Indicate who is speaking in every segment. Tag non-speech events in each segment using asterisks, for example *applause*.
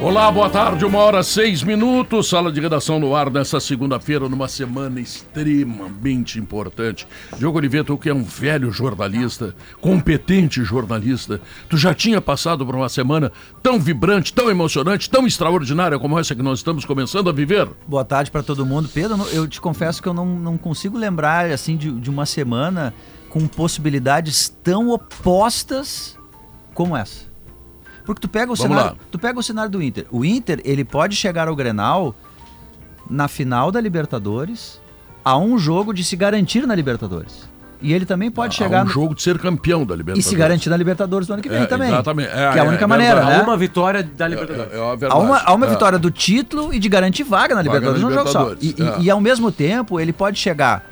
Speaker 1: Olá, boa tarde, uma hora seis minutos, sala de redação no ar nessa segunda-feira, numa semana extremamente importante. Diogo Oliveira, tu que é um velho jornalista, competente jornalista, tu já tinha passado por uma semana tão vibrante, tão emocionante, tão extraordinária como essa que nós estamos começando a viver?
Speaker 2: Boa tarde para todo mundo. Pedro, eu te confesso que eu não, não consigo lembrar, assim, de, de uma semana com possibilidades tão opostas como essa. Porque tu pega o
Speaker 1: Vamos
Speaker 2: cenário,
Speaker 1: lá.
Speaker 2: tu pega o cenário do Inter. O Inter, ele pode chegar ao Grenal na final da Libertadores, a um jogo de se garantir na Libertadores. E ele também pode
Speaker 1: Há
Speaker 2: chegar
Speaker 1: um
Speaker 2: no-
Speaker 1: jogo de ser campeão da
Speaker 2: e
Speaker 1: Libertadores.
Speaker 2: se garantir na Libertadores no ano que vem
Speaker 1: É,
Speaker 2: também.
Speaker 1: exatamente. É,
Speaker 2: que é a
Speaker 1: é,
Speaker 2: única
Speaker 1: é
Speaker 2: maneira,
Speaker 1: verdade.
Speaker 2: né?
Speaker 3: Há uma vitória da Libertadores.
Speaker 1: É, é uma
Speaker 2: Há
Speaker 1: verdade.
Speaker 2: uma, há uma
Speaker 1: É.
Speaker 2: vitória do título e de garantir vaga na Libertadores
Speaker 1: na
Speaker 2: num jogo só. E,
Speaker 1: Libertadores,
Speaker 2: e-
Speaker 1: é.
Speaker 2: e ao mesmo tempo, ele pode chegar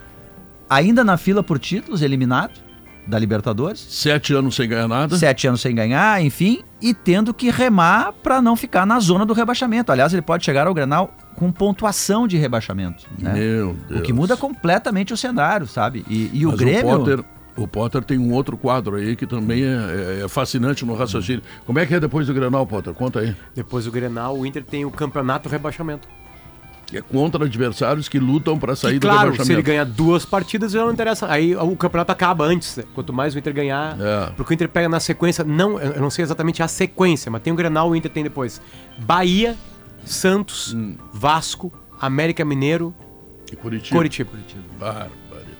Speaker 2: ainda na fila por títulos, eliminado da Libertadores,
Speaker 1: Sete anos sem ganhar nada.
Speaker 2: sete anos sem ganhar, enfim, e tendo que remar pra não ficar na zona do rebaixamento. Aliás, ele pode chegar ao Grenal com pontuação de rebaixamento, né?
Speaker 1: Meu Deus.
Speaker 2: O que muda completamente o cenário, sabe? E, e o
Speaker 1: Mas
Speaker 2: Grêmio...
Speaker 1: Potter, o Potter tem um outro quadro aí que também é, é- é fascinante no raciocínio. Como é que é depois do Grenal, Potter? Conta aí.
Speaker 3: Depois do Grenal, Ah, o Inter tem o campeonato rebaixamento.
Speaker 1: É contra adversários que lutam para sair
Speaker 3: E
Speaker 1: do
Speaker 3: claro,
Speaker 1: rebaixamento.
Speaker 3: se ele ganhar duas partidas, já não interessa. Aí o campeonato acaba antes. né? Quanto mais o Inter ganhar.
Speaker 1: É.
Speaker 3: Porque o Inter pega na sequência. Não, eu não sei exatamente a sequência, mas tem o Grenal, o Inter tem depois. Bahia, Santos, Vasco, América Mineiro,
Speaker 1: Hum. E Curitiba.
Speaker 3: Coritiba.
Speaker 1: Bárbaro.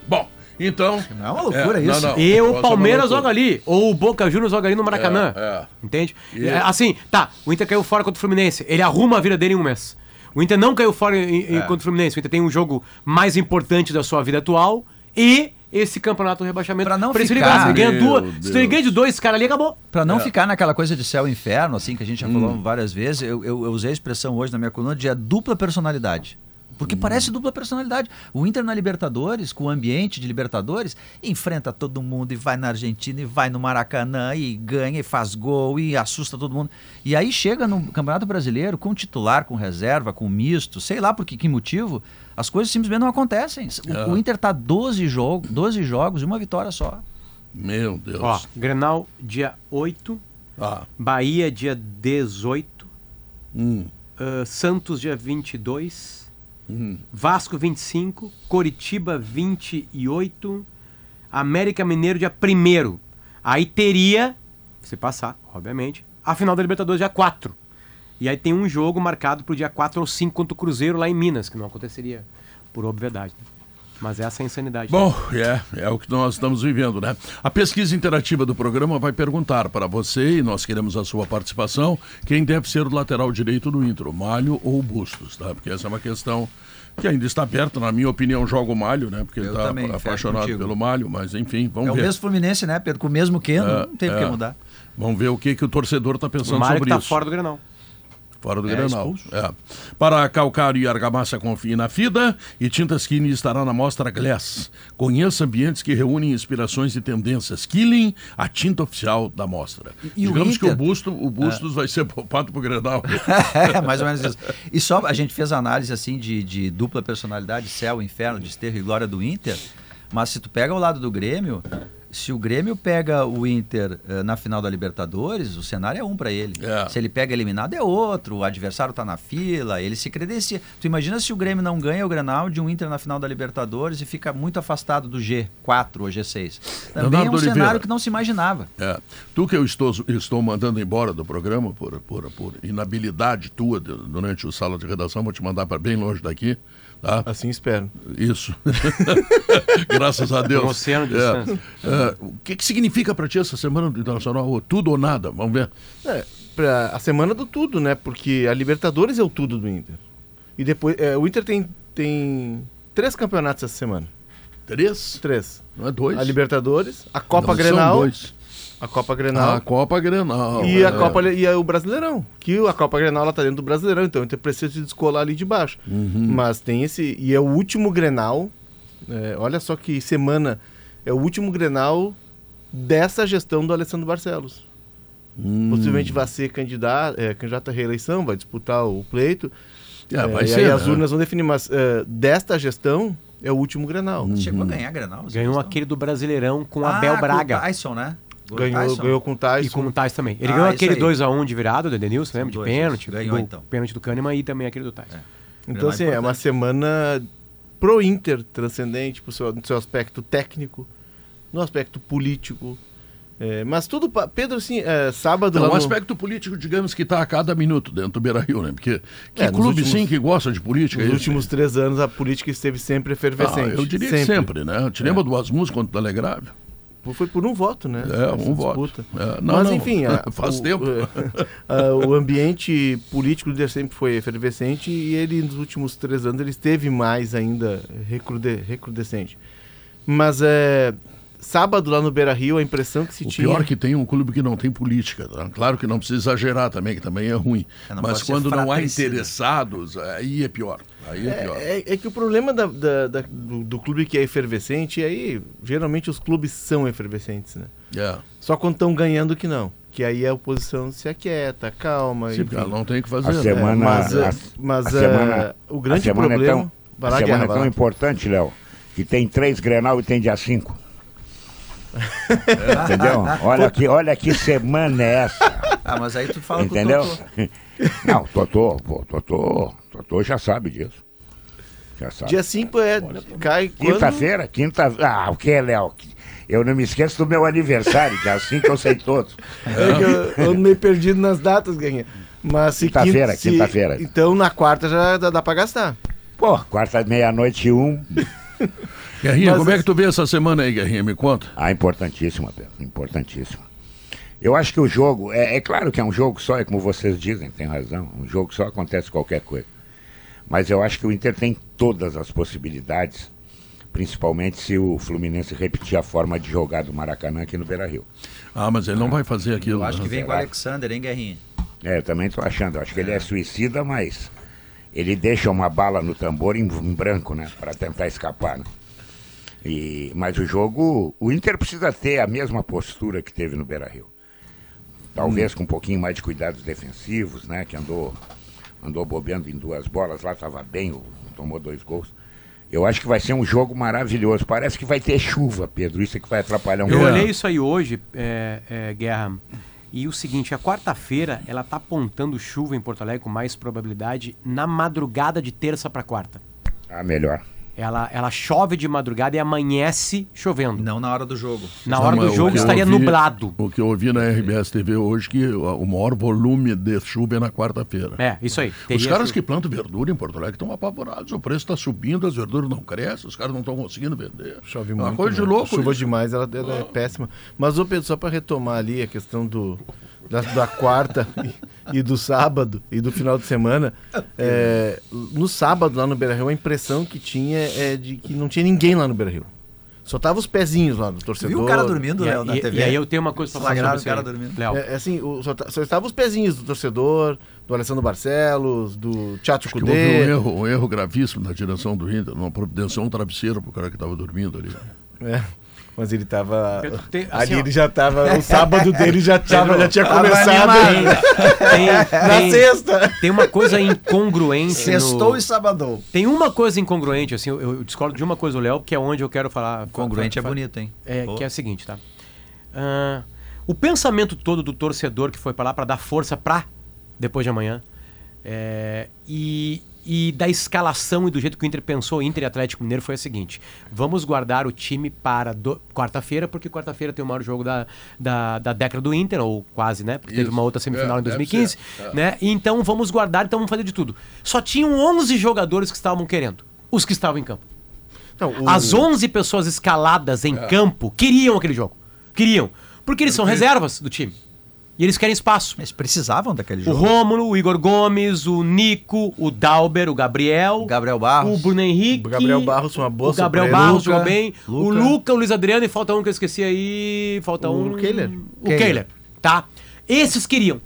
Speaker 1: Bom, então.
Speaker 2: Não é uma loucura isso?
Speaker 3: E
Speaker 1: Nossa, é
Speaker 3: o
Speaker 1: uma
Speaker 3: Palmeiras
Speaker 1: loucura.
Speaker 3: joga ali, ou o Boca Juniors joga ali no Maracanã.
Speaker 1: É, é.
Speaker 3: Entende?
Speaker 1: E-
Speaker 3: É, assim, tá, o Inter caiu fora contra o Fluminense, ele arruma a vida dele em um mês. O Inter não caiu fora em-
Speaker 1: É.
Speaker 3: em- contra o Fluminense, o Inter tem um jogo mais importante da sua vida atual e esse campeonato de rebaixamento.
Speaker 2: Pra não
Speaker 3: isso ele
Speaker 2: ficar-
Speaker 3: ganha, ele ganha
Speaker 1: Meu
Speaker 3: duas, se tu
Speaker 1: Deus. É,
Speaker 3: ganha de dois, esse cara ali acabou.
Speaker 2: Pra não ficar naquela coisa de céu e inferno, assim, que a gente já falou várias vezes, eu, eu- eu usei a expressão hoje na minha coluna de a dupla personalidade. Porque parece dupla personalidade. O Inter na Libertadores, com o ambiente de Libertadores, enfrenta todo mundo e vai na Argentina e vai no Maracanã e ganha e faz gol e assusta todo mundo. E aí chega no Campeonato Brasileiro com titular, com reserva, com misto, sei lá por que, que motivo, as coisas simplesmente não acontecem. O, o Inter tá 12, jogo, 12 jogos e uma vitória só.
Speaker 1: Meu Deus.
Speaker 3: Ó, Grenal dia 8,
Speaker 1: Ah,
Speaker 3: Bahia dia 18,
Speaker 1: hum,
Speaker 3: ah, Santos dia 22,
Speaker 1: hum.
Speaker 3: Vasco 25, Coritiba 28, América Mineiro dia 1 Aí teria, se passar, obviamente, a final da Libertadores dia 4. E aí tem um jogo marcado pro dia 4 ou 5 contra o Cruzeiro lá em Minas, que não aconteceria, por obviedade. né? Mas essa é a insanidade.
Speaker 1: Bom, é, é o que nós estamos vivendo, né? A pesquisa interativa do programa vai perguntar para você, e nós queremos a sua participação, quem deve ser o lateral direito do Inter, o Malho ou o Bustos, tá? Porque essa é uma questão que ainda está aberta, na minha opinião, joga o Malho, né? Porque ele
Speaker 2: Eu
Speaker 1: está
Speaker 2: também, fecho
Speaker 1: apaixonado
Speaker 2: contigo.
Speaker 1: pelo Malho, mas enfim, vamos
Speaker 2: É o
Speaker 1: ver.
Speaker 2: mesmo Fluminense, né, Pedro? Com o mesmo Keno, não teve o
Speaker 1: é.
Speaker 2: que mudar.
Speaker 1: Vamos ver o que, que o torcedor está
Speaker 3: o
Speaker 1: pensando
Speaker 3: Mário que
Speaker 1: sobre
Speaker 3: tá
Speaker 1: isso.
Speaker 3: fora do Grenal.
Speaker 1: Fora do
Speaker 2: É,
Speaker 1: Grenal.
Speaker 2: expulso.
Speaker 1: É. Para calcário e argamassa confie na FIDA e Tintas Kine estará na Mostra Glass. Conheça ambientes que reúnem inspirações e tendências. Killing, a tinta oficial da mostra.
Speaker 2: E- e o
Speaker 1: Digamos que o,
Speaker 2: Inter?
Speaker 1: busto, o Bustos vai ser poupado pro Grenal.
Speaker 2: *laughs* é, mais ou menos isso. E só a gente fez a análise assim de, de dupla personalidade, céu, inferno, desterro e glória do Inter. Mas se tu pega o lado do Grêmio, se o Grêmio pega o Inter eh, na final da Libertadores, o cenário é um pra ele.
Speaker 1: É.
Speaker 2: Se ele pega eliminado é outro, o adversário tá na fila, ele se credencia. Tu imagina se o Grêmio não ganha o Grenal de um Inter na final da Libertadores e fica muito afastado do G4 ou G6. Também
Speaker 1: Leonardo
Speaker 2: é um
Speaker 1: Oliveira.
Speaker 2: cenário que não se imaginava.
Speaker 1: É. Tu que eu estou, estou mandando embora do programa por, por, por inabilidade tua de- durante o sala de redação, vou te mandar para bem longe daqui. Tá?
Speaker 4: Assim espero.
Speaker 1: Isso.
Speaker 4: *laughs*
Speaker 1: Graças a Deus.
Speaker 3: Um oceano de
Speaker 1: É.
Speaker 3: distância.
Speaker 1: É, o que, que significa para ti essa semana do internacional? Ô, Tudo ou nada? Vamos ver.
Speaker 4: É, pra a semana do tudo, né? Porque a Libertadores é o tudo do Inter. E depois. é, o Inter tem, tem três campeonatos essa semana.
Speaker 1: Três?
Speaker 4: Três.
Speaker 1: Não é dois?
Speaker 4: A Libertadores, a Copa
Speaker 1: Não, são
Speaker 4: Grenal
Speaker 1: dois.
Speaker 4: A Copa Grenal.
Speaker 1: A Copa Grenal.
Speaker 4: E
Speaker 1: é.
Speaker 4: a Copa e o Brasileirão, que a Copa Grenal ela tá dentro do Brasileirão, então eu precisa se descolar ali de baixo.
Speaker 1: Hum. Uhum,
Speaker 4: Mas tem esse e é o último Grenal. é, olha só que semana é o último Grenal dessa gestão do Alessandro Barcelos.
Speaker 1: uhum.
Speaker 4: Possivelmente
Speaker 1: Hum.
Speaker 4: vai ser candidato, é, candidato à reeleição, vai disputar o pleito.
Speaker 1: É, vai
Speaker 4: e
Speaker 1: ser,
Speaker 4: aí
Speaker 1: né?
Speaker 4: as urnas vão definir, mas é, desta gestão é o último Grenal.
Speaker 1: Uhum.
Speaker 2: Chegou a ganhar Grenal? vocês
Speaker 3: Ganhou
Speaker 2: não?
Speaker 3: aquele do Brasileirão com
Speaker 2: Ah,
Speaker 3: Abel
Speaker 2: com o
Speaker 3: Braga.
Speaker 2: Tyson, né? Gol do
Speaker 4: Ganhou,
Speaker 2: Tyson.
Speaker 4: ganhou com o Tyson.
Speaker 3: E com o Tais também. Ele
Speaker 2: Ah,
Speaker 3: ganhou
Speaker 2: isso
Speaker 3: aquele
Speaker 2: aí.
Speaker 3: 2x1 de virada do Edenilson, lembra? De
Speaker 2: São dois,
Speaker 3: pênalti.
Speaker 2: isso. Ganhou,
Speaker 3: do
Speaker 2: então.
Speaker 3: Pênalti do Kahneman e também aquele do Tais. É.
Speaker 4: Então,
Speaker 2: Grenal é
Speaker 4: assim, é uma
Speaker 2: importante.
Speaker 4: semana pro Inter, transcendente pro seu, no seu aspecto técnico, no aspecto político. É, mas tudo. pa- Pedro, assim, é, sábado.
Speaker 1: Então,
Speaker 4: lá
Speaker 1: o
Speaker 4: no-
Speaker 1: aspecto político, digamos que está a cada minuto dentro do Beira Rio, né? Porque que
Speaker 4: É, nos
Speaker 1: clube
Speaker 4: últimos-
Speaker 1: sim que gosta de política?
Speaker 4: nos
Speaker 1: é esse?
Speaker 4: últimos três anos, a política esteve sempre
Speaker 1: ah,
Speaker 4: efervescente. É.
Speaker 1: Eu diria que sempre, né? Te lembra do tá Asmus contra o Telegrave?
Speaker 4: Foi por um voto, né?
Speaker 1: É, um
Speaker 4: Essa
Speaker 1: voto. É, não,
Speaker 4: Mas,
Speaker 1: não, *laughs*
Speaker 4: enfim. a-
Speaker 1: faz
Speaker 4: o, é,
Speaker 1: tempo. *laughs*
Speaker 4: a- o ambiente político do Inter sempre foi efervescente e ele, nos últimos três anos, ele esteve mais ainda recrude, recrudescente. Mas é. Sábado lá no Beira Rio, a impressão que se
Speaker 1: O
Speaker 4: tinha.
Speaker 1: pior que tem é um clube que não tem política. tá? Claro que não precisa exagerar também, que também é ruim.
Speaker 2: É, não
Speaker 1: Mas
Speaker 2: pode ser
Speaker 1: quando não há
Speaker 2: fratricida.
Speaker 1: interessados, aí é pior. Aí é, pior.
Speaker 4: É, é que o problema da- da- da- do, do clube que é efervescente, e aí geralmente os clubes são efervescentes, né?
Speaker 1: É.
Speaker 4: Só quando estão ganhando que não. Que aí a oposição se aquieta, calma.
Speaker 1: Sim,
Speaker 4: enfim.
Speaker 1: porque ela não tem o que
Speaker 5: A
Speaker 1: fazer. né?
Speaker 4: É,
Speaker 5: semana,
Speaker 4: mas,
Speaker 5: a-
Speaker 4: eh, mas,
Speaker 5: a
Speaker 4: eh,
Speaker 5: semana-
Speaker 4: o grande
Speaker 5: a semana
Speaker 4: problema-
Speaker 5: É tão,
Speaker 4: Vai lá,
Speaker 5: a semana
Speaker 4: Guerra,
Speaker 5: é
Speaker 4: vai
Speaker 5: tão
Speaker 4: lá.
Speaker 5: importante, Léo, que tem três Grenal e tem dia 5. É,
Speaker 4: *laughs*
Speaker 2: *laughs*
Speaker 5: Entendeu? Olha que, olha que semana é essa,
Speaker 2: Ah, mas aí tu fala
Speaker 5: entendeu?
Speaker 2: com o Totô.
Speaker 5: *laughs* Não, Totô, pô, Totô, Totô já sabe disso. Já sabe.
Speaker 4: Dia 5 é. Cai quando?
Speaker 5: Quinta-feira, quinta. Ah, o que é, Léo? Eu não me esqueço do meu aniversário, que é assim que eu sei todos.
Speaker 4: É que eu, eu ando meio perdido nas datas, ganha. Mas se
Speaker 5: Quinta-feira,
Speaker 4: quinta- se-
Speaker 5: quinta-feira.
Speaker 4: Então na quarta já dá, dá pra gastar.
Speaker 5: Pô, quarta, meia-noite e um.
Speaker 1: Guerrinha,
Speaker 4: Mas
Speaker 1: como é
Speaker 4: esse-
Speaker 1: que tu vê essa semana aí, Guerrinha? Me conta.
Speaker 5: Ah, importantíssima, Pedro, importantíssima. Eu acho que o jogo, é, é claro que é um jogo só, é como vocês dizem, tem razão. Um jogo só acontece qualquer coisa. Mas eu acho que o Inter tem todas as possibilidades, principalmente se o Fluminense repetir a forma de jogar do Maracanã aqui no Beira Rio.
Speaker 1: Ah, mas ele não vai fazer aquilo.
Speaker 2: Eu acho que
Speaker 1: né?
Speaker 2: vem com o Alexander, hein, Guerrinha?
Speaker 5: É, eu também tô achando. Eu acho que ele é suicida, mas ele deixa uma bala no tambor em, em branco, né? Pra tentar escapar, né? E, mas o jogo, o Inter precisa ter a mesma postura que teve no Beira Rio. Talvez
Speaker 2: Hum.
Speaker 5: com um pouquinho mais de cuidados defensivos, né? Que andou, andou bobeando em duas bolas, lá estava bem, o- tomou dois gols. Eu acho que vai ser um jogo maravilhoso. Parece que vai ter chuva, Pedro. Isso é que vai atrapalhar um
Speaker 3: Eu
Speaker 5: pouco.
Speaker 1: É.
Speaker 3: olhei isso aí hoje, é, é, Guerra, e o seguinte, a quarta-feira ela tá apontando chuva em Porto Alegre com mais probabilidade na madrugada de terça pra quarta.
Speaker 5: Ah, melhor.
Speaker 3: Ela, ela chove de madrugada e amanhece chovendo.
Speaker 2: Não na hora do jogo.
Speaker 3: Na hora
Speaker 1: Não,
Speaker 3: do
Speaker 4: é
Speaker 1: mas o
Speaker 3: jogo
Speaker 1: que eu
Speaker 3: estaria
Speaker 1: ouvi-
Speaker 3: nublado.
Speaker 1: O que eu ouvi na RBS TV hoje que o o maior volume de chuva é na quarta-feira.
Speaker 3: É, isso aí.
Speaker 1: Os
Speaker 3: Teria
Speaker 1: caras
Speaker 3: chuva.
Speaker 1: que plantam verdura em Porto Alegre estão apavorados. O preço está subindo, as verduras não crescem, os caras não estão conseguindo vender. É
Speaker 4: Chove
Speaker 1: Uma
Speaker 4: muito.
Speaker 1: coisa
Speaker 4: né?
Speaker 1: de louco.
Speaker 4: Chuva
Speaker 1: isso.
Speaker 4: demais, ela, ela é péssima. Mas, ô Pedro, só pra retomar ali a questão do, da, da quarta *laughs* e, e do sábado e do final de semana. é, no sábado, lá no Beira Rio, a impressão que tinha é de que não tinha ninguém lá no Beira Rio. Só tava os pezinhos lá do torcedor.
Speaker 2: Viu o cara dormindo,
Speaker 3: E,
Speaker 2: Léo, na
Speaker 3: e-
Speaker 2: TV?
Speaker 3: e aí eu tenho uma coisa pra falar sobre
Speaker 2: Flagraram
Speaker 3: isso
Speaker 2: o cara
Speaker 3: aí,
Speaker 2: dormindo.
Speaker 3: Léo.
Speaker 4: É, é assim, o- só, ta- só estavam os pezinhos do torcedor, do Alessandro Barcelos, do Tchato
Speaker 1: Que houve um
Speaker 4: Cudê.
Speaker 1: erro, um erro gravíssimo na direção do Inter. Não providenciou um travesseiro pro cara que estava dormindo ali.
Speaker 4: É, Mas ele tava.
Speaker 3: Eu tenho-
Speaker 4: Ah, ali
Speaker 3: assim, ó.
Speaker 4: ele já tava. O sábado
Speaker 3: *laughs*
Speaker 4: dele já, tava, já tinha
Speaker 3: Tem,
Speaker 4: começado. Na
Speaker 3: tem, tem,
Speaker 4: sexta!
Speaker 3: tem uma coisa incongruente. no...
Speaker 2: sabadou.
Speaker 3: Tem uma coisa incongruente, assim, eu, eu discordo de uma coisa, do Léo, que é onde eu quero falar.
Speaker 2: Congruente é
Speaker 3: fa- fa-
Speaker 2: bonito, hein?
Speaker 3: É,
Speaker 2: Pô.
Speaker 3: que é o seguinte, tá? Ah, o pensamento todo do torcedor que foi pra lá pra dar força pra depois de amanhã é, e, e da escalação e do jeito que o Inter pensou, Inter e Atlético Mineiro, foi o seguinte: vamos guardar o time para do- quarta-feira, porque quarta-feira tem o maior jogo da, da, da década do Inter, ou quase, né? Porque teve
Speaker 1: Isso.
Speaker 3: uma outra semifinal
Speaker 1: É,
Speaker 3: em
Speaker 1: deve
Speaker 3: 2015,
Speaker 1: ser. É.
Speaker 3: né? Então vamos guardar, então vamos fazer de tudo. Só tinham 11 jogadores que estavam querendo, os que estavam em campo.
Speaker 4: Não, o-
Speaker 3: As 11 pessoas
Speaker 1: É.
Speaker 3: escaladas em campo queriam aquele jogo. Queriam. Porque eles são reservas do time. E eles querem espaço.
Speaker 2: Eles precisavam daquele
Speaker 3: O
Speaker 2: jogo.
Speaker 3: Rômulo, o Igor Gomes, o Nico, o Dauber, o Gabriel.
Speaker 2: Gabriel Barros.
Speaker 3: O Bruno Henrique.
Speaker 4: O Gabriel Barros, uma boa
Speaker 3: O Gabriel
Speaker 4: surpresa.
Speaker 3: Barros
Speaker 2: Luca,
Speaker 3: jogou bem. O
Speaker 2: Luca.
Speaker 3: Luca, o Luiz Adriano e falta um que eu esqueci aí. Falta
Speaker 4: O
Speaker 3: um.
Speaker 4: Kehler.
Speaker 3: O Kehler. Tá? Esses queriam.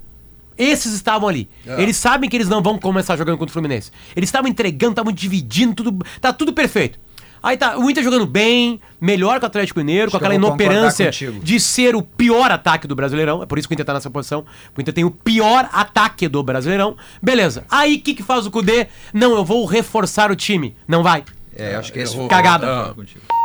Speaker 3: Esses estavam ali.
Speaker 2: Ah.
Speaker 3: Eles sabem que eles não vão começar jogando contra o Fluminense. Eles estavam entregando, estavam dividindo, tudo, tá tudo perfeito. Aí tá, o Inter jogando bem, melhor que o Atlético Mineiro, com
Speaker 2: Acho que
Speaker 3: aquela
Speaker 2: eu vou concordar
Speaker 3: inoperância
Speaker 2: contigo.
Speaker 3: de ser o pior ataque do Brasileirão. É por isso que o Inter tá nessa posição. O Inter tem o pior ataque do Brasileirão. Beleza. Aí o que, que faz o Cudê? Não, eu vou reforçar o time. Não vai.
Speaker 2: É, acho que esse
Speaker 1: Errou.
Speaker 3: Cagada.
Speaker 1: Ah,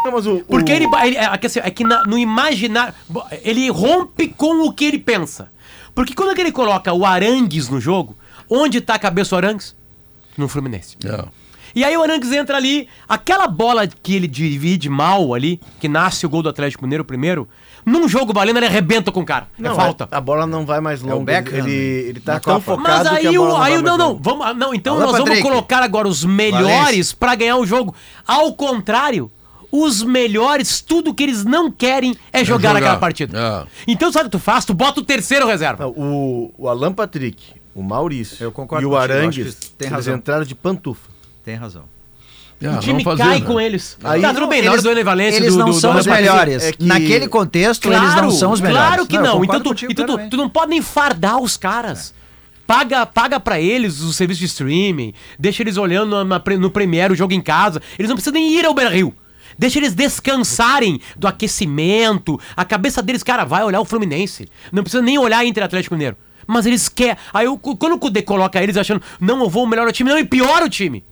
Speaker 4: Não, mas o-
Speaker 3: Porque
Speaker 4: o-
Speaker 3: ele, ba- ele- é, que assim, é que na- no imaginar. bo- Ele rompe com o que ele pensa. Porque quando é que ele coloca o Arangues no jogo, onde tá a cabeça do Arangues? No Fluminense.
Speaker 1: é.
Speaker 3: E aí o Arangues entra ali, aquela bola que ele divide mal ali, que nasce o gol do Atlético Mineiro primeiro, num jogo valendo ele arrebenta com o cara.
Speaker 4: Não,
Speaker 3: é falta.
Speaker 4: A, a bola não vai
Speaker 2: É
Speaker 4: mais longe.
Speaker 2: Beckham
Speaker 4: ele, ele tá
Speaker 2: um na
Speaker 4: tão
Speaker 2: Copa.
Speaker 4: focado
Speaker 3: Mas
Speaker 4: que a
Speaker 3: aí,
Speaker 4: bola
Speaker 3: o, aí o- não,
Speaker 4: vai mais
Speaker 3: não,
Speaker 4: longe.
Speaker 3: vamos, ah, não, então
Speaker 2: Fala,
Speaker 3: nós vamos
Speaker 2: Patrick.
Speaker 3: colocar agora os melhores
Speaker 2: Valência.
Speaker 3: pra ganhar o jogo. Ao contrário, os melhores, tudo que eles não querem é jogar,
Speaker 1: jogar.
Speaker 3: naquela
Speaker 1: Ah.
Speaker 3: partida. Então sabe o que tu faz? Tu bota o terceiro reserva.
Speaker 4: Não, O, o Alan Patrick, o Maurício
Speaker 2: Eu concordo
Speaker 4: e o
Speaker 2: contigo, acho
Speaker 4: Arangues,
Speaker 2: que tem
Speaker 4: eles
Speaker 2: razão.
Speaker 4: entraram de pantufa.
Speaker 2: Tem razão.
Speaker 1: Ah,
Speaker 3: o time
Speaker 1: não fazer,
Speaker 3: cai
Speaker 1: né?
Speaker 3: com eles.
Speaker 4: Aí
Speaker 3: tá,
Speaker 4: não,
Speaker 3: tudo bem, na hora
Speaker 2: Eles,
Speaker 3: do Enem Valência,
Speaker 2: eles
Speaker 3: do-
Speaker 2: não
Speaker 3: do-
Speaker 2: são
Speaker 3: do-
Speaker 2: os
Speaker 3: do-
Speaker 2: melhores.
Speaker 4: é que-
Speaker 2: Naquele contexto, eles não são os melhores.
Speaker 3: Claro que
Speaker 2: eu
Speaker 3: não. Então,
Speaker 2: concordo
Speaker 3: tu,
Speaker 2: contigo
Speaker 3: então tu,
Speaker 2: plenamente.
Speaker 3: tu não pode nem fardar os caras. Paga, paga pra eles o serviço de streaming, deixa eles olhando na- na pre- no Premiere o jogo em casa. Eles não precisam nem ir ao Beira-Rio. Deixa eles descansarem do aquecimento. A cabeça deles, cara, vai olhar o Fluminense. Não precisa nem olhar Inter e Atlético Mineiro. Mas eles querem. Aí eu- quando o Cudê coloca eles achando, não, eu vou melhorar o time, não, e piora o time.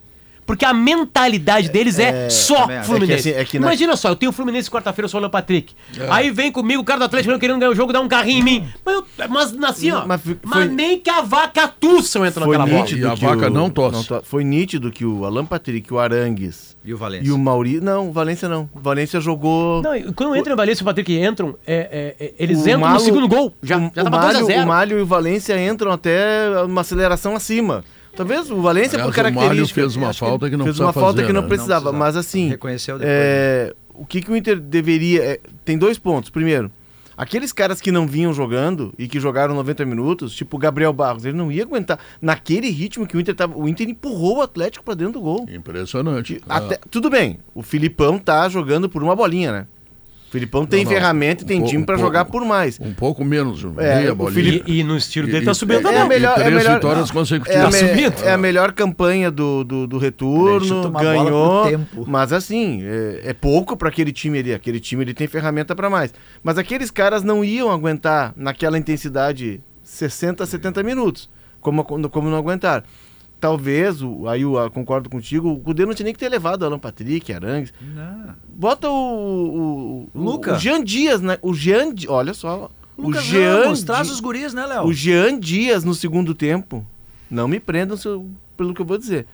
Speaker 3: Porque a mentalidade deles é,
Speaker 4: é,
Speaker 3: só
Speaker 2: também acho.
Speaker 3: Fluminense.
Speaker 4: É que assim, é que na-
Speaker 3: Imagina só, eu tenho o Fluminense quarta-feira, eu sou o Alan Patrick.
Speaker 4: É.
Speaker 3: Aí vem comigo o cara do Atlético Mineiro querendo ganhar o jogo, dá um carrinho em mim. Mas, eu, mas assim, ó.
Speaker 4: Não,
Speaker 3: Mas,
Speaker 4: mas foi-
Speaker 3: nem que a vaca tussam entra
Speaker 4: Foi
Speaker 3: naquela bola.
Speaker 4: nítido
Speaker 1: E a
Speaker 4: que
Speaker 1: vaca
Speaker 4: o,
Speaker 1: não tosse.
Speaker 4: Foi nítido que o Alan Patrick, o Arangues
Speaker 2: E o Valência.
Speaker 4: e o Maurício... Não, o Valência não. O Valência jogou...
Speaker 3: Não, e quando entra o Valência e o Patrick entram, é, é, é, eles
Speaker 4: O
Speaker 3: entram no
Speaker 4: Malo-
Speaker 3: segundo gol. Já, tá
Speaker 4: o,
Speaker 3: já
Speaker 4: o
Speaker 3: tava
Speaker 4: Malho,
Speaker 3: 2x0.
Speaker 4: o Malho e o Valência entram até uma aceleração acima. Talvez o Valência,
Speaker 1: Aliás,
Speaker 4: por
Speaker 1: o Malho
Speaker 4: característica...
Speaker 1: fez uma
Speaker 4: acho
Speaker 1: falta que não
Speaker 4: Fez
Speaker 1: precisava
Speaker 4: uma falta
Speaker 1: fazer,
Speaker 4: que não
Speaker 1: né?
Speaker 4: precisava,
Speaker 2: Não precisava.
Speaker 4: mas assim...
Speaker 2: Reconheceu depois, né?
Speaker 4: é, o que, que o Inter deveria... é, tem dois pontos. Primeiro, aqueles caras que não vinham jogando e que jogaram 90 minutos, tipo o Gabriel Barros, ele não ia aguentar. Naquele ritmo que o Inter tava... O Inter empurrou o Atlético pra dentro do gol.
Speaker 1: Impressionante. Ah.
Speaker 4: Que até- tudo bem, o Filipão tá jogando por uma bolinha, né? O Filipão tem
Speaker 1: não.
Speaker 4: ferramenta e tem
Speaker 1: Um po-
Speaker 4: time pra
Speaker 1: um
Speaker 4: jogar
Speaker 1: pouco.
Speaker 4: por mais.
Speaker 1: Um pouco menos,
Speaker 4: É,
Speaker 1: meia
Speaker 4: o
Speaker 1: bolinha.
Speaker 4: Felipe-
Speaker 3: E, e no estilo dele
Speaker 1: E-
Speaker 3: tá subindo
Speaker 1: e-
Speaker 3: também. Tá
Speaker 1: é melhor- três
Speaker 4: melhor-
Speaker 1: vitórias consecutivas.
Speaker 4: É a, me-
Speaker 3: Assumido.
Speaker 4: é a melhor campanha do, do, do retorno,
Speaker 2: tomar bola
Speaker 4: ganhou.
Speaker 2: por tempo.
Speaker 4: Mas assim, é, é pouco pra aquele time ali. Aquele time ele tem ferramenta pra mais. Mas aqueles caras não iam aguentar naquela intensidade 60, 70 minutos. Como, como não aguentaram. Talvez, o- aí eu ah, concordo contigo, o Cudê não tinha nem que ter levado Alan Patrick, Arangues.
Speaker 2: Não.
Speaker 4: Bota o. o- o
Speaker 2: Luca.
Speaker 4: O Jean Dias, né? O Jean. Di- Olha só.
Speaker 2: Lucas
Speaker 4: o Jean.
Speaker 2: Ramos,
Speaker 4: Di-
Speaker 2: traz os guris, né, Léo?
Speaker 4: o Jean Dias no segundo tempo. Não me prendam se eu- pelo que eu vou dizer.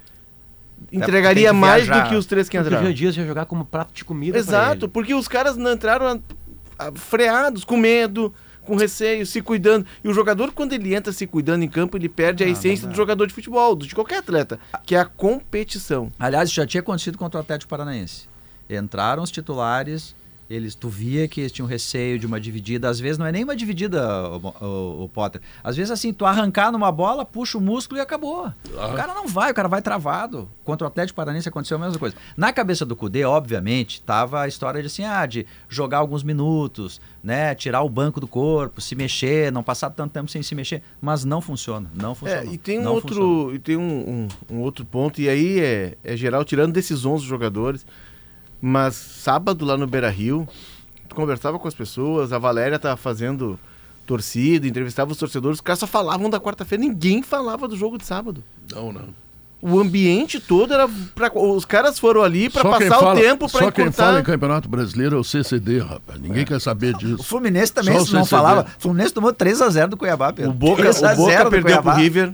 Speaker 3: É,
Speaker 4: Entregaria
Speaker 2: tem que
Speaker 4: mais
Speaker 2: viajar.
Speaker 4: do que os três que
Speaker 3: Porque o Jean
Speaker 4: entraram.
Speaker 3: Dias ia jogar como prato de comida. pra
Speaker 4: Exato,
Speaker 3: ele.
Speaker 4: porque os caras não entraram a- a- freados, com medo, com receio, se cuidando. E o jogador, quando ele entra se cuidando em campo, ele perde a essência do jogador de futebol, do- de qualquer atleta, que é a competição.
Speaker 2: Aliás, isso já tinha acontecido contra o Atlético Paranaense. Entraram os titulares, eles, tu via que eles tinham receio de uma dividida. Às vezes não é nem uma dividida, o, o- o Potter. Às vezes assim, tu arrancar numa bola, puxa o músculo e acabou. O cara não vai, o cara vai travado. Contra o Atlético Paranaense aconteceu a mesma coisa. Na cabeça do Cudê, obviamente, tava a história de assim, ah, de jogar alguns minutos, né, tirar o banco do corpo, se mexer, não passar tanto tempo sem se mexer, mas não funciona, não
Speaker 4: É,
Speaker 2: funciona.
Speaker 4: e tem um
Speaker 2: não
Speaker 4: outro,
Speaker 2: funciona.
Speaker 4: e tem um, um- um outro ponto, e aí é, é geral, tirando desses 11 jogadores, mas sábado lá no Beira Rio, tu conversava com as pessoas, a Valéria tava fazendo torcida, entrevistava os torcedores, os caras só falavam da quarta-feira, ninguém falava do jogo de sábado.
Speaker 1: Não, não.
Speaker 4: O ambiente todo era pra, os caras foram ali pra
Speaker 1: Só quem
Speaker 4: passar o
Speaker 1: fala-
Speaker 4: tempo pra
Speaker 1: Só quem fala em
Speaker 4: encurtar.
Speaker 1: Campeonato Brasileiro é o CCD, rapaz. Ninguém quer saber
Speaker 2: É. O
Speaker 1: disso.
Speaker 2: Fluminense também
Speaker 1: Só o
Speaker 2: se não
Speaker 1: CCD.
Speaker 2: falava. O Fluminense tomou 3x0 do Cuiabá, Pedro.
Speaker 4: O Boca,
Speaker 2: 3 a
Speaker 4: o
Speaker 2: 0
Speaker 4: Boca
Speaker 2: tá do
Speaker 4: perdeu pro
Speaker 2: Cuiabá.
Speaker 4: River.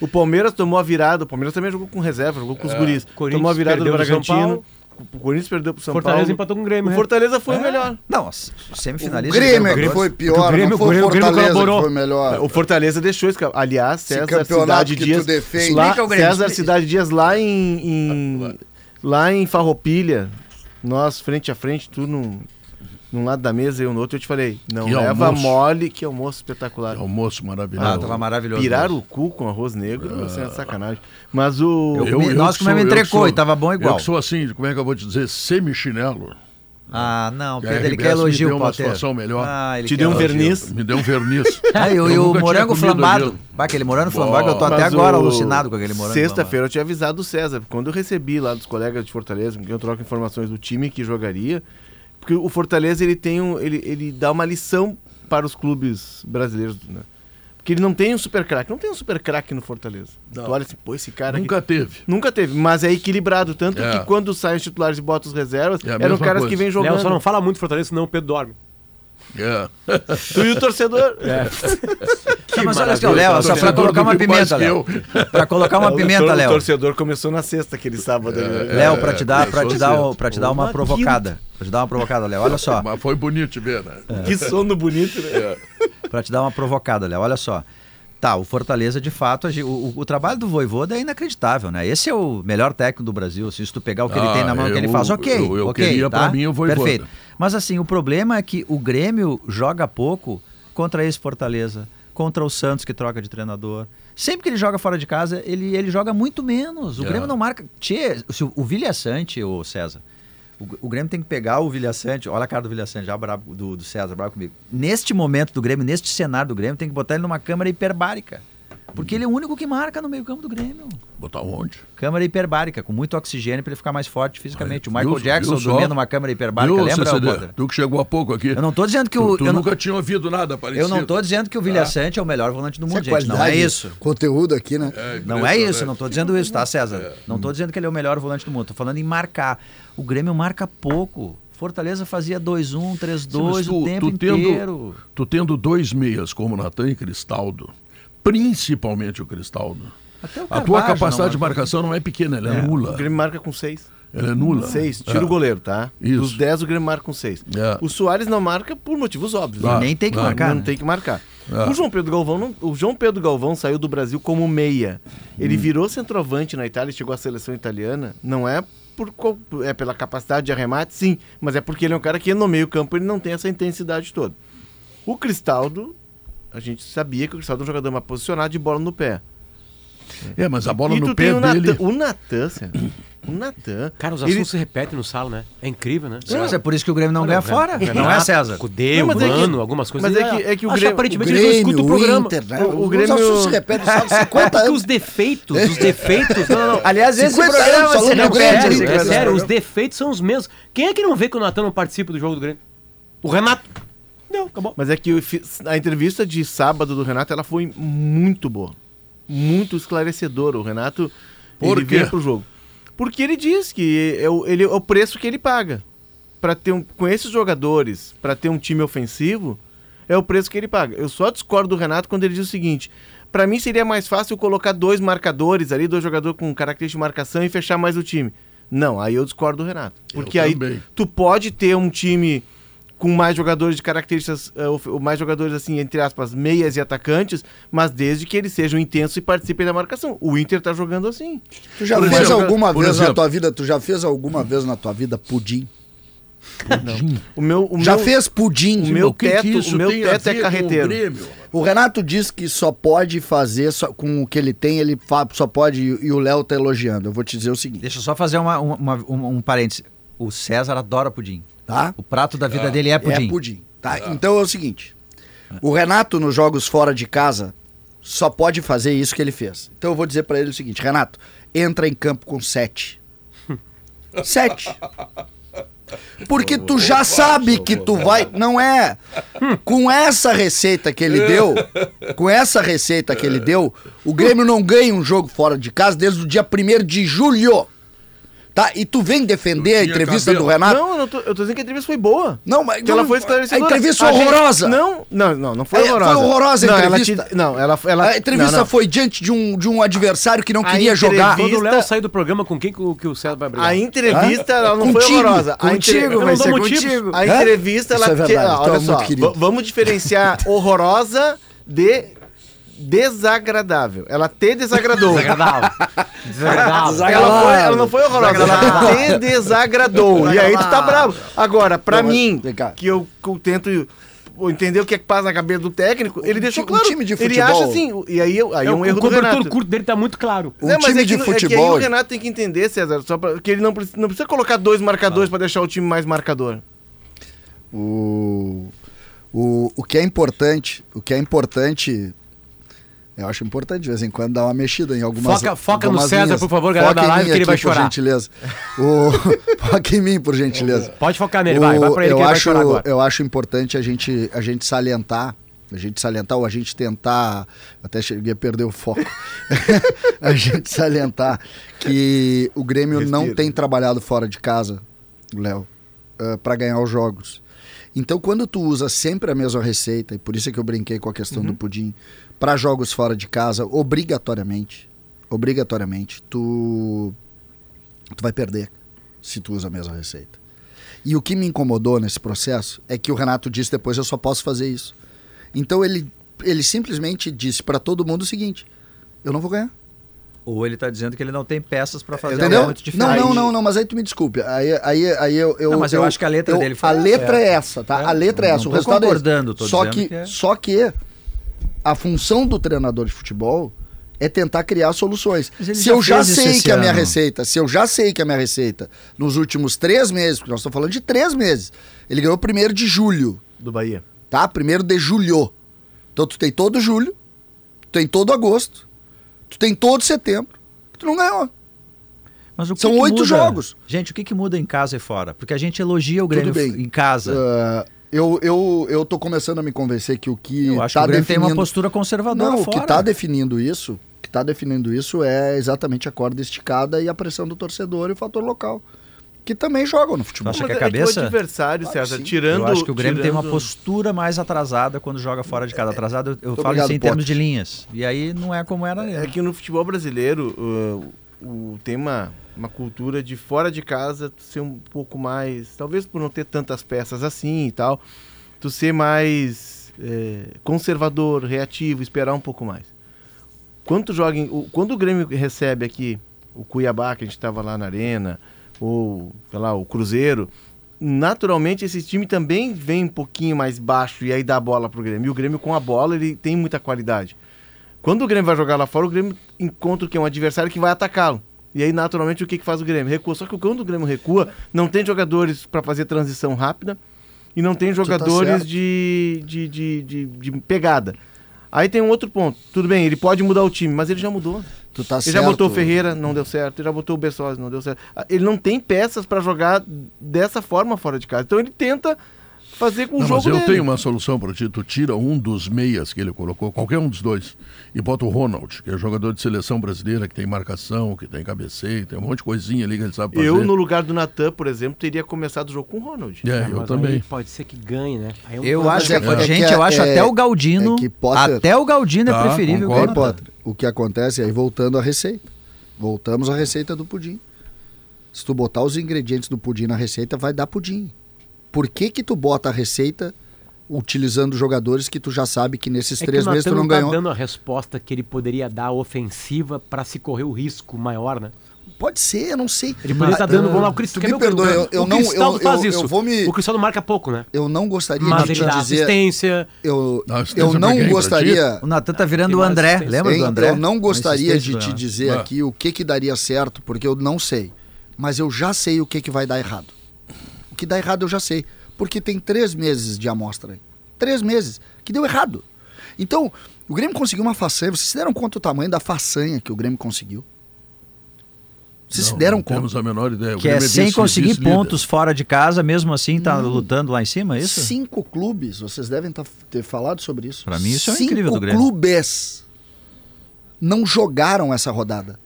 Speaker 4: O Palmeiras tomou a virada. O Palmeiras também jogou com reserva, jogou com os guris.
Speaker 3: É, Corinthians
Speaker 4: Tomou a virada do
Speaker 3: perdeu pro São
Speaker 4: Bragantino.
Speaker 3: Paulo.
Speaker 4: O Corinthians perdeu pro São
Speaker 3: Fortaleza
Speaker 4: Paulo.
Speaker 3: empatou com o Grêmio,
Speaker 4: O
Speaker 3: né?
Speaker 4: Fortaleza foi o melhor.
Speaker 2: Não, o semifinalista.
Speaker 6: Grêmio é que
Speaker 2: do Grêmio.
Speaker 6: foi pior,
Speaker 3: O Grêmio-
Speaker 6: não foi
Speaker 3: o Grêmio- o Grêmio
Speaker 6: Fortaleza que
Speaker 3: colaborou.
Speaker 6: foi melhor.
Speaker 4: É, O Fortaleza deixou esse campeonato. Aliás, César
Speaker 6: campeonato
Speaker 4: Cidade
Speaker 6: que é tu
Speaker 4: Dias.
Speaker 6: defende.
Speaker 4: Lá,
Speaker 2: Explica o Grêmio,
Speaker 4: César
Speaker 2: explica.
Speaker 4: Cidade Dias lá em, em- lá em Farroupilha, nós frente a frente, tu não num lado da mesa e eu no outro, eu te falei, não
Speaker 1: Que
Speaker 4: leva
Speaker 1: almoço.
Speaker 4: mole, que almoço espetacular.
Speaker 1: Almoço maravilhoso.
Speaker 2: Ah, tava maravilhoso.
Speaker 4: Pirar o cu com arroz negro, você é sacanagem. Mas o.
Speaker 2: Eu- comi- nós
Speaker 1: que
Speaker 2: comemos
Speaker 1: sou-
Speaker 2: entrecô
Speaker 1: eu que
Speaker 2: e tava bom igual.
Speaker 1: Eu que sou assim, como é que eu vou te dizer, semichinelo.
Speaker 2: Ah, não,
Speaker 1: E a
Speaker 2: Pedro, ele
Speaker 1: RBS
Speaker 2: quer
Speaker 1: me
Speaker 2: elogio
Speaker 1: deu
Speaker 2: o
Speaker 1: uma
Speaker 2: Potter.
Speaker 1: situação melhor.
Speaker 2: Ah, ele
Speaker 4: Te
Speaker 2: quer
Speaker 4: deu um
Speaker 2: elogio.
Speaker 4: verniz.
Speaker 1: Me deu um
Speaker 2: *laughs*
Speaker 1: verniz.
Speaker 2: Ah, e, o- e
Speaker 1: Eu
Speaker 2: o
Speaker 1: nunca tinha
Speaker 2: morango
Speaker 1: comido
Speaker 2: flambado.
Speaker 1: aquilo.
Speaker 2: Bah, aquele morango
Speaker 1: Boa.
Speaker 2: flambado, eu tô até
Speaker 4: Mas
Speaker 2: agora
Speaker 4: o-
Speaker 2: alucinado com aquele morango.
Speaker 4: Sexta-feira eu tinha avisado o César. Quando eu recebi lá dos colegas de Fortaleza, porque eu troco informações do time que jogaria. Porque o Fortaleza ele tem um, ele, ele dá uma lição para os clubes brasileiros, né? Porque ele não tem um super craque, não tem um super craque no Fortaleza.
Speaker 1: Não.
Speaker 4: Tu olha assim, pô, esse cara aqui-
Speaker 1: Nunca teve.
Speaker 4: Nunca teve, mas é equilibrado. Tanto
Speaker 1: É.
Speaker 4: que quando saem os titulares e botam os reservas,
Speaker 1: É a
Speaker 4: eram
Speaker 1: mesma
Speaker 4: caras
Speaker 1: coisa.
Speaker 4: que vêm
Speaker 3: Léo, só não
Speaker 4: jogando.
Speaker 3: fala muito Fortaleza, senão o Pedro dorme.
Speaker 1: É.
Speaker 4: Tu e o
Speaker 2: *laughs*
Speaker 4: torcedor.
Speaker 2: É. Não, mas olha só,
Speaker 1: maravilha,
Speaker 2: Léo,
Speaker 1: o
Speaker 2: só pra
Speaker 1: torcedor
Speaker 2: colocar uma
Speaker 1: dormiu mais
Speaker 2: pimenta,
Speaker 1: que
Speaker 2: Léo. Pra colocar uma pimenta,
Speaker 4: *laughs* O
Speaker 2: Léo. É,
Speaker 4: torcedor começou na sexta, aquele sábado. ali, né?
Speaker 2: Léo,
Speaker 6: É,
Speaker 2: pra te dar, pra
Speaker 1: sou
Speaker 2: te dar,
Speaker 1: certo.
Speaker 2: pra te dar uma provocada. Pra te dar uma provocada, Léo. Olha só. É.
Speaker 1: Mas foi bonito de ver, né?
Speaker 4: Que sono bonito,
Speaker 1: É.
Speaker 4: né?
Speaker 2: Pra te dar uma provocada, Léo, olha só. Tá, o Fortaleza, de fato, agi- o, o- o trabalho do Voivoda é inacreditável, né? Esse é o melhor técnico do Brasil. Se isso tu pegar o que ele
Speaker 1: Ah,
Speaker 2: tem na mão, o que ele
Speaker 1: eu-
Speaker 2: faz, ok.
Speaker 1: eu- eu
Speaker 2: ok,
Speaker 1: queria
Speaker 2: tá?
Speaker 1: pra mim o Voivoda.
Speaker 2: Perfeito. Mas assim, o problema é que o Grêmio joga pouco contra esse Fortaleza, contra o Santos que troca de treinador. Sempre que ele joga fora de casa, ele, ele joga muito menos. O
Speaker 1: É.
Speaker 2: Grêmio não marca. Tchê, se o, o Vilha Sante, ô César, o, o Grêmio tem que pegar o Vilha Sante. Olha a cara do Vilha Sante, já brabo, do, do César, brabo comigo. Neste momento do Grêmio, neste cenário do Grêmio, tem que botar ele numa câmara hiperbárica. Porque ele é o único que marca no meio-campo do Grêmio.
Speaker 1: Botar onde?
Speaker 2: Câmara hiperbárica, com muito oxigênio para ele ficar mais forte fisicamente. o
Speaker 1: Viu-
Speaker 2: Michael
Speaker 1: viu
Speaker 2: Jackson
Speaker 1: só?
Speaker 2: dormia numa câmara hiperbárica,
Speaker 1: Viu,
Speaker 2: lembra,
Speaker 1: CCD?
Speaker 2: Potter?
Speaker 1: Tu que chegou há pouco aqui.
Speaker 2: Eu não tô dizendo que o.
Speaker 1: Tu, tu
Speaker 2: eu,
Speaker 1: nunca
Speaker 2: não,
Speaker 1: tinha ouvido nada parecido.
Speaker 2: eu não tô dizendo que o Vilha
Speaker 1: Ah.
Speaker 2: Sante é o melhor volante do
Speaker 6: Essa
Speaker 2: mundo, gente.
Speaker 6: qualidade,
Speaker 2: Não é isso.
Speaker 6: Conteúdo aqui, né?
Speaker 1: É,
Speaker 2: Não é isso,
Speaker 1: impressionante.
Speaker 2: não tô dizendo isso, tá, César? Não tô dizendo que ele é o melhor volante do mundo, tô falando em marcar. O Grêmio marca pouco. Fortaleza fazia 2-1,
Speaker 1: Sim, mas
Speaker 2: 3-2
Speaker 1: tu-
Speaker 2: o tempo
Speaker 1: tu tendo-
Speaker 2: inteiro.
Speaker 1: Tu tendo dois meias como Natan e Cristaldo, principalmente o Cristaldo,
Speaker 2: Até o
Speaker 1: a tua
Speaker 2: Carvalho
Speaker 1: capacidade
Speaker 2: não
Speaker 1: de
Speaker 2: marcou.
Speaker 1: marcação não é pequena, ela é,
Speaker 4: O
Speaker 1: nula.
Speaker 4: Grêmio marca com seis.
Speaker 1: Ela é nula.
Speaker 4: Seis, tira o goleiro, tá?
Speaker 1: Isso.
Speaker 4: Dos 10, o Grêmio marca com seis.
Speaker 1: É.
Speaker 4: O Soares não marca por motivos óbvios.
Speaker 1: Ah,
Speaker 4: né?
Speaker 2: Nem tem que
Speaker 1: ah,
Speaker 2: marcar.
Speaker 4: não
Speaker 2: né?
Speaker 4: tem que marcar.
Speaker 1: É.
Speaker 4: O João Pedro Galvão, não- o João Pedro Galvão saiu do Brasil como meia.
Speaker 1: Hum.
Speaker 4: Ele virou centroavante na Itália, e chegou à seleção italiana. Não é por qual- é pela capacidade de arremate, sim, mas é porque ele é um cara que no meio campo ele não tem essa intensidade toda. O Cristaldo, a gente sabia que o Cristaldo é um jogador mais posicionado de bola no pé.
Speaker 1: É, mas a bola
Speaker 4: e
Speaker 1: no
Speaker 4: tu tem
Speaker 1: pé
Speaker 4: o
Speaker 1: dele.
Speaker 4: Natan, o Natan, *clears throat* César, o Natan,
Speaker 3: Cara, os
Speaker 4: ele-
Speaker 3: assuntos se repetem no salo, né? É incrível, né?
Speaker 2: César, é por isso que o Grêmio não ganha fora, não é, César?
Speaker 3: Cudeu,
Speaker 4: Não, mas é que-
Speaker 3: mano, algumas coisas.
Speaker 4: mas é que- é que o
Speaker 3: Acho
Speaker 4: Grêmio-
Speaker 3: aparentemente
Speaker 6: Grêmio,
Speaker 3: eles não escutam o programa.
Speaker 6: Inter, né?
Speaker 4: O- o
Speaker 6: Os
Speaker 4: Grêmio-
Speaker 6: assuntos se repetem,
Speaker 3: *laughs*
Speaker 6: sabe? 50
Speaker 3: Porque
Speaker 6: anos.
Speaker 3: os defeitos, os defeitos. Não, não, não.
Speaker 2: Aliás, esse
Speaker 6: 50
Speaker 2: programa
Speaker 6: anos
Speaker 2: se
Speaker 6: falando do
Speaker 2: repete,
Speaker 6: Grêmio,
Speaker 2: esse
Speaker 3: Sério, é
Speaker 6: Grêmio.
Speaker 3: sério, os defeitos são os mesmos. Quem é que não vê que o Natan não
Speaker 4: tipo
Speaker 3: participa do jogo do Grêmio? O Renato. Não, acabou.
Speaker 4: Mas é que eu fiz- a entrevista de sábado do Renato, ela foi muito boa. Muito esclarecedora. O Renato,
Speaker 1: Por
Speaker 4: ele
Speaker 1: quê?
Speaker 4: veio pro jogo. Porque ele diz que é o, ele, é o preço que ele paga. Pra ter um, com esses jogadores, pra ter um time ofensivo, é o preço que ele paga. Eu só discordo do Renato quando ele diz o seguinte... Pra mim seria mais fácil colocar dois marcadores ali, dois jogadores com característica de marcação e fechar mais o time. Não, aí eu discordo do Renato. Porque aí
Speaker 1: também.
Speaker 4: tu pode ter um time com mais jogadores de características, eh, of- ou mais jogadores assim, entre aspas, meias e atacantes, mas desde que eles sejam intensos e participem da marcação. O Inter tá jogando assim.
Speaker 6: Tu já
Speaker 1: Por
Speaker 6: fez
Speaker 1: exemplo,
Speaker 6: alguma
Speaker 1: por
Speaker 6: vez na
Speaker 1: exemplo. Uhum.
Speaker 6: tua vida, tu já fez alguma vez na tua vida pudim?
Speaker 4: O meu, o
Speaker 6: Já
Speaker 4: meu,
Speaker 6: fez pudim?
Speaker 4: o meu
Speaker 1: O que que
Speaker 4: teto-
Speaker 1: isso
Speaker 4: o meu
Speaker 1: tem a
Speaker 4: teto é
Speaker 1: ver com o
Speaker 4: carreteiro.
Speaker 1: Grêmio?
Speaker 6: O Renato diz que só pode fazer só- com o que ele tem, ele fa- só pode, e e o Léo tá elogiando. Eu vou te dizer o seguinte,
Speaker 2: Deixa eu só fazer uma- uma- uma- um, um parênteses. O César adora pudim.
Speaker 6: tá?
Speaker 2: O prato da vida dele é pudim.
Speaker 6: É pudim, tá? Então é o seguinte, o Renato nos jogos fora de casa só pode fazer isso que ele fez. Então eu vou dizer pra ele o seguinte, Renato, entra em campo com sete. Sete. Porque tu já sabe que tu vai. Não é. Com essa receita que ele deu, com essa receita que ele deu, o Grêmio não ganha um jogo fora de casa desde o dia 1 de julho. Tá? E tu vem defender a
Speaker 1: tinha
Speaker 6: entrevista
Speaker 1: cabelo.
Speaker 6: do Renato.
Speaker 4: Não, eu, não tô, eu tô dizendo que a entrevista foi boa.
Speaker 6: Não, mas
Speaker 4: Que ela
Speaker 6: não-
Speaker 4: foi esclarecedora.
Speaker 6: Então, a entrevista
Speaker 4: gente-
Speaker 6: horrorosa.
Speaker 4: não, não, não, não foi
Speaker 6: É, foi
Speaker 4: horrorosa.
Speaker 6: horrorosa a
Speaker 4: não, Ela
Speaker 6: entrevista.
Speaker 4: te- não, ela, ela
Speaker 6: a entrevista
Speaker 4: não, não.
Speaker 6: foi diante de um, de um adversário que não
Speaker 4: A
Speaker 6: queria jogar.
Speaker 4: entrevista-
Speaker 3: Quando o Léo
Speaker 4: Vista-
Speaker 3: sair do programa, com quem que o, que o César vai brigar?
Speaker 4: A entrevista ela não foi
Speaker 6: Contigo,
Speaker 4: horrorosa. A
Speaker 6: contigo,
Speaker 4: entre-
Speaker 6: vai ser
Speaker 4: motivos.
Speaker 6: contigo.
Speaker 4: A
Speaker 6: Hã?
Speaker 4: entrevista
Speaker 6: Isso
Speaker 4: ela Ah,
Speaker 6: é verdade,
Speaker 4: tinha-
Speaker 6: tu é
Speaker 4: olha
Speaker 6: muito *laughs*
Speaker 4: só,
Speaker 6: querido.
Speaker 4: va- vamos diferenciar horrorosa de desagradável. Ela te desagradou.
Speaker 3: Desagradável. Desagradável.
Speaker 4: Ela, foi- ela não foi horrorosa, ela te desagradou. E aí tu tá bravo. Agora, pra
Speaker 6: Não, mas
Speaker 4: mim,
Speaker 6: vem cá.
Speaker 4: que eu, que eu tento entender o que é que passa na cabeça do técnico, ele deixou
Speaker 6: ti- um
Speaker 4: claro.
Speaker 6: time de
Speaker 4: Ele
Speaker 6: futebol-
Speaker 4: acha assim, o- e aí, eu- aí é
Speaker 3: É,
Speaker 4: um
Speaker 3: o
Speaker 4: erro do
Speaker 3: cobertor
Speaker 4: Renato.
Speaker 3: curto dele tá muito claro.
Speaker 6: Um
Speaker 4: Não, mas
Speaker 6: time
Speaker 4: é que
Speaker 6: de
Speaker 4: no- é que aí
Speaker 6: futebol.
Speaker 4: o Renato tem que entender, César, só pra, que ele não, precisa- não precisa colocar dois
Speaker 3: Ah.
Speaker 4: marcadores pra deixar o time mais marcador.
Speaker 6: O, o, o que é importante, o que é importante, eu acho importante de vez em quando dar uma mexida em algumas
Speaker 3: Foca- foca no
Speaker 6: algumas
Speaker 3: César,
Speaker 6: linhas.
Speaker 3: por favor, galera
Speaker 6: Foca
Speaker 3: da
Speaker 6: em
Speaker 3: live,
Speaker 6: mim
Speaker 3: que ele
Speaker 6: aqui,
Speaker 3: vai chorar.
Speaker 6: Por gentileza. O, *laughs* foca em mim, por gentileza.
Speaker 3: Pode focar nele, vai, vai pra ele
Speaker 6: eu
Speaker 3: que ele vai
Speaker 6: acho,
Speaker 3: chorar agora.
Speaker 6: Eu acho importante a gente, a gente salientar, a gente salientar ou a gente tentar, até cheguei a perder o foco, *laughs* a gente salientar que o Grêmio não tem trabalhado fora de casa, Léo, para eh, ganhar os jogos. Então, quando tu usa sempre a mesma receita, e por isso é que eu brinquei com a questão do pudim, para jogos fora de casa, obrigatoriamente, obrigatoriamente, tu, tu vai perder se tu usa a mesma receita. E o que me incomodou nesse processo é que o Renato disse depois eu só posso fazer isso. Então ele, ele simplesmente disse para todo mundo o seguinte: eu não vou ganhar.
Speaker 2: Ou ele tá dizendo que ele não tem peças pra fazer
Speaker 6: Entendeu?
Speaker 2: algo muito
Speaker 6: Não,
Speaker 2: diferente.
Speaker 6: não, não, não, mas aí tu me desculpe. Aí, aí, aí eu, eu.
Speaker 2: Não, mas eu acho que a letra dele foi
Speaker 6: A
Speaker 2: essa,
Speaker 6: letra
Speaker 2: é.
Speaker 6: é essa, tá?
Speaker 2: É,
Speaker 6: A letra é
Speaker 2: não
Speaker 6: essa.
Speaker 2: tô
Speaker 6: o resultado
Speaker 2: concordando,
Speaker 6: é
Speaker 2: tô
Speaker 6: esse. só
Speaker 2: dizendo
Speaker 6: que,
Speaker 2: que é.
Speaker 6: Só que a função do treinador de futebol é tentar criar soluções.
Speaker 2: Mas ele
Speaker 6: Se
Speaker 2: já
Speaker 6: eu já
Speaker 2: fez isso
Speaker 6: sei
Speaker 2: esse
Speaker 6: que a minha
Speaker 2: ano.
Speaker 6: receita, se eu já sei que a minha receita nos últimos três meses, porque nós estamos falando de três meses, ele ganhou primeiro de julho
Speaker 4: Do Bahia.
Speaker 6: tá? Primeiro de julho. Então tu tem todo julho, tu tem todo agosto, tu tem todo setembro, que tu não ganhou.
Speaker 2: Mas o que
Speaker 6: São
Speaker 2: que
Speaker 6: oito
Speaker 2: muda?
Speaker 6: jogos.
Speaker 2: Gente, o que, que muda em casa e fora? Porque a gente elogia o Grêmio
Speaker 6: bem.
Speaker 2: em casa.
Speaker 6: Ah, eu, eu, eu tô começando a me convencer que o que
Speaker 2: Eu acho
Speaker 6: tá
Speaker 2: que o Grêmio
Speaker 6: definindo...
Speaker 2: tem uma postura conservadora
Speaker 6: Não, o
Speaker 2: fora.
Speaker 6: que tá definindo isso, o que tá definindo isso é exatamente a corda esticada e a pressão do torcedor e o fator local, que também jogam no futebol.
Speaker 2: Acha é que
Speaker 4: Mas
Speaker 2: a cabeça-
Speaker 4: o adversário,
Speaker 6: Claro que
Speaker 4: César,
Speaker 6: sim.
Speaker 4: tirando.
Speaker 2: eu acho que o Grêmio tem uma
Speaker 4: tirando-
Speaker 2: postura mais atrasada quando joga fora de casa. Atrasada, eu- eu, falo
Speaker 6: É, obrigado,
Speaker 2: assim em termos
Speaker 6: Potter.
Speaker 2: de linhas. E aí não é como era.
Speaker 4: É que no futebol brasileiro uh, o, tem uma, uma cultura de fora de casa tu ser um pouco mais. Talvez por não ter tantas peças assim e tal, tu ser mais eh, conservador, reativo, esperar um pouco mais. Quando, tu joga em- o, quando o Grêmio recebe aqui o Cuiabá, que a gente estava lá na Arena, ou sei lá, o Cruzeiro. Naturalmente, esse time também vem um pouquinho mais baixo e aí dá a bola pro Grêmio. E o Grêmio com a bola, ele tem muita qualidade. Quando o Grêmio vai jogar lá fora, o Grêmio encontra o que é um adversário que vai atacá-lo. E aí, naturalmente, o que, que faz o Grêmio? Recua. Só que quando o Grêmio recua, não tem jogadores para fazer transição rápida e não tem jogadores
Speaker 6: tá certo.
Speaker 4: de, de, de, de- de pegada. Aí tem um outro ponto. Tudo bem, ele pode mudar o time, mas ele já mudou.
Speaker 6: Tu tá
Speaker 4: Ele já botou o
Speaker 6: certo.
Speaker 4: Ferreira, não deu certo. Ele já botou o Bessosa, não deu certo. Ah, Ele não tem peças pra jogar dessa forma fora de casa. Então ele tenta fazer com o
Speaker 1: Não,
Speaker 4: jogo
Speaker 1: mas eu
Speaker 4: dele.
Speaker 1: tenho uma solução para ti. Tu tira um dos meias que ele colocou, qualquer um dos dois, e bota o Ronald, que é jogador de seleção brasileira, que tem marcação, que tem cabeceio, tem um monte de coisinha ali que ele sabe fazer.
Speaker 4: Eu, no lugar do Natan, por exemplo, teria começado o jogo com o Ronald.
Speaker 1: É, eu
Speaker 3: Mas
Speaker 1: também.
Speaker 3: aí Pode ser que ganhe, né? Aí um-
Speaker 2: Eu
Speaker 6: Mas
Speaker 2: acho que,
Speaker 6: é que-
Speaker 2: gente,
Speaker 6: é que-
Speaker 2: eu acho
Speaker 6: é-
Speaker 2: até o Galdino.
Speaker 6: é que Potter-
Speaker 2: Até o Galdino
Speaker 1: Tá,
Speaker 2: é preferível
Speaker 1: concordo.
Speaker 2: o
Speaker 6: Aí, Potter, o que acontece aí, voltando à receita. Voltamos à receita do pudim. Se tu botar os ingredientes do pudim na receita, vai dar pudim. Por que que tu bota a receita utilizando jogadores que tu já sabe que nesses
Speaker 3: É que
Speaker 6: três
Speaker 3: o
Speaker 6: meses
Speaker 3: Natan
Speaker 6: tu não
Speaker 3: tá
Speaker 6: ganhou?
Speaker 3: dando a resposta que ele poderia dar ofensiva pra se correr o risco maior, né?
Speaker 6: Pode ser, eu não sei.
Speaker 3: Ele poderia estar
Speaker 6: Ah,
Speaker 3: dando
Speaker 6: ah,
Speaker 3: bola ao Cristo.
Speaker 6: tu
Speaker 3: quer
Speaker 6: me
Speaker 3: ver o-
Speaker 6: perdoa, eu, eu
Speaker 3: o
Speaker 6: não,
Speaker 3: Cristaldo
Speaker 6: eu,
Speaker 3: faz
Speaker 6: eu-
Speaker 3: isso.
Speaker 6: eu vou me...
Speaker 3: O Cristaldo marca pouco, né?
Speaker 6: Eu não gostaria
Speaker 3: Mas
Speaker 6: de
Speaker 3: ele
Speaker 6: te
Speaker 3: dá
Speaker 6: dizer...
Speaker 3: assistência.
Speaker 6: Eu,
Speaker 1: Dá assistência
Speaker 6: eu
Speaker 1: pra quem?
Speaker 6: não
Speaker 1: Pra ti?
Speaker 6: gostaria...
Speaker 2: O Natan tá virando
Speaker 3: Tem
Speaker 2: o
Speaker 3: mais
Speaker 2: André.
Speaker 3: assistência.
Speaker 2: Lembra do
Speaker 6: Hein,
Speaker 2: André?
Speaker 6: Eu não gostaria de te
Speaker 2: Assistência do André.
Speaker 6: dizer
Speaker 1: Ah.
Speaker 6: aqui o que, que daria certo, porque eu não sei. Mas eu já sei o que, que vai dar errado. O que dá errado eu já sei. Porque tem três meses de amostra. aí. Três meses. Que deu errado. Então, o Grêmio conseguiu uma façanha. Vocês se deram conta do tamanho da façanha que o Grêmio conseguiu? Vocês se
Speaker 1: Não,
Speaker 6: deram
Speaker 1: não
Speaker 6: conta?
Speaker 1: Temos a menor ideia. O
Speaker 2: Que é
Speaker 1: Grêmio
Speaker 2: sem
Speaker 1: vice-
Speaker 2: conseguir
Speaker 1: vice-líder.
Speaker 2: pontos fora de casa, mesmo assim tá lutando lá em cima, é isso?
Speaker 6: Cinco clubes, vocês devem tá- ter falado sobre isso.
Speaker 2: Pra mim, isso é
Speaker 6: Cinco
Speaker 2: incrível do Grêmio.
Speaker 6: clubes não jogaram essa rodada.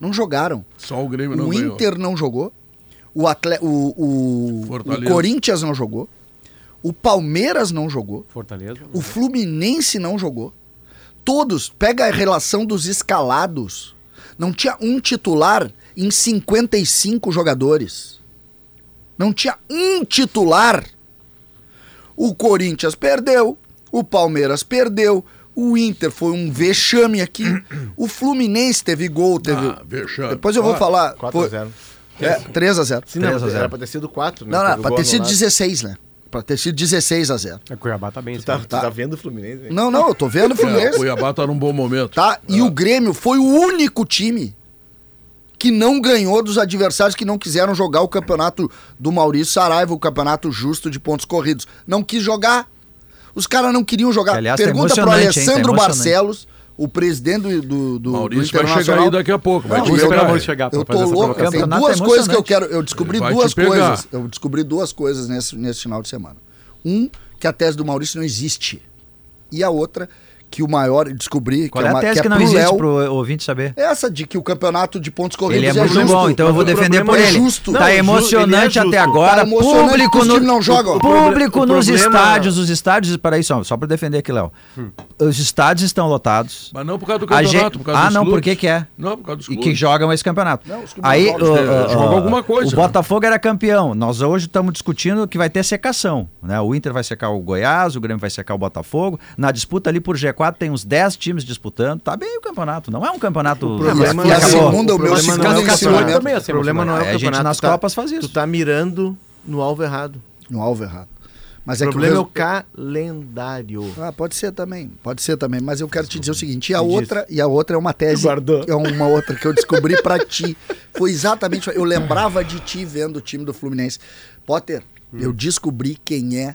Speaker 6: Não jogaram.
Speaker 1: Só o Grêmio não
Speaker 6: O
Speaker 1: ganhou.
Speaker 6: Inter não jogou. O, atle... o, o- o
Speaker 1: Fortaleza.
Speaker 6: Corinthians não jogou. O Palmeiras não jogou.
Speaker 3: Fortaleza.
Speaker 6: O Fluminense não jogou. Todos, pega a relação dos escalados. Não tinha um titular em 55 jogadores. Não tinha um titular. O Corinthians perdeu, o Palmeiras perdeu, O Inter foi um vexame aqui. O Fluminense teve gol, teve.
Speaker 1: Ah, vexame.
Speaker 6: Depois eu vou falar.
Speaker 4: 4x0.
Speaker 6: Foi- É, 3 a 0
Speaker 4: Se não,
Speaker 2: 3 a 0.
Speaker 4: era pra ter sido 4, né?
Speaker 6: Não, não,
Speaker 4: Teve
Speaker 6: pra
Speaker 4: gol
Speaker 6: ter sido
Speaker 4: anulado.
Speaker 6: 16, né? Pra ter sido 16 a 0
Speaker 3: A Cuiabá tá bem. esse
Speaker 4: Tá,
Speaker 3: ano.
Speaker 4: tu tá vendo o Fluminense, velho?
Speaker 6: Não, não, eu tô vendo o
Speaker 1: É, o
Speaker 6: Fluminense.
Speaker 1: Cuiabá tá num bom momento. É.
Speaker 6: Tá? E o Grêmio foi o único time que não ganhou dos adversários que não quiseram jogar o campeonato do Maurício Saraiva, o campeonato justo de pontos corridos. Não quis jogar. Os caras não queriam jogar.
Speaker 2: Que, aliás, tá
Speaker 6: Pergunta pro
Speaker 2: emocionante, hein? Tá
Speaker 6: Alessandro
Speaker 2: emocionante.
Speaker 6: Barcelos, o presidente do, do, do, do
Speaker 1: Maurício vai chegar aí daqui a pouco. Vai
Speaker 6: Não,
Speaker 1: te
Speaker 6: eu-
Speaker 1: pegar.
Speaker 3: Vamos chegar pra
Speaker 6: Eu
Speaker 3: fazer
Speaker 6: tô
Speaker 3: essa
Speaker 6: louco,
Speaker 3: provocação.
Speaker 6: tem
Speaker 2: Campeonato
Speaker 6: duas
Speaker 2: é
Speaker 6: coisas que eu
Speaker 2: emocionante.
Speaker 6: quero. Eu descobri
Speaker 1: Ele vai
Speaker 6: duas
Speaker 1: te pegar.
Speaker 6: coisas. Eu descobri duas coisas nesse, nesse final de semana. Um, que a tese do Maurício não existe. E a outra, que o maior eu descobri
Speaker 2: Qual
Speaker 6: que
Speaker 2: é
Speaker 6: é,
Speaker 2: a
Speaker 6: uma,
Speaker 2: tese
Speaker 6: que
Speaker 2: que
Speaker 6: é
Speaker 2: não
Speaker 6: pro
Speaker 2: existe
Speaker 6: Léo. é
Speaker 2: pro ouvinte saber?
Speaker 6: Essa de que o campeonato de pontos corridos
Speaker 2: Ele é muito
Speaker 6: justo.
Speaker 2: bom, então eu vou
Speaker 4: Mas o
Speaker 2: defender por
Speaker 4: problema é
Speaker 2: ele.
Speaker 6: justo.
Speaker 2: Tá
Speaker 6: Não,
Speaker 4: ju-
Speaker 2: emocionante
Speaker 4: ele é justo.
Speaker 2: até agora.
Speaker 6: Tá emocionante que
Speaker 2: público
Speaker 6: os
Speaker 2: no,
Speaker 6: times não jogam. O
Speaker 2: público
Speaker 4: proble- o
Speaker 2: nos
Speaker 4: problema- é
Speaker 2: estádios, os estádios, para isso, só para defender aqui, Léo.
Speaker 6: Hum.
Speaker 2: Os estádios estão lotados.
Speaker 1: Mas não por causa do
Speaker 2: A
Speaker 1: campeonato,
Speaker 2: gente-
Speaker 1: por causa
Speaker 2: Ah,
Speaker 1: dos
Speaker 2: não,
Speaker 1: clubes.
Speaker 2: por que que é?
Speaker 1: Não, por causa dos
Speaker 2: E
Speaker 1: clubes.
Speaker 2: que jogam esse campeonato.
Speaker 6: Não, os que não
Speaker 2: Aí
Speaker 6: jogam,
Speaker 2: o-
Speaker 1: eles, eh,
Speaker 2: o-
Speaker 1: jogam alguma coisa,
Speaker 2: O
Speaker 1: né?
Speaker 2: Botafogo era campeão. Nós hoje estamos discutindo que vai ter secação. Né? O Inter vai secar o Goiás, o Grêmio vai secar o Botafogo. Na disputa ali por G4 tem uns 10 times disputando. Tá bem o campeonato. Não é um campeonato.
Speaker 6: problema
Speaker 2: que
Speaker 6: é a
Speaker 2: acabou.
Speaker 6: segunda- o meu segundo
Speaker 4: problema não é o
Speaker 6: ensinamento.
Speaker 4: campeonato. O problema não é o
Speaker 2: É, a gente
Speaker 4: campeonato.
Speaker 2: nas
Speaker 4: Tu tá-
Speaker 2: Copas faz isso.
Speaker 4: Tu tá mirando no alvo errado.
Speaker 6: No alvo errado. Mas
Speaker 4: O
Speaker 6: é
Speaker 4: problema
Speaker 6: que
Speaker 4: é o
Speaker 6: o resu-
Speaker 4: calendário.
Speaker 6: ah, pode ser também, pode ser também, mas eu quero te dizer o seguinte, e a
Speaker 4: Me diz.
Speaker 6: outra, e a outra é uma tese,
Speaker 4: Guardou.
Speaker 6: é uma outra que eu descobri pra ti. Foi exatamente, eu lembrava de ti vendo o time do Fluminense. Potter,
Speaker 4: Hum.
Speaker 6: eu descobri quem é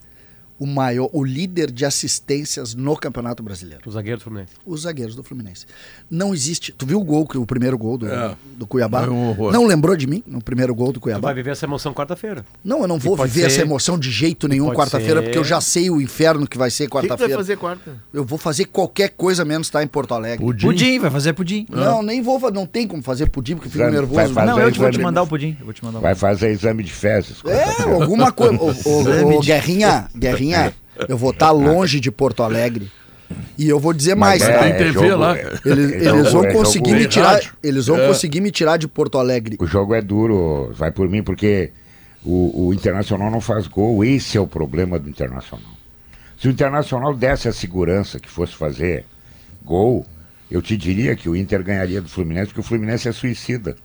Speaker 6: o maior, o líder de assistências no Campeonato Brasileiro.
Speaker 3: O zagueiro do Fluminense.
Speaker 6: Os zagueiros do Fluminense. Não existe. Tu viu o gol, que- o primeiro gol do,
Speaker 1: É.
Speaker 6: do Cuiabá?
Speaker 1: Foi um horror.
Speaker 6: não lembrou de mim no primeiro gol do
Speaker 3: Tu
Speaker 6: Cuiabá?
Speaker 3: vai viver essa emoção quarta-feira.
Speaker 6: Não, eu não vou
Speaker 3: pode
Speaker 6: viver
Speaker 3: ser-
Speaker 6: essa emoção de jeito nenhum
Speaker 3: pode
Speaker 6: quarta-feira,
Speaker 3: ser-
Speaker 6: porque eu já sei o inferno que vai ser
Speaker 4: O que, que tu vai
Speaker 6: quarta-feira.
Speaker 4: fazer quarta?
Speaker 6: Eu vou fazer qualquer coisa menos estar em Porto Alegre.
Speaker 1: Pudim.
Speaker 2: Pudim, vai fazer pudim.
Speaker 6: Não, nem vou, fa- não tem como fazer pudim porque eu fico
Speaker 5: Vai- vai
Speaker 6: nervoso.
Speaker 5: fazer
Speaker 2: Não, eu te vou te
Speaker 5: exame.
Speaker 2: mandar o pudim. Eu vou te mandar um o
Speaker 5: Vai fazer exame de fezes.
Speaker 6: É, alguma coisa.
Speaker 5: *laughs*
Speaker 6: Ô,
Speaker 5: é
Speaker 6: ô, ô, Guerrinha, Guerrinha, é eu vou estar longe de Porto Alegre. E eu vou dizer mais,
Speaker 1: é-
Speaker 6: tá?
Speaker 1: tem TV lá. É.
Speaker 6: Eles,
Speaker 5: é
Speaker 6: eles
Speaker 5: jogo-
Speaker 6: vão
Speaker 5: é
Speaker 6: conseguir
Speaker 5: jogo-
Speaker 6: me tirar.
Speaker 1: rádio.
Speaker 6: Eles vão conseguir me tirar de Porto Alegre.
Speaker 5: O jogo é duro, vai por mim, porque o, o Internacional não faz gol. Esse é o problema do Internacional. Se o Internacional desse a segurança que fosse fazer gol, eu te diria que o Inter ganharia do Fluminense, porque o Fluminense é suicida.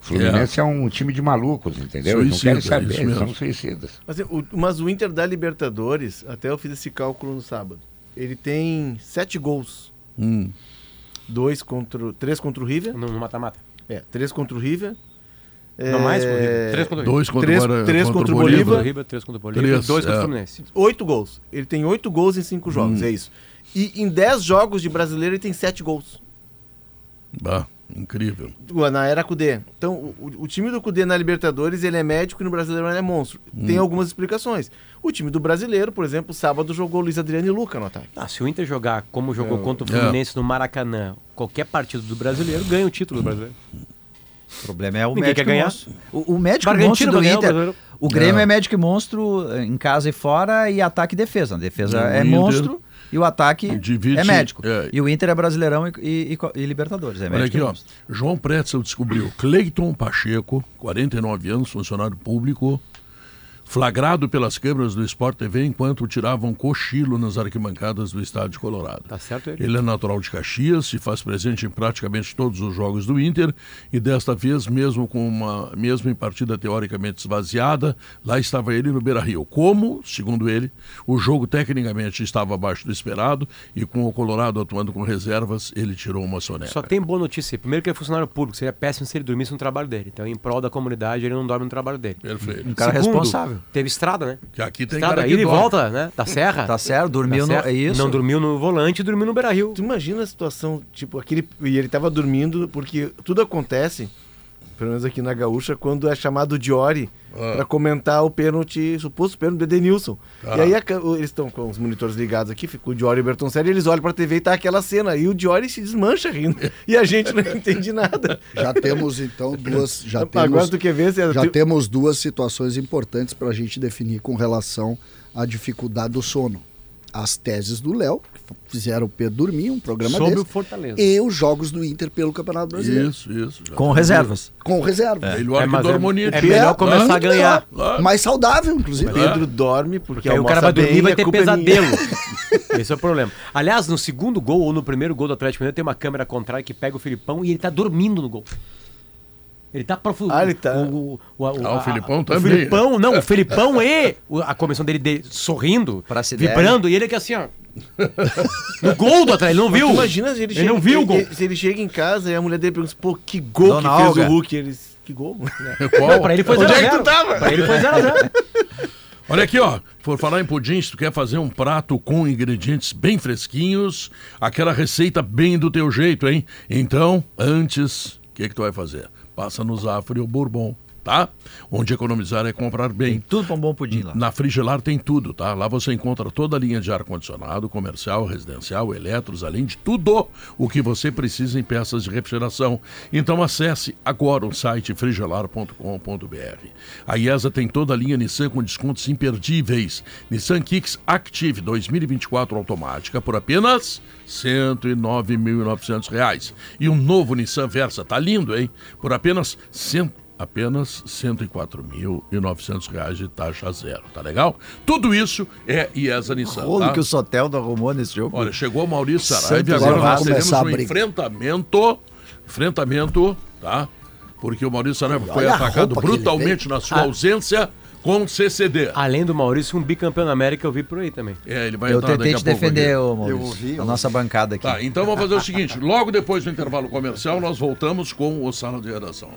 Speaker 5: O Fluminense é, um time de malucos, entendeu?
Speaker 1: Suicida,
Speaker 5: eles não querem
Speaker 1: é isso
Speaker 5: saber, eles
Speaker 1: mesmo.
Speaker 5: são suicidas.
Speaker 4: Mas assim, o, mas o Inter da Libertadores, até eu fiz esse cálculo no sábado. Ele tem sete gols.
Speaker 1: Hum.
Speaker 4: Dois contra. o- Três contra o River.
Speaker 3: No no mata-mata.
Speaker 4: É, três contra o River.
Speaker 3: Não
Speaker 4: É,
Speaker 3: mais? Bolívar. Três contra o Bolívar.
Speaker 1: Dois contra,
Speaker 4: Três-
Speaker 1: o Guara-
Speaker 4: três contra o
Speaker 3: Três contra o
Speaker 4: Bolívar.
Speaker 3: Bolívar, três contra o Bolívar e
Speaker 1: Três,
Speaker 3: dois contra
Speaker 1: é. Hum.
Speaker 3: o Fluminense.
Speaker 4: Oito gols. Ele tem oito gols em cinco jogos, é isso. E em dez jogos de brasileiro ele tem sete gols.
Speaker 1: Bah, incrível.
Speaker 4: Na era Cudê. Então, o, o- o time do Cudê na Libertadores, ele é médico e no Brasileiro ele é monstro. Tem algumas explicações. O time do Brasileiro, por exemplo, sábado jogou Luiz Adriano e Luca no ataque.
Speaker 3: Ah, se o Inter jogar como jogou contra o
Speaker 1: É.
Speaker 3: Fluminense no Maracanã, qualquer partido do brasileiro ganha o título do brasileiro.
Speaker 2: O problema é o
Speaker 3: Ninguém
Speaker 2: médico
Speaker 3: quer ganhar.
Speaker 2: monstro. O, o médico
Speaker 3: Bragantino
Speaker 2: monstro do
Speaker 3: vai ganhar, o
Speaker 2: Inter.
Speaker 3: brasileiro.
Speaker 2: O Grêmio é médico e monstro eh, em casa e fora e ataque e defesa. A defesa
Speaker 1: E o
Speaker 2: é
Speaker 1: Inter
Speaker 2: monstro e o ataque
Speaker 1: divide-
Speaker 2: é médico.
Speaker 1: é.
Speaker 2: E o Inter é brasileirão e, e- e co- e libertadores. É
Speaker 1: Olha
Speaker 2: médico
Speaker 1: aqui,
Speaker 2: e
Speaker 1: ó.
Speaker 2: monstro.
Speaker 1: João Pretzel descobriu. Cleiton Pacheco, 49 anos, funcionário público, flagrado pelas câmeras do Sport TV enquanto tiravam cochilo nas arquibancadas do Estádio Colorado.
Speaker 3: Tá certo ele.
Speaker 1: Ele é natural de Caxias, se faz presente em praticamente todos os jogos do Inter e desta vez, mesmo com uma mesmo em partida teoricamente esvaziada, lá estava ele no Beira-Rio. Como, segundo ele, o jogo tecnicamente estava abaixo do esperado e com o Colorado atuando com reservas, ele tirou uma soneca.
Speaker 3: Só tem boa notícia. Primeiro que ele é funcionário público, seria péssimo se ele dormisse no trabalho dele. Então, em prol da comunidade, ele não dorme no trabalho dele.
Speaker 1: Perfeito.
Speaker 2: O cara é
Speaker 3: Segundo,
Speaker 2: responsável.
Speaker 3: Teve estrada, né?
Speaker 1: Que aqui tem
Speaker 3: Estrada,
Speaker 1: cara que
Speaker 3: ida e
Speaker 1: dorme.
Speaker 3: volta, né? Da serra.
Speaker 2: Tá certo,
Speaker 3: Tá
Speaker 2: dormiu no-
Speaker 3: certo.
Speaker 2: é isso?
Speaker 3: Não dormiu no volante e dormiu no Beira-Rio.
Speaker 4: Tu imagina a situação, tipo, aquele. E ele tava dormindo, porque tudo acontece, pelo menos aqui na Gaúcha, quando é chamado o Diori
Speaker 6: Ah.
Speaker 4: pra comentar o pênalti, suposto pênalti do Edenilson. E
Speaker 6: Ah.
Speaker 4: aí a ca- o- eles estão com os monitores ligados aqui, fica o Diori e o Bertoncelli, eles olham pra TV e tá aquela cena. E o Diori se desmancha rindo. *laughs* E a gente não entende nada.
Speaker 6: Já temos então duas. Já temos,
Speaker 4: *laughs* Agora tu quer ver se
Speaker 6: Já temos duas situações importantes para a gente definir com relação à dificuldade do sono. As teses do Léo, que f- fizeram o Pedro dormir, um programa
Speaker 3: Sobre
Speaker 6: desse,
Speaker 3: o Fortaleza.
Speaker 6: e os jogos do Inter pelo Campeonato Brasileiro,
Speaker 1: Isso, isso. já.
Speaker 2: Com reservas.
Speaker 6: com reserva.
Speaker 1: Melhor
Speaker 3: É,
Speaker 1: que
Speaker 3: mas é-
Speaker 1: dormonia.
Speaker 3: é melhor começar
Speaker 1: Hã?
Speaker 3: a ganhar.
Speaker 6: Mais saudável, inclusive.
Speaker 1: é?
Speaker 4: Pedro dorme porque
Speaker 3: Aí o
Speaker 4: almoça
Speaker 3: cara vai
Speaker 4: bem
Speaker 3: dormir e
Speaker 4: e a
Speaker 3: vai ter
Speaker 4: culpa é minha. *laughs*
Speaker 3: pesadelo. Esse é o problema. Aliás, no segundo gol ou no primeiro gol do Atlético Mineiro tem uma câmera contrária que pega o Filipão e ele tá dormindo no gol. Ele tá profundo.
Speaker 4: Ah, ele tá-
Speaker 3: O, o, o, o,
Speaker 1: Ah, o
Speaker 3: a-
Speaker 1: Filipão
Speaker 3: o
Speaker 1: também. né?
Speaker 3: Filipão, não, o
Speaker 7: *laughs*
Speaker 3: Filipão e o- a comissão dele, de- sorrindo,
Speaker 2: Pra se der.
Speaker 3: vibrando, e ele que
Speaker 6: *laughs*
Speaker 3: assim, ó. No gol do Atlético, ele não
Speaker 4: Mas
Speaker 3: viu.
Speaker 4: tu Imagina se ele,
Speaker 3: ele
Speaker 4: chega,
Speaker 3: não viu o
Speaker 4: ele-
Speaker 3: gol.
Speaker 4: ele- se ele chega em casa e a mulher dele pergunta, assim, pô, que gol
Speaker 2: Dona
Speaker 4: que fez
Speaker 2: Olga.
Speaker 4: o Hulk? Eles, que *laughs* gol?
Speaker 1: *laughs* Qual?
Speaker 3: Pra ele foi 0
Speaker 4: Onde é que
Speaker 3: a 0.
Speaker 4: tu tava?
Speaker 3: Pra ele foi 0 a 0.
Speaker 1: *laughs* Olha aqui, ó. Por falar em pudim, se tu quer fazer um prato com ingredientes bem fresquinhos, aquela receita bem do teu jeito, hein? Então, antes, o que, que tu vai fazer? Passa no Zafre ou Bourbon, tá? Onde economizar é comprar bem.
Speaker 2: Tudo pra um bom pudim lá.
Speaker 1: Na Frigelar tem tudo, tá? Lá você encontra toda a linha de ar-condicionado, comercial, residencial, eletros, além de tudo o que você precisa em peças de refrigeração. Então acesse agora o site frigelar.com.br. A IESA tem toda a linha Nissan com descontos imperdíveis. Nissan Kicks Active 2024 automática por apenas R$ 109.900. reais. E um novo Nissan Versa, tá lindo, hein? Por apenas 100 apenas R$ 104.900 reais de taxa zero, tá legal? Tudo isso é IESA Nissan,
Speaker 2: Rolo
Speaker 1: tá?
Speaker 2: que o Soteldo arrumou nesse jogo.
Speaker 1: Olha, chegou o Maurício Saraiva e
Speaker 6: Santos
Speaker 1: agora
Speaker 6: vai
Speaker 1: nós teremos
Speaker 6: começar a
Speaker 1: um
Speaker 6: briga.
Speaker 1: enfrentamento, enfrentamento, tá? Porque o Maurício Saraiva foi
Speaker 6: a
Speaker 1: atacado
Speaker 6: roupa que ele Ah.
Speaker 1: brutalmente na sua ausência com o CCD.
Speaker 3: Além do Maurício, um bicampeão na América eu vi por aí também.
Speaker 1: É, ele vai
Speaker 2: Eu
Speaker 1: entrar
Speaker 2: tentei
Speaker 1: daqui a
Speaker 2: te
Speaker 1: pouco aqui.
Speaker 2: defender, ô, Maurício.
Speaker 8: Eu ouvi,
Speaker 2: A
Speaker 8: eu
Speaker 2: nossa bancada aqui.
Speaker 1: Tá, então vamos fazer o seguinte, logo depois do intervalo comercial nós voltamos com o Sala de Redação.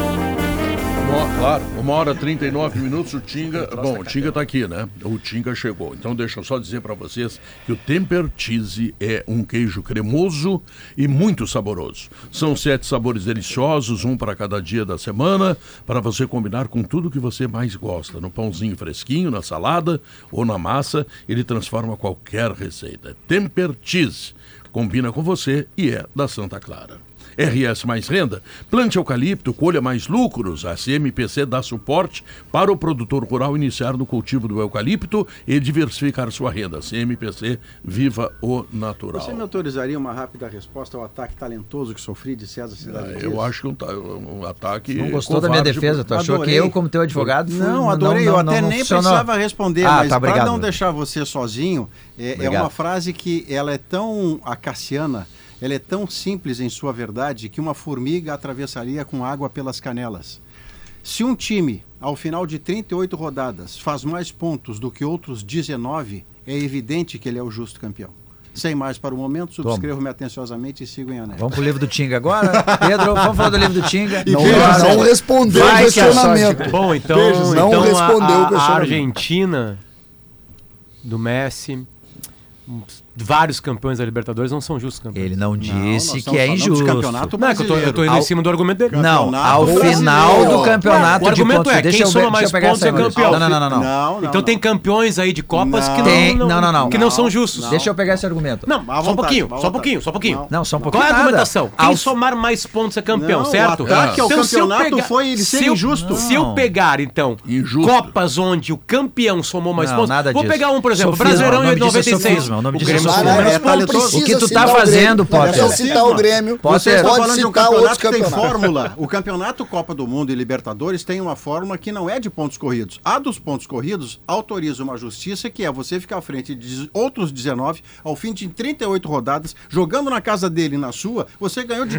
Speaker 1: Uma- Claro, uma hora e 39 minutos, o Tinga. Bom, o Tinga tá aqui, né? O Tinga chegou. Então deixa eu só dizer para vocês que o Temper Cheese é um queijo cremoso e muito saboroso. São sete sabores deliciosos, um para cada dia da semana, para você combinar com tudo que você mais gosta. No pãozinho fresquinho, na salada ou na massa, ele transforma qualquer receita. Temper Cheese combina com você e é da Santa Clara. RS Mais Renda, plante eucalipto, colha mais lucros. A CMPC dá suporte para o produtor rural iniciar no cultivo do eucalipto e diversificar sua renda. CMPC, viva o natural.
Speaker 8: Você me autorizaria uma rápida resposta ao ataque talentoso que sofri de César
Speaker 4: Ah,
Speaker 8: Cidade Dias?
Speaker 1: Eu acho que um, ta- um ataque.
Speaker 2: Não gostou da minha
Speaker 1: covarde,
Speaker 2: defesa? Tu achou
Speaker 8: Adorei.
Speaker 2: que eu, como teu advogado, fui- um
Speaker 8: Não, adorei. eu até nem
Speaker 2: funcionou.
Speaker 8: precisava responder,
Speaker 2: Ah,
Speaker 8: mas
Speaker 2: tá,
Speaker 8: para
Speaker 2: obrigado.
Speaker 8: não deixar você sozinho, é, é
Speaker 2: Obrigado.
Speaker 8: uma frase que ela é tão acassiana, ela é tão simples em sua verdade, que uma formiga atravessaria com água pelas canelas. Se um time, ao final de 38 rodadas, faz mais pontos do que outros 19, é evidente que ele é o justo campeão. Sem mais para o momento, subscrevo-me atenciosamente e sigo em anexo.
Speaker 2: Vamos pro livro do Tinga
Speaker 1: *laughs*
Speaker 2: agora? Pedro, vamos falar do livro do Tinga?
Speaker 6: Não,
Speaker 2: claro.
Speaker 6: não respondeu o
Speaker 2: Vai que a sorte-
Speaker 6: questionamento.
Speaker 3: Bom, então,
Speaker 6: Beijos, não
Speaker 3: então a-
Speaker 6: respondeu o
Speaker 3: a, a
Speaker 6: questionamento.
Speaker 3: Argentina do Messi, vários campeões da Libertadores não são justos campeões.
Speaker 2: Ele não
Speaker 8: Não,
Speaker 2: disse
Speaker 8: nós
Speaker 2: que é
Speaker 8: estamos falando de
Speaker 2: injusto.
Speaker 8: campeonato
Speaker 3: Não, é que eu tô, eu tô indo em
Speaker 2: Ao-
Speaker 3: cima do argumento dele.
Speaker 2: Não,
Speaker 8: Campeonato
Speaker 2: ao
Speaker 8: brasileiro.
Speaker 2: final do campeonato
Speaker 3: O
Speaker 2: de
Speaker 3: argumento
Speaker 2: pontos.
Speaker 3: é,
Speaker 2: deixa
Speaker 3: quem
Speaker 2: eu ver,
Speaker 3: soma
Speaker 2: deixa eu
Speaker 3: mais
Speaker 2: pegar
Speaker 3: pontos
Speaker 2: essa
Speaker 3: é
Speaker 2: aí, Maurício.
Speaker 3: campeão.
Speaker 2: Não, não, não, não. não.
Speaker 8: Não, não,
Speaker 3: então
Speaker 8: não.
Speaker 3: tem campeões aí de Copas que, não,
Speaker 2: Tem- não, não, não.
Speaker 3: que não são justos.
Speaker 2: Deixa eu pegar esse argumento.
Speaker 3: Não,
Speaker 8: Má
Speaker 3: só um
Speaker 8: vontade,
Speaker 3: pouquinho,
Speaker 8: má
Speaker 3: só um
Speaker 8: vontade.
Speaker 3: pouquinho, só um pouquinho.
Speaker 2: Não, só um
Speaker 3: Qual
Speaker 2: pouquinho
Speaker 3: é a
Speaker 2: nada. um
Speaker 3: argumentação? Quem
Speaker 2: Ao-
Speaker 3: somar mais pontos é campeão,
Speaker 8: Não,
Speaker 3: certo?
Speaker 8: o ataque
Speaker 3: É.
Speaker 8: ao
Speaker 3: se eu
Speaker 8: campeonato foi ele ser
Speaker 3: se eu-
Speaker 8: injusto.
Speaker 3: Se eu
Speaker 2: Não.
Speaker 3: pegar, então,
Speaker 1: Injusto.
Speaker 3: Copas onde o campeão somou mais
Speaker 2: Não,
Speaker 3: pontos,
Speaker 2: nada
Speaker 3: vou
Speaker 2: disso.
Speaker 3: pegar um, por exemplo,
Speaker 2: Sofisma, o
Speaker 3: Brasileirão
Speaker 2: nome
Speaker 3: em
Speaker 2: disso é
Speaker 3: 96.
Speaker 2: sofisma, o nome disso é
Speaker 3: Grêmio
Speaker 2: sofisma.
Speaker 3: somou mais
Speaker 6: é
Speaker 3: pontos.
Speaker 6: talentoso.
Speaker 2: O que tu tá
Speaker 6: citar o
Speaker 2: fazendo,
Speaker 6: Grêmio. Não
Speaker 2: Potter?
Speaker 6: É só citar o Grêmio.
Speaker 2: Potter,
Speaker 6: Você
Speaker 8: Tá
Speaker 6: pode
Speaker 8: falando de um
Speaker 6: citar
Speaker 8: campeonato
Speaker 6: outros
Speaker 8: que tem
Speaker 6: campeonatos.
Speaker 8: fórmula. O campeonato Copa do Mundo e Libertadores tem uma fórmula que não é de pontos corridos. A dos pontos corridos autoriza uma justiça que é você ficar à frente de outros 19 ao fim de 38 rodadas, jogando na casa dele e na sua, você ganhou
Speaker 2: *laughs*
Speaker 8: de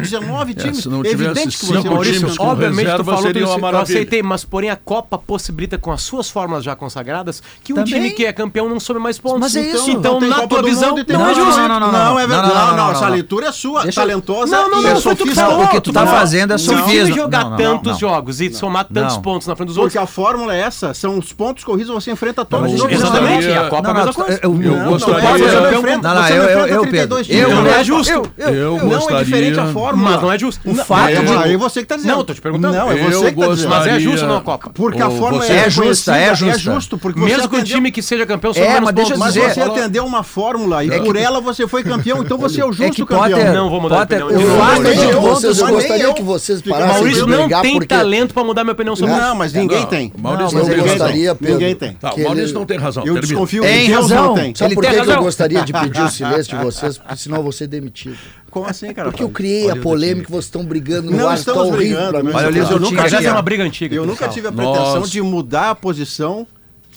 Speaker 1: *laughs*
Speaker 8: 19
Speaker 1: É,
Speaker 8: times.
Speaker 1: se não
Speaker 8: É
Speaker 1: tivesse
Speaker 8: evidente que
Speaker 1: cinco
Speaker 8: você é o
Speaker 1: times
Speaker 8: campeão.
Speaker 1: com
Speaker 3: Obviamente, tu
Speaker 1: reserva
Speaker 3: falou
Speaker 1: seria
Speaker 3: tudo isso,
Speaker 1: uma
Speaker 3: eu
Speaker 1: maravilha.
Speaker 3: aceitei, mas porém a Copa possibilita, com as suas fórmulas já consagradas, que um
Speaker 2: Também.
Speaker 3: time que é campeão não some mais pontos.
Speaker 2: Mas é isso.
Speaker 3: Então,
Speaker 8: Não tem
Speaker 3: na
Speaker 8: Copa
Speaker 3: tua
Speaker 8: do
Speaker 3: visão,
Speaker 8: Mundo e tem
Speaker 3: não é
Speaker 8: Copa
Speaker 3: justo.
Speaker 8: do
Speaker 2: não, não,
Speaker 8: Mundo.
Speaker 2: não, não.
Speaker 8: Não, é verdade.
Speaker 2: Não, não,
Speaker 8: Não,
Speaker 2: não, não,
Speaker 8: essa
Speaker 2: não.
Speaker 8: leitura é sua,
Speaker 2: Deixa eu-
Speaker 8: talentosa
Speaker 3: Não, não,
Speaker 8: e é
Speaker 3: não, foi tu que
Speaker 8: sofista.
Speaker 3: falou.
Speaker 2: O que tu tá
Speaker 3: Não,
Speaker 2: fazendo é
Speaker 3: Se o
Speaker 2: sofisma.
Speaker 3: time jogar
Speaker 2: Não, não,
Speaker 3: tantos
Speaker 2: não.
Speaker 3: jogos e somar tantos
Speaker 2: Não.
Speaker 3: pontos na frente dos
Speaker 8: Porque
Speaker 3: outros,
Speaker 8: a fórmula é essa, são os pontos corridos, você enfrenta todos
Speaker 2: mas
Speaker 8: os
Speaker 2: isso-
Speaker 8: outros.
Speaker 1: exatamente.
Speaker 8: jogadores.
Speaker 1: gostaria-
Speaker 3: a Copa é a mesma coisa.
Speaker 2: eu, eu
Speaker 1: Não,
Speaker 3: é
Speaker 2: gostaria.
Speaker 1: não, mas eu não
Speaker 8: enfrento-
Speaker 2: não,
Speaker 8: é um você
Speaker 2: eu,
Speaker 8: não
Speaker 2: eu,
Speaker 8: enfrenta
Speaker 2: eu,
Speaker 8: 32
Speaker 2: Pedro.
Speaker 8: times.
Speaker 2: Eu,
Speaker 3: Não é
Speaker 2: eu-
Speaker 3: justo.
Speaker 1: Eu,
Speaker 8: Não é diferente a
Speaker 1: gostaria.
Speaker 8: fórmula.
Speaker 3: Mas não é justo.
Speaker 8: O
Speaker 3: Não,
Speaker 8: fato
Speaker 1: eu-
Speaker 8: de... Aí você que tá dizendo.
Speaker 3: Não, eu tô te perguntando.
Speaker 8: Não, é
Speaker 1: Eu
Speaker 8: você que tá dizendo.
Speaker 3: Mas é justo
Speaker 1: gostaria-
Speaker 3: ou não a Copa?
Speaker 8: Porque a
Speaker 1: Ou
Speaker 8: forma
Speaker 1: você-
Speaker 2: É justa, é justa.
Speaker 8: justa, porque você
Speaker 3: Mesmo que o
Speaker 8: atendeu-
Speaker 3: time que seja campeão
Speaker 2: É,
Speaker 3: menos
Speaker 2: mas deixa eu
Speaker 8: Mas
Speaker 2: dizer-
Speaker 8: você atendeu uma fórmula e por ela você foi campeão, então você é o
Speaker 2: que
Speaker 8: justo campeão.
Speaker 2: Potter-
Speaker 3: Não vou mudar
Speaker 2: Potter,
Speaker 3: de
Speaker 2: Eu
Speaker 6: Eu,
Speaker 3: opinião.
Speaker 2: não
Speaker 3: fato é
Speaker 6: gostaria que
Speaker 3: que
Speaker 8: eu-
Speaker 6: vocês,
Speaker 8: eu-
Speaker 6: eu gostaria
Speaker 8: eu-
Speaker 6: que vocês parassem de
Speaker 4: um.
Speaker 3: Maurício não
Speaker 6: brigar
Speaker 3: tem
Speaker 6: porque
Speaker 3: talento pra mudar minha opinião sobre
Speaker 8: Não,
Speaker 3: isso.
Speaker 8: mas Né? ninguém tem.
Speaker 6: eu
Speaker 1: Maurício não tem
Speaker 8: ninguém
Speaker 1: razão.
Speaker 6: gostaria, Pedro.
Speaker 8: Ninguém tem.
Speaker 1: Tá, o
Speaker 6: que
Speaker 1: Maurício
Speaker 6: ele-
Speaker 1: não tem razão.
Speaker 8: Eu
Speaker 1: termina.
Speaker 8: desconfio
Speaker 2: Tem
Speaker 8: que Deus
Speaker 2: razão.
Speaker 8: não tem.
Speaker 6: Sabe
Speaker 3: Ele
Speaker 6: por
Speaker 3: tem
Speaker 6: que que eu
Speaker 3: razão.
Speaker 6: gostaria de
Speaker 1: *laughs*
Speaker 6: pedir o silêncio de vocês? Porque senão eu vou ser demitido.
Speaker 8: Como assim, cara?
Speaker 6: Porque eu criei a polêmica, vocês estão brigando no
Speaker 8: Não
Speaker 6: ar,
Speaker 8: estamos
Speaker 6: tá horrível
Speaker 8: brigando,
Speaker 6: pra mim.
Speaker 8: mas
Speaker 2: Olha, o
Speaker 8: Eu
Speaker 2: Liso
Speaker 8: nunca
Speaker 2: tinha
Speaker 3: Mas essa
Speaker 2: aqui,
Speaker 3: é
Speaker 2: ó.
Speaker 3: uma briga antiga.
Speaker 8: Eu nunca
Speaker 3: pessoal.
Speaker 8: tive a pretensão
Speaker 1: Nossa.
Speaker 8: de mudar a posição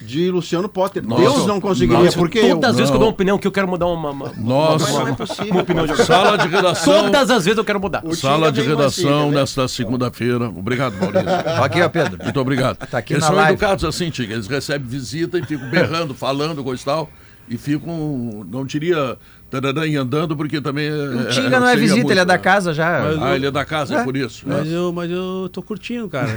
Speaker 8: de Luciano Potter.
Speaker 1: Nossa.
Speaker 8: Deus não conseguiria,
Speaker 1: Nossa,
Speaker 8: porque eu.
Speaker 3: Todas as vezes que eu
Speaker 1: Não.
Speaker 3: dou um uma opinião que eu quero mudar uma... uma-
Speaker 1: Nossa.
Speaker 8: Mas não é
Speaker 3: uma
Speaker 1: *laughs*
Speaker 8: possível.
Speaker 3: opinião de alguém.
Speaker 1: Sala de redação.
Speaker 3: Todas as vezes eu quero mudar.
Speaker 1: Sala de
Speaker 8: veio assim,
Speaker 1: redação
Speaker 8: né?
Speaker 1: nesta segunda-feira. Obrigado,
Speaker 8: *laughs*
Speaker 1: Maurício.
Speaker 8: Tá
Speaker 2: Aqui, ó, Pedro.
Speaker 1: Muito obrigado.
Speaker 2: Tá aqui
Speaker 1: eles
Speaker 2: na
Speaker 1: são
Speaker 2: live.
Speaker 1: educados assim, Tica. Eles recebem visita e ficam berrando, falando, coisa e tal. E ficam, não diria, tararã, e andando, porque também.
Speaker 2: O Tinga não é visita, ele é da casa já.
Speaker 1: Ah, ele é da casa, é, por isso.
Speaker 9: Mas
Speaker 1: É.
Speaker 9: eu, mas eu tô curtindo,
Speaker 2: *laughs*
Speaker 9: cara.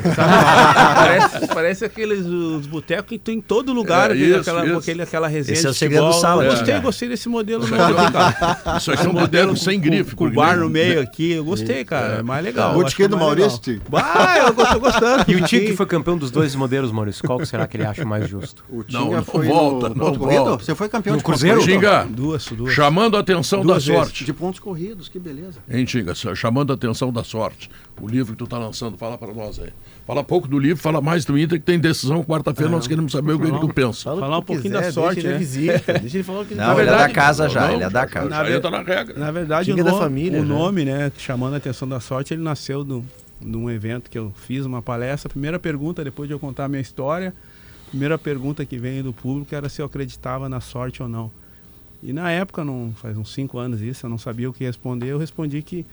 Speaker 9: parece, parece aqueles os botecos que tem em todo lugar,
Speaker 1: É,
Speaker 9: aquele-
Speaker 1: isso,
Speaker 9: aquela,
Speaker 1: isso.
Speaker 9: Aquele, aquela resenha.
Speaker 2: Esse é
Speaker 9: de
Speaker 2: o segredo
Speaker 9: futebol.
Speaker 2: do Sala,
Speaker 9: Eu
Speaker 2: cara.
Speaker 9: Gostei, gostei desse
Speaker 1: *laughs*
Speaker 9: modelo novo aí, cara.
Speaker 1: Isso aqui é um
Speaker 9: modelo
Speaker 1: modelo sem
Speaker 9: Com,
Speaker 1: grife.
Speaker 9: com
Speaker 1: porque
Speaker 9: bar
Speaker 1: não-
Speaker 9: no meio aqui. Eu gostei, cara. É mais legal.
Speaker 8: Botequim
Speaker 9: acho que é
Speaker 8: do
Speaker 9: mais
Speaker 8: Maurício,
Speaker 9: legal. *laughs* Ah, eu go- tô gostando.
Speaker 3: E o time que foi campeão dos dois modelos, Maurício, qual que será que ele acha mais justo?
Speaker 8: O Tinga
Speaker 1: Não, não
Speaker 8: foi
Speaker 1: volta,
Speaker 8: no
Speaker 1: não
Speaker 8: ponto corrido?
Speaker 1: volta.
Speaker 8: Você foi campeão de
Speaker 1: Cruzeiro?
Speaker 8: ponto corrido?
Speaker 1: Tinga,
Speaker 9: Duas, duas.
Speaker 1: chamando a atenção
Speaker 9: Duas
Speaker 1: da
Speaker 9: vezes.
Speaker 1: sorte.
Speaker 8: De pontos corridos, que beleza.
Speaker 1: Hein, Tinga? Só Chamando a atenção da sorte. O livro que tu tá lançando, fala para nós aí. Fala pouco do livro, fala mais do Inter, que tem decisão quarta-feira, nós queremos saber o que, que tu pensa.
Speaker 9: Falar um pouquinho da sorte, né? Deixa ele falar o que ele
Speaker 2: Não, ele é da casa já, ele é da casa. é
Speaker 1: Já entra na regra.
Speaker 9: Na verdade, o
Speaker 4: Tinga da
Speaker 9: nome,
Speaker 4: família,
Speaker 9: o
Speaker 4: né?
Speaker 9: nome, né, chamando a atenção da sorte, ele nasceu do- de um evento que eu fiz, uma palestra. A primeira pergunta, depois de eu contar a minha história, a primeira pergunta que veio do público era se eu acreditava na sorte ou não. E na época, não, faz uns cinco anos isso, eu não sabia o que responder, eu respondi que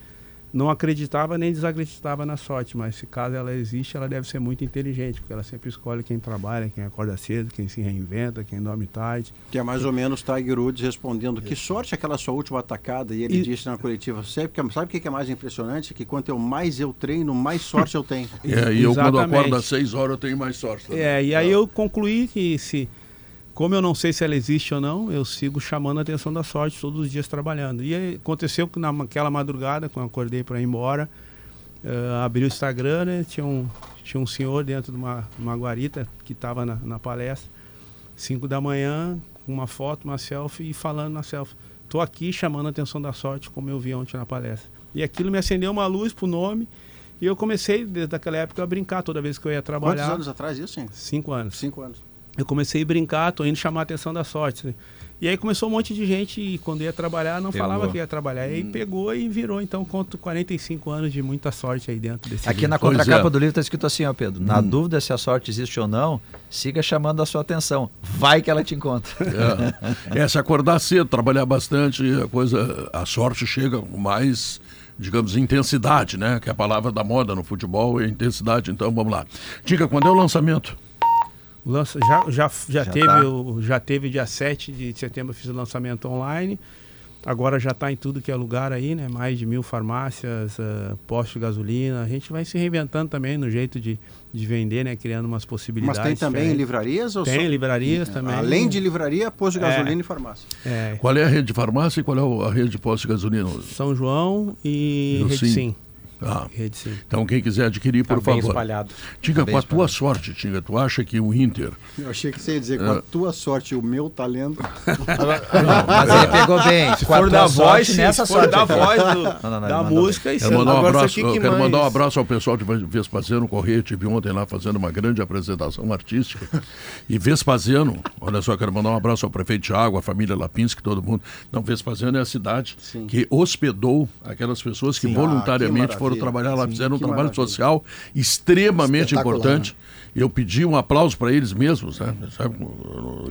Speaker 9: não acreditava nem desacreditava na sorte, mas se caso ela existe, ela deve ser muito inteligente, porque ela sempre escolhe quem trabalha, quem acorda cedo, quem se reinventa, quem dorme tarde.
Speaker 8: Que é mais ou menos Tiger Woods respondendo que sorte aquela sua última atacada. E ele
Speaker 9: E-
Speaker 8: disse na coletiva, sabe, que- sabe o que que é mais impressionante? Que quanto eu mais eu treino, mais sorte eu tenho.
Speaker 1: É, e eu quando
Speaker 9: Exatamente.
Speaker 1: acordo às seis horas eu tenho mais sorte.
Speaker 8: Né?
Speaker 1: também.
Speaker 9: É, e aí eu concluí que se, como eu não sei se ela existe ou não, eu sigo chamando a atenção da sorte todos os dias trabalhando. E aí aconteceu que naquela madrugada, quando eu acordei para ir embora, eh, abri o Instagram, né, tinha um, tinha um senhor dentro de uma, uma guarita que estava na, na palestra, 5 da manhã, com uma foto, uma selfie e falando na selfie. Tô aqui chamando a atenção da sorte, como eu vi ontem na palestra. E aquilo me acendeu uma luz pro nome e eu comecei desde aquela época a brincar toda vez que eu ia
Speaker 8: Quantos
Speaker 9: trabalhar.
Speaker 8: anos atrás isso, hein?
Speaker 9: Cinco anos.
Speaker 8: Cinco anos.
Speaker 9: Eu comecei a brincar, tô indo chamar a atenção da sorte. né? E aí começou um monte de gente e quando ia trabalhar, não falava que ia trabalhar. E
Speaker 2: Hum.
Speaker 9: aí pegou e virou, então, conto 45 anos de muita sorte aí dentro desse
Speaker 2: Aqui
Speaker 9: livro.
Speaker 2: na
Speaker 1: Pois
Speaker 2: contracapa
Speaker 1: é.
Speaker 2: do livro está escrito assim, ó, Pedro. Na dúvida se a sorte existe ou não, siga chamando a sua atenção. Vai que ela te encontra.
Speaker 1: *laughs* É. É, se acordar cedo, trabalhar bastante, a coisa, a sorte chega com mais, digamos, intensidade, né? Que é a palavra da moda no futebol é intensidade. Então vamos lá. Diga, quando é o lançamento?
Speaker 9: Lança- já, já, já, teve,
Speaker 2: tá.
Speaker 9: o- já teve dia 7 de setembro, eu fiz o lançamento online. Agora já está em tudo que é lugar aí, né? Mais de mil farmácias, ah, postos de gasolina. A gente vai se reinventando também no jeito de, de vender, né? Criando umas
Speaker 8: Mas
Speaker 9: possibilidades.
Speaker 8: tem também
Speaker 9: diferentes.
Speaker 8: livrarias? Ou
Speaker 9: Tem
Speaker 8: só- É,
Speaker 9: livrarias também.
Speaker 8: Além de livraria, posto de
Speaker 9: É.
Speaker 8: gasolina e farmácia.
Speaker 9: É,
Speaker 1: Qual é a rede de farmácia e qual é o- a rede de posto de gasolina?
Speaker 9: São João e
Speaker 1: No
Speaker 9: Rede
Speaker 1: Sim.
Speaker 9: Sim.
Speaker 1: Ah,
Speaker 9: Rede Sim.
Speaker 1: então quem quiser adquirir, por
Speaker 3: Tá bem
Speaker 1: favor.
Speaker 3: espalhado.
Speaker 1: Diga, com a tua sorte, Tinga, tu acha que o Inter
Speaker 8: Eu achei que você ia dizer, com
Speaker 1: É.
Speaker 8: a tua sorte e o meu talento. *laughs*
Speaker 2: Mas ele pegou bem.
Speaker 9: Se
Speaker 2: Com a
Speaker 9: for
Speaker 2: tua
Speaker 9: da
Speaker 2: sorte,
Speaker 9: voz, se
Speaker 2: nessa
Speaker 9: for
Speaker 2: sorte.
Speaker 9: da voz do-
Speaker 2: não, ele
Speaker 9: da
Speaker 2: mandou
Speaker 9: música, isso
Speaker 1: Quero mandar, um
Speaker 4: Agora isso
Speaker 1: abraço,
Speaker 4: aqui que
Speaker 1: eu quero
Speaker 4: mais?
Speaker 1: mandar um abraço ao pessoal de Vespasiano Correia. Tive ontem lá fazendo uma grande apresentação artística. E Vespasiano, olha só, quero mandar um abraço ao prefeito Thiago, à família Lapinski, todo mundo. Não, Vespasiano é a cidade que hospedou aquelas pessoas que
Speaker 8: Ah,
Speaker 1: voluntariamente
Speaker 8: que
Speaker 1: foram
Speaker 8: maravilha.
Speaker 1: trabalhar lá.
Speaker 8: Sim,
Speaker 1: Fizeram um
Speaker 8: que
Speaker 1: trabalho
Speaker 8: maravilha.
Speaker 1: social extremamente
Speaker 6: Espetacular,
Speaker 1: importante. Eu pedi um aplauso para eles mesmos, né? Sabe,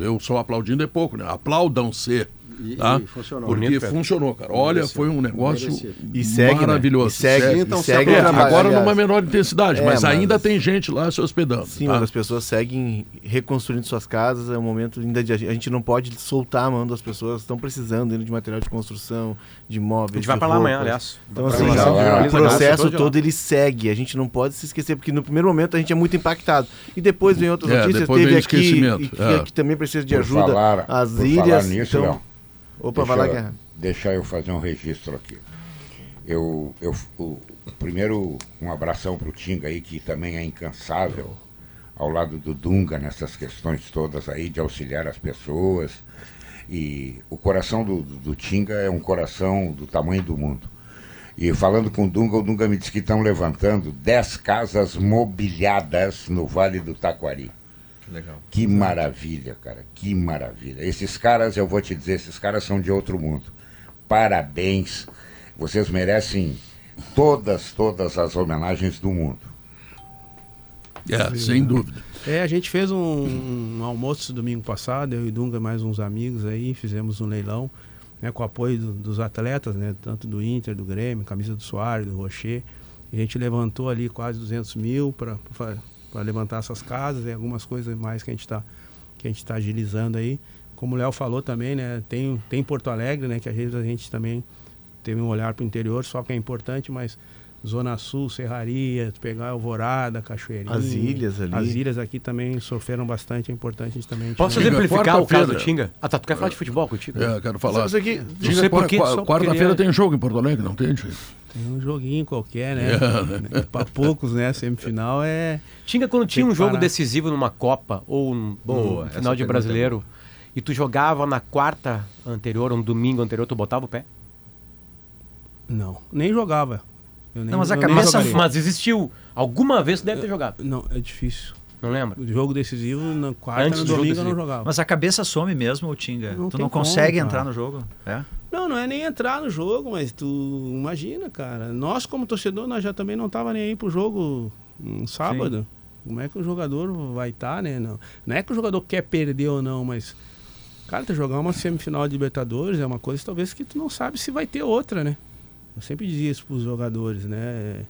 Speaker 1: Eu só aplaudindo é pouco, né? Aplaudam-se.
Speaker 8: E-
Speaker 1: Tá?
Speaker 8: e funcionou.
Speaker 1: Porque
Speaker 3: Bonito, Pedro.
Speaker 1: funcionou, cara. Olha, foi um negócio
Speaker 8: Merecido.
Speaker 4: E segue, né?
Speaker 1: maravilhoso.
Speaker 4: E segue,
Speaker 1: Segue.
Speaker 8: Então,
Speaker 4: e
Speaker 8: se
Speaker 4: segue
Speaker 1: É,
Speaker 8: trabalhar,
Speaker 1: agora
Speaker 4: aliás.
Speaker 1: numa menor intensidade,
Speaker 4: É,
Speaker 1: mas ainda
Speaker 4: mas-
Speaker 1: tem gente lá se hospedando.
Speaker 4: Sim,
Speaker 1: tá?
Speaker 4: mas as pessoas seguem reconstruindo suas casas, é um momento ainda de... A gente não pode soltar a mão das pessoas, estão precisando ainda de material de construção, de móveis,
Speaker 3: A gente vai
Speaker 4: de
Speaker 3: pra lá
Speaker 4: roupas.
Speaker 3: amanhã, aliás.
Speaker 4: Então,
Speaker 3: Pra
Speaker 4: assim,
Speaker 3: lá,
Speaker 5: legal.
Speaker 4: o
Speaker 3: Organiza a casa,
Speaker 4: processo
Speaker 3: todo
Speaker 4: todo ele segue, a gente não pode se esquecer, porque no primeiro momento a gente é muito impactado. E depois vem outras
Speaker 1: É,
Speaker 4: notícias,
Speaker 1: depois
Speaker 4: teve
Speaker 1: vem o
Speaker 4: aqui,
Speaker 1: esquecimento,
Speaker 4: e que
Speaker 1: é.
Speaker 4: aqui também precisa de
Speaker 5: Por
Speaker 4: ajuda,
Speaker 5: falar-
Speaker 4: as
Speaker 5: por
Speaker 4: ilhas.
Speaker 5: falar nisso,
Speaker 4: então...
Speaker 5: Léo.
Speaker 4: Opa, vai
Speaker 5: deixa,
Speaker 4: lá,
Speaker 5: eu-
Speaker 4: Guerra.
Speaker 5: deixa eu fazer um registro aqui. Eu, eu, o- primeiro, um abração pro Tinga aí, que também é incansável, ao lado do Dunga, nessas questões todas aí, de auxiliar as pessoas. E o coração do, do, do Tinga é um coração do tamanho do mundo. E falando com o Dunga, o Dunga me disse que estão levantando 10 casas mobiliadas no Vale do Taquari.
Speaker 2: Legal.
Speaker 5: Que maravilha, cara. Que maravilha. Esses caras, eu vou te dizer, esses caras são de outro mundo. Parabéns. Vocês merecem todas, todas as homenagens do mundo.
Speaker 1: É, sem dúvida.
Speaker 9: É, a gente fez um, um almoço domingo passado, eu e Dunga e mais uns amigos aí, fizemos um leilão, né, com o apoio do- dos atletas, né, tanto do Inter, do Grêmio, camisa do Soares, do Rocher. E a gente levantou ali quase 200 mil para levantar essas casas e algumas coisas mais que a gente está que a gente está agilizando aí. Como o Léo falou também, né, tem tem Porto Alegre, né, que às vezes a gente também teve um olhar para o interior, só que é importante, mas Zona Sul, Serraria, tu pegar Alvorada, Cachoeirinha.
Speaker 4: As ilhas ali.
Speaker 9: Hum, As ilhas aqui também sofreram bastante, é importante a gente também...
Speaker 3: Posso
Speaker 1: Tinga,
Speaker 3: exemplificar o caso
Speaker 1: quarta-feira.
Speaker 3: do Tinga? Ah, tá. Tu quer falar de futebol contigo?
Speaker 1: É, quero
Speaker 4: Sabe
Speaker 1: falar.
Speaker 4: isso aqui?
Speaker 1: Não
Speaker 3: Não
Speaker 1: sei
Speaker 3: sei por que,
Speaker 1: qua-
Speaker 3: só é-
Speaker 1: Quarta-feira
Speaker 3: queria-
Speaker 1: tem um jogo em Porto Alegre, não tem, Chico?
Speaker 9: Tem um joguinho qualquer,
Speaker 1: *laughs* É,
Speaker 9: né? Para poucos, né? Semifinal é...
Speaker 3: Tinga, quando tinha
Speaker 9: Tem que
Speaker 3: um jogo
Speaker 9: parar.
Speaker 3: decisivo numa Copa ou um,
Speaker 2: Boa,
Speaker 3: um
Speaker 2: essa
Speaker 3: final de
Speaker 9: é
Speaker 2: pergunta
Speaker 3: brasileiro, e tu jogava na quarta anterior, um domingo anterior, tu botava o pé?
Speaker 9: Não, nem jogava. Eu nem-
Speaker 2: Não, mas a
Speaker 9: eu nem
Speaker 2: cabeça-
Speaker 9: jogaria.
Speaker 3: Mas existiu. Alguma vez tu deve ter jogado.
Speaker 9: Não, é difícil.
Speaker 3: Não lembra?
Speaker 9: O jogo decisivo, na quarta,
Speaker 3: Antes
Speaker 9: no
Speaker 3: do jogo
Speaker 9: domingo eu não
Speaker 3: decisivo.
Speaker 9: jogava.
Speaker 2: Mas a cabeça some mesmo, o Tinga.
Speaker 9: Não
Speaker 2: tu
Speaker 9: tem
Speaker 2: não
Speaker 9: como,
Speaker 2: consegue
Speaker 9: cara.
Speaker 2: entrar no jogo. É?
Speaker 9: Não, não é nem entrar no jogo, mas tu imagina, cara. Nós, como torcedor, nós já também não tava nem aí pro jogo um sábado. Como é que o jogador vai estar, né? Não. não é que o jogador quer perder ou não, mas. Cara, tu jogar uma semifinal de Libertadores é uma coisa talvez que tu não sabe se vai ter outra, né? Eu sempre dizia isso pros jogadores, né?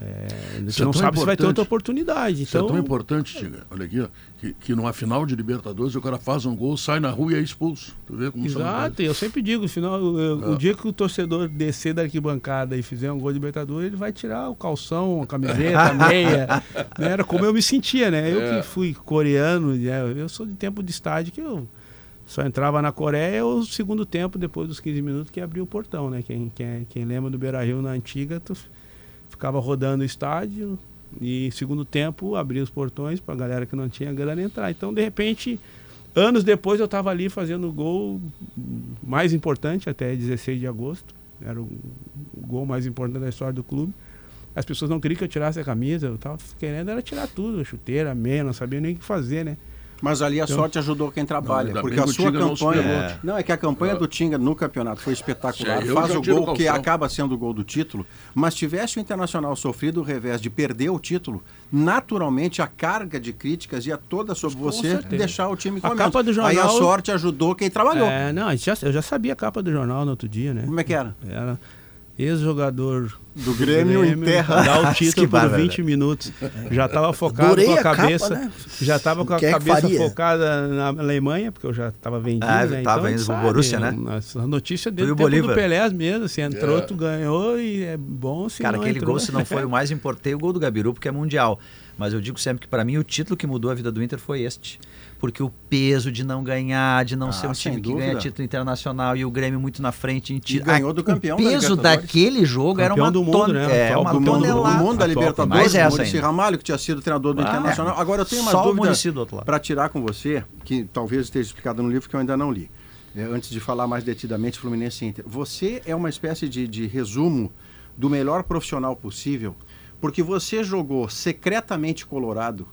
Speaker 9: É,
Speaker 1: Isso
Speaker 9: tu
Speaker 1: é
Speaker 9: não
Speaker 1: tão
Speaker 9: sabe se vai ter
Speaker 1: importante.
Speaker 9: outra oportunidade.
Speaker 1: Isso é
Speaker 9: Então,
Speaker 1: tão importante, Tiga. Olha aqui, ó, que, que numa final de Libertadores o cara faz um gol, sai na rua e é expulso. Tu vê como é são as
Speaker 9: Exato, e eu sempre digo, final, eh, o dia que o torcedor descer da arquibancada e fizer um gol de Libertadores, ele vai tirar o calção, a camiseta, a meia. né? Era como eu me sentia, né? Eu que fui coreano, né? eu sou de tempo de estádio que eu só entrava na Coreia é o segundo tempo, depois dos 15 minutos, que abriu o portão, né? Quem, quem, quem lembra do Beira-Rio na antiga, tu ficava rodando o estádio e segundo tempo abria os portões pra galera que não tinha grana entrar. Então, de repente, anos depois eu tava ali fazendo o gol mais importante até 16 de agosto. Era o o gol mais importante da história do clube. As pessoas não queriam que eu tirasse a camisa, eu tava querendo era tirar tudo, a chuteira, a meia, não sabia nem o que fazer, né?
Speaker 8: Mas ali a
Speaker 2: Então,
Speaker 8: sorte ajudou quem trabalha,
Speaker 1: ainda
Speaker 8: porque
Speaker 1: bem
Speaker 8: a
Speaker 1: que o
Speaker 8: sua
Speaker 1: Tinga não se
Speaker 8: campanha.
Speaker 1: pegou.
Speaker 8: Não, é que a campanha do Tinga no campeonato foi espetacular.
Speaker 1: Isso aí, eu
Speaker 8: Faz
Speaker 1: já
Speaker 8: o
Speaker 1: tiro o
Speaker 8: gol que
Speaker 1: calção.
Speaker 8: acaba sendo o gol do título, mas tivesse o Internacional sofrido o revés de perder o título, naturalmente a carga de críticas ia toda sobre você
Speaker 9: certeza.
Speaker 8: deixar o time com
Speaker 9: A
Speaker 8: menos.
Speaker 9: capa do jornal-
Speaker 8: Aí a sorte ajudou quem trabalhou.
Speaker 9: É, não, a gente já- eu já sabia a capa do jornal no outro dia, né?
Speaker 8: Como é que era?
Speaker 9: Era ex-jogador
Speaker 8: Do Grêmio em terra.
Speaker 9: Dá o título
Speaker 6: Que
Speaker 9: por
Speaker 6: bárbaro.
Speaker 9: 20 minutos. Já estava focado
Speaker 6: Adorei
Speaker 9: com a
Speaker 6: a capa,
Speaker 9: cabeça.
Speaker 6: né?
Speaker 9: Já estava com a
Speaker 6: Quem é que
Speaker 9: cabeça
Speaker 6: faria?
Speaker 9: focada na Alemanha, porque eu já estava vendido.
Speaker 2: Ah,
Speaker 9: né?
Speaker 2: tava
Speaker 9: Então,
Speaker 2: indo pro
Speaker 9: sabe,
Speaker 2: Borussia, né?
Speaker 9: A notícia
Speaker 2: e
Speaker 9: dele
Speaker 2: o
Speaker 9: tempo do
Speaker 2: Bolívar.
Speaker 9: Pelé mesmo. Se entrou,
Speaker 1: É.
Speaker 9: tu ganhou e é bom se
Speaker 2: Cara,
Speaker 9: não
Speaker 2: aquele
Speaker 9: entrou.
Speaker 2: gol, se não foi
Speaker 9: *laughs*
Speaker 2: o mais importante, o gol do Gabiru, porque é mundial. Mas eu digo sempre que para mim o título que mudou a vida do Inter foi este. Porque o peso de não ganhar, de não
Speaker 8: Ah,
Speaker 2: ser um
Speaker 8: sem
Speaker 2: time que
Speaker 8: dúvida.
Speaker 2: ganha título internacional e o Grêmio muito na frente em título.
Speaker 8: ganhou do campeão
Speaker 2: O
Speaker 8: da
Speaker 2: peso
Speaker 8: Libertadores.
Speaker 2: daquele jogo era
Speaker 9: Campeão
Speaker 2: uma
Speaker 9: do mundo,
Speaker 2: ton-
Speaker 9: né?
Speaker 2: É,
Speaker 9: Atual
Speaker 2: uma
Speaker 8: do mundo, do
Speaker 2: tonelada.
Speaker 8: mundo da
Speaker 2: Atual, tem
Speaker 8: Libertadores,
Speaker 2: Mais
Speaker 8: o
Speaker 2: essa
Speaker 8: Muricy
Speaker 2: ainda.
Speaker 8: Ramalho, que tinha sido treinador do
Speaker 2: Ah,
Speaker 8: Internacional. Agora eu tenho uma
Speaker 2: Só o Muricy do
Speaker 8: dúvida
Speaker 2: outro lado.
Speaker 8: para tirar com você, que talvez esteja explicado no livro que eu ainda não li. É, antes de falar mais detidamente Fluminense e Inter. Você é uma espécie de, de resumo do melhor profissional possível, porque você jogou secretamente colorado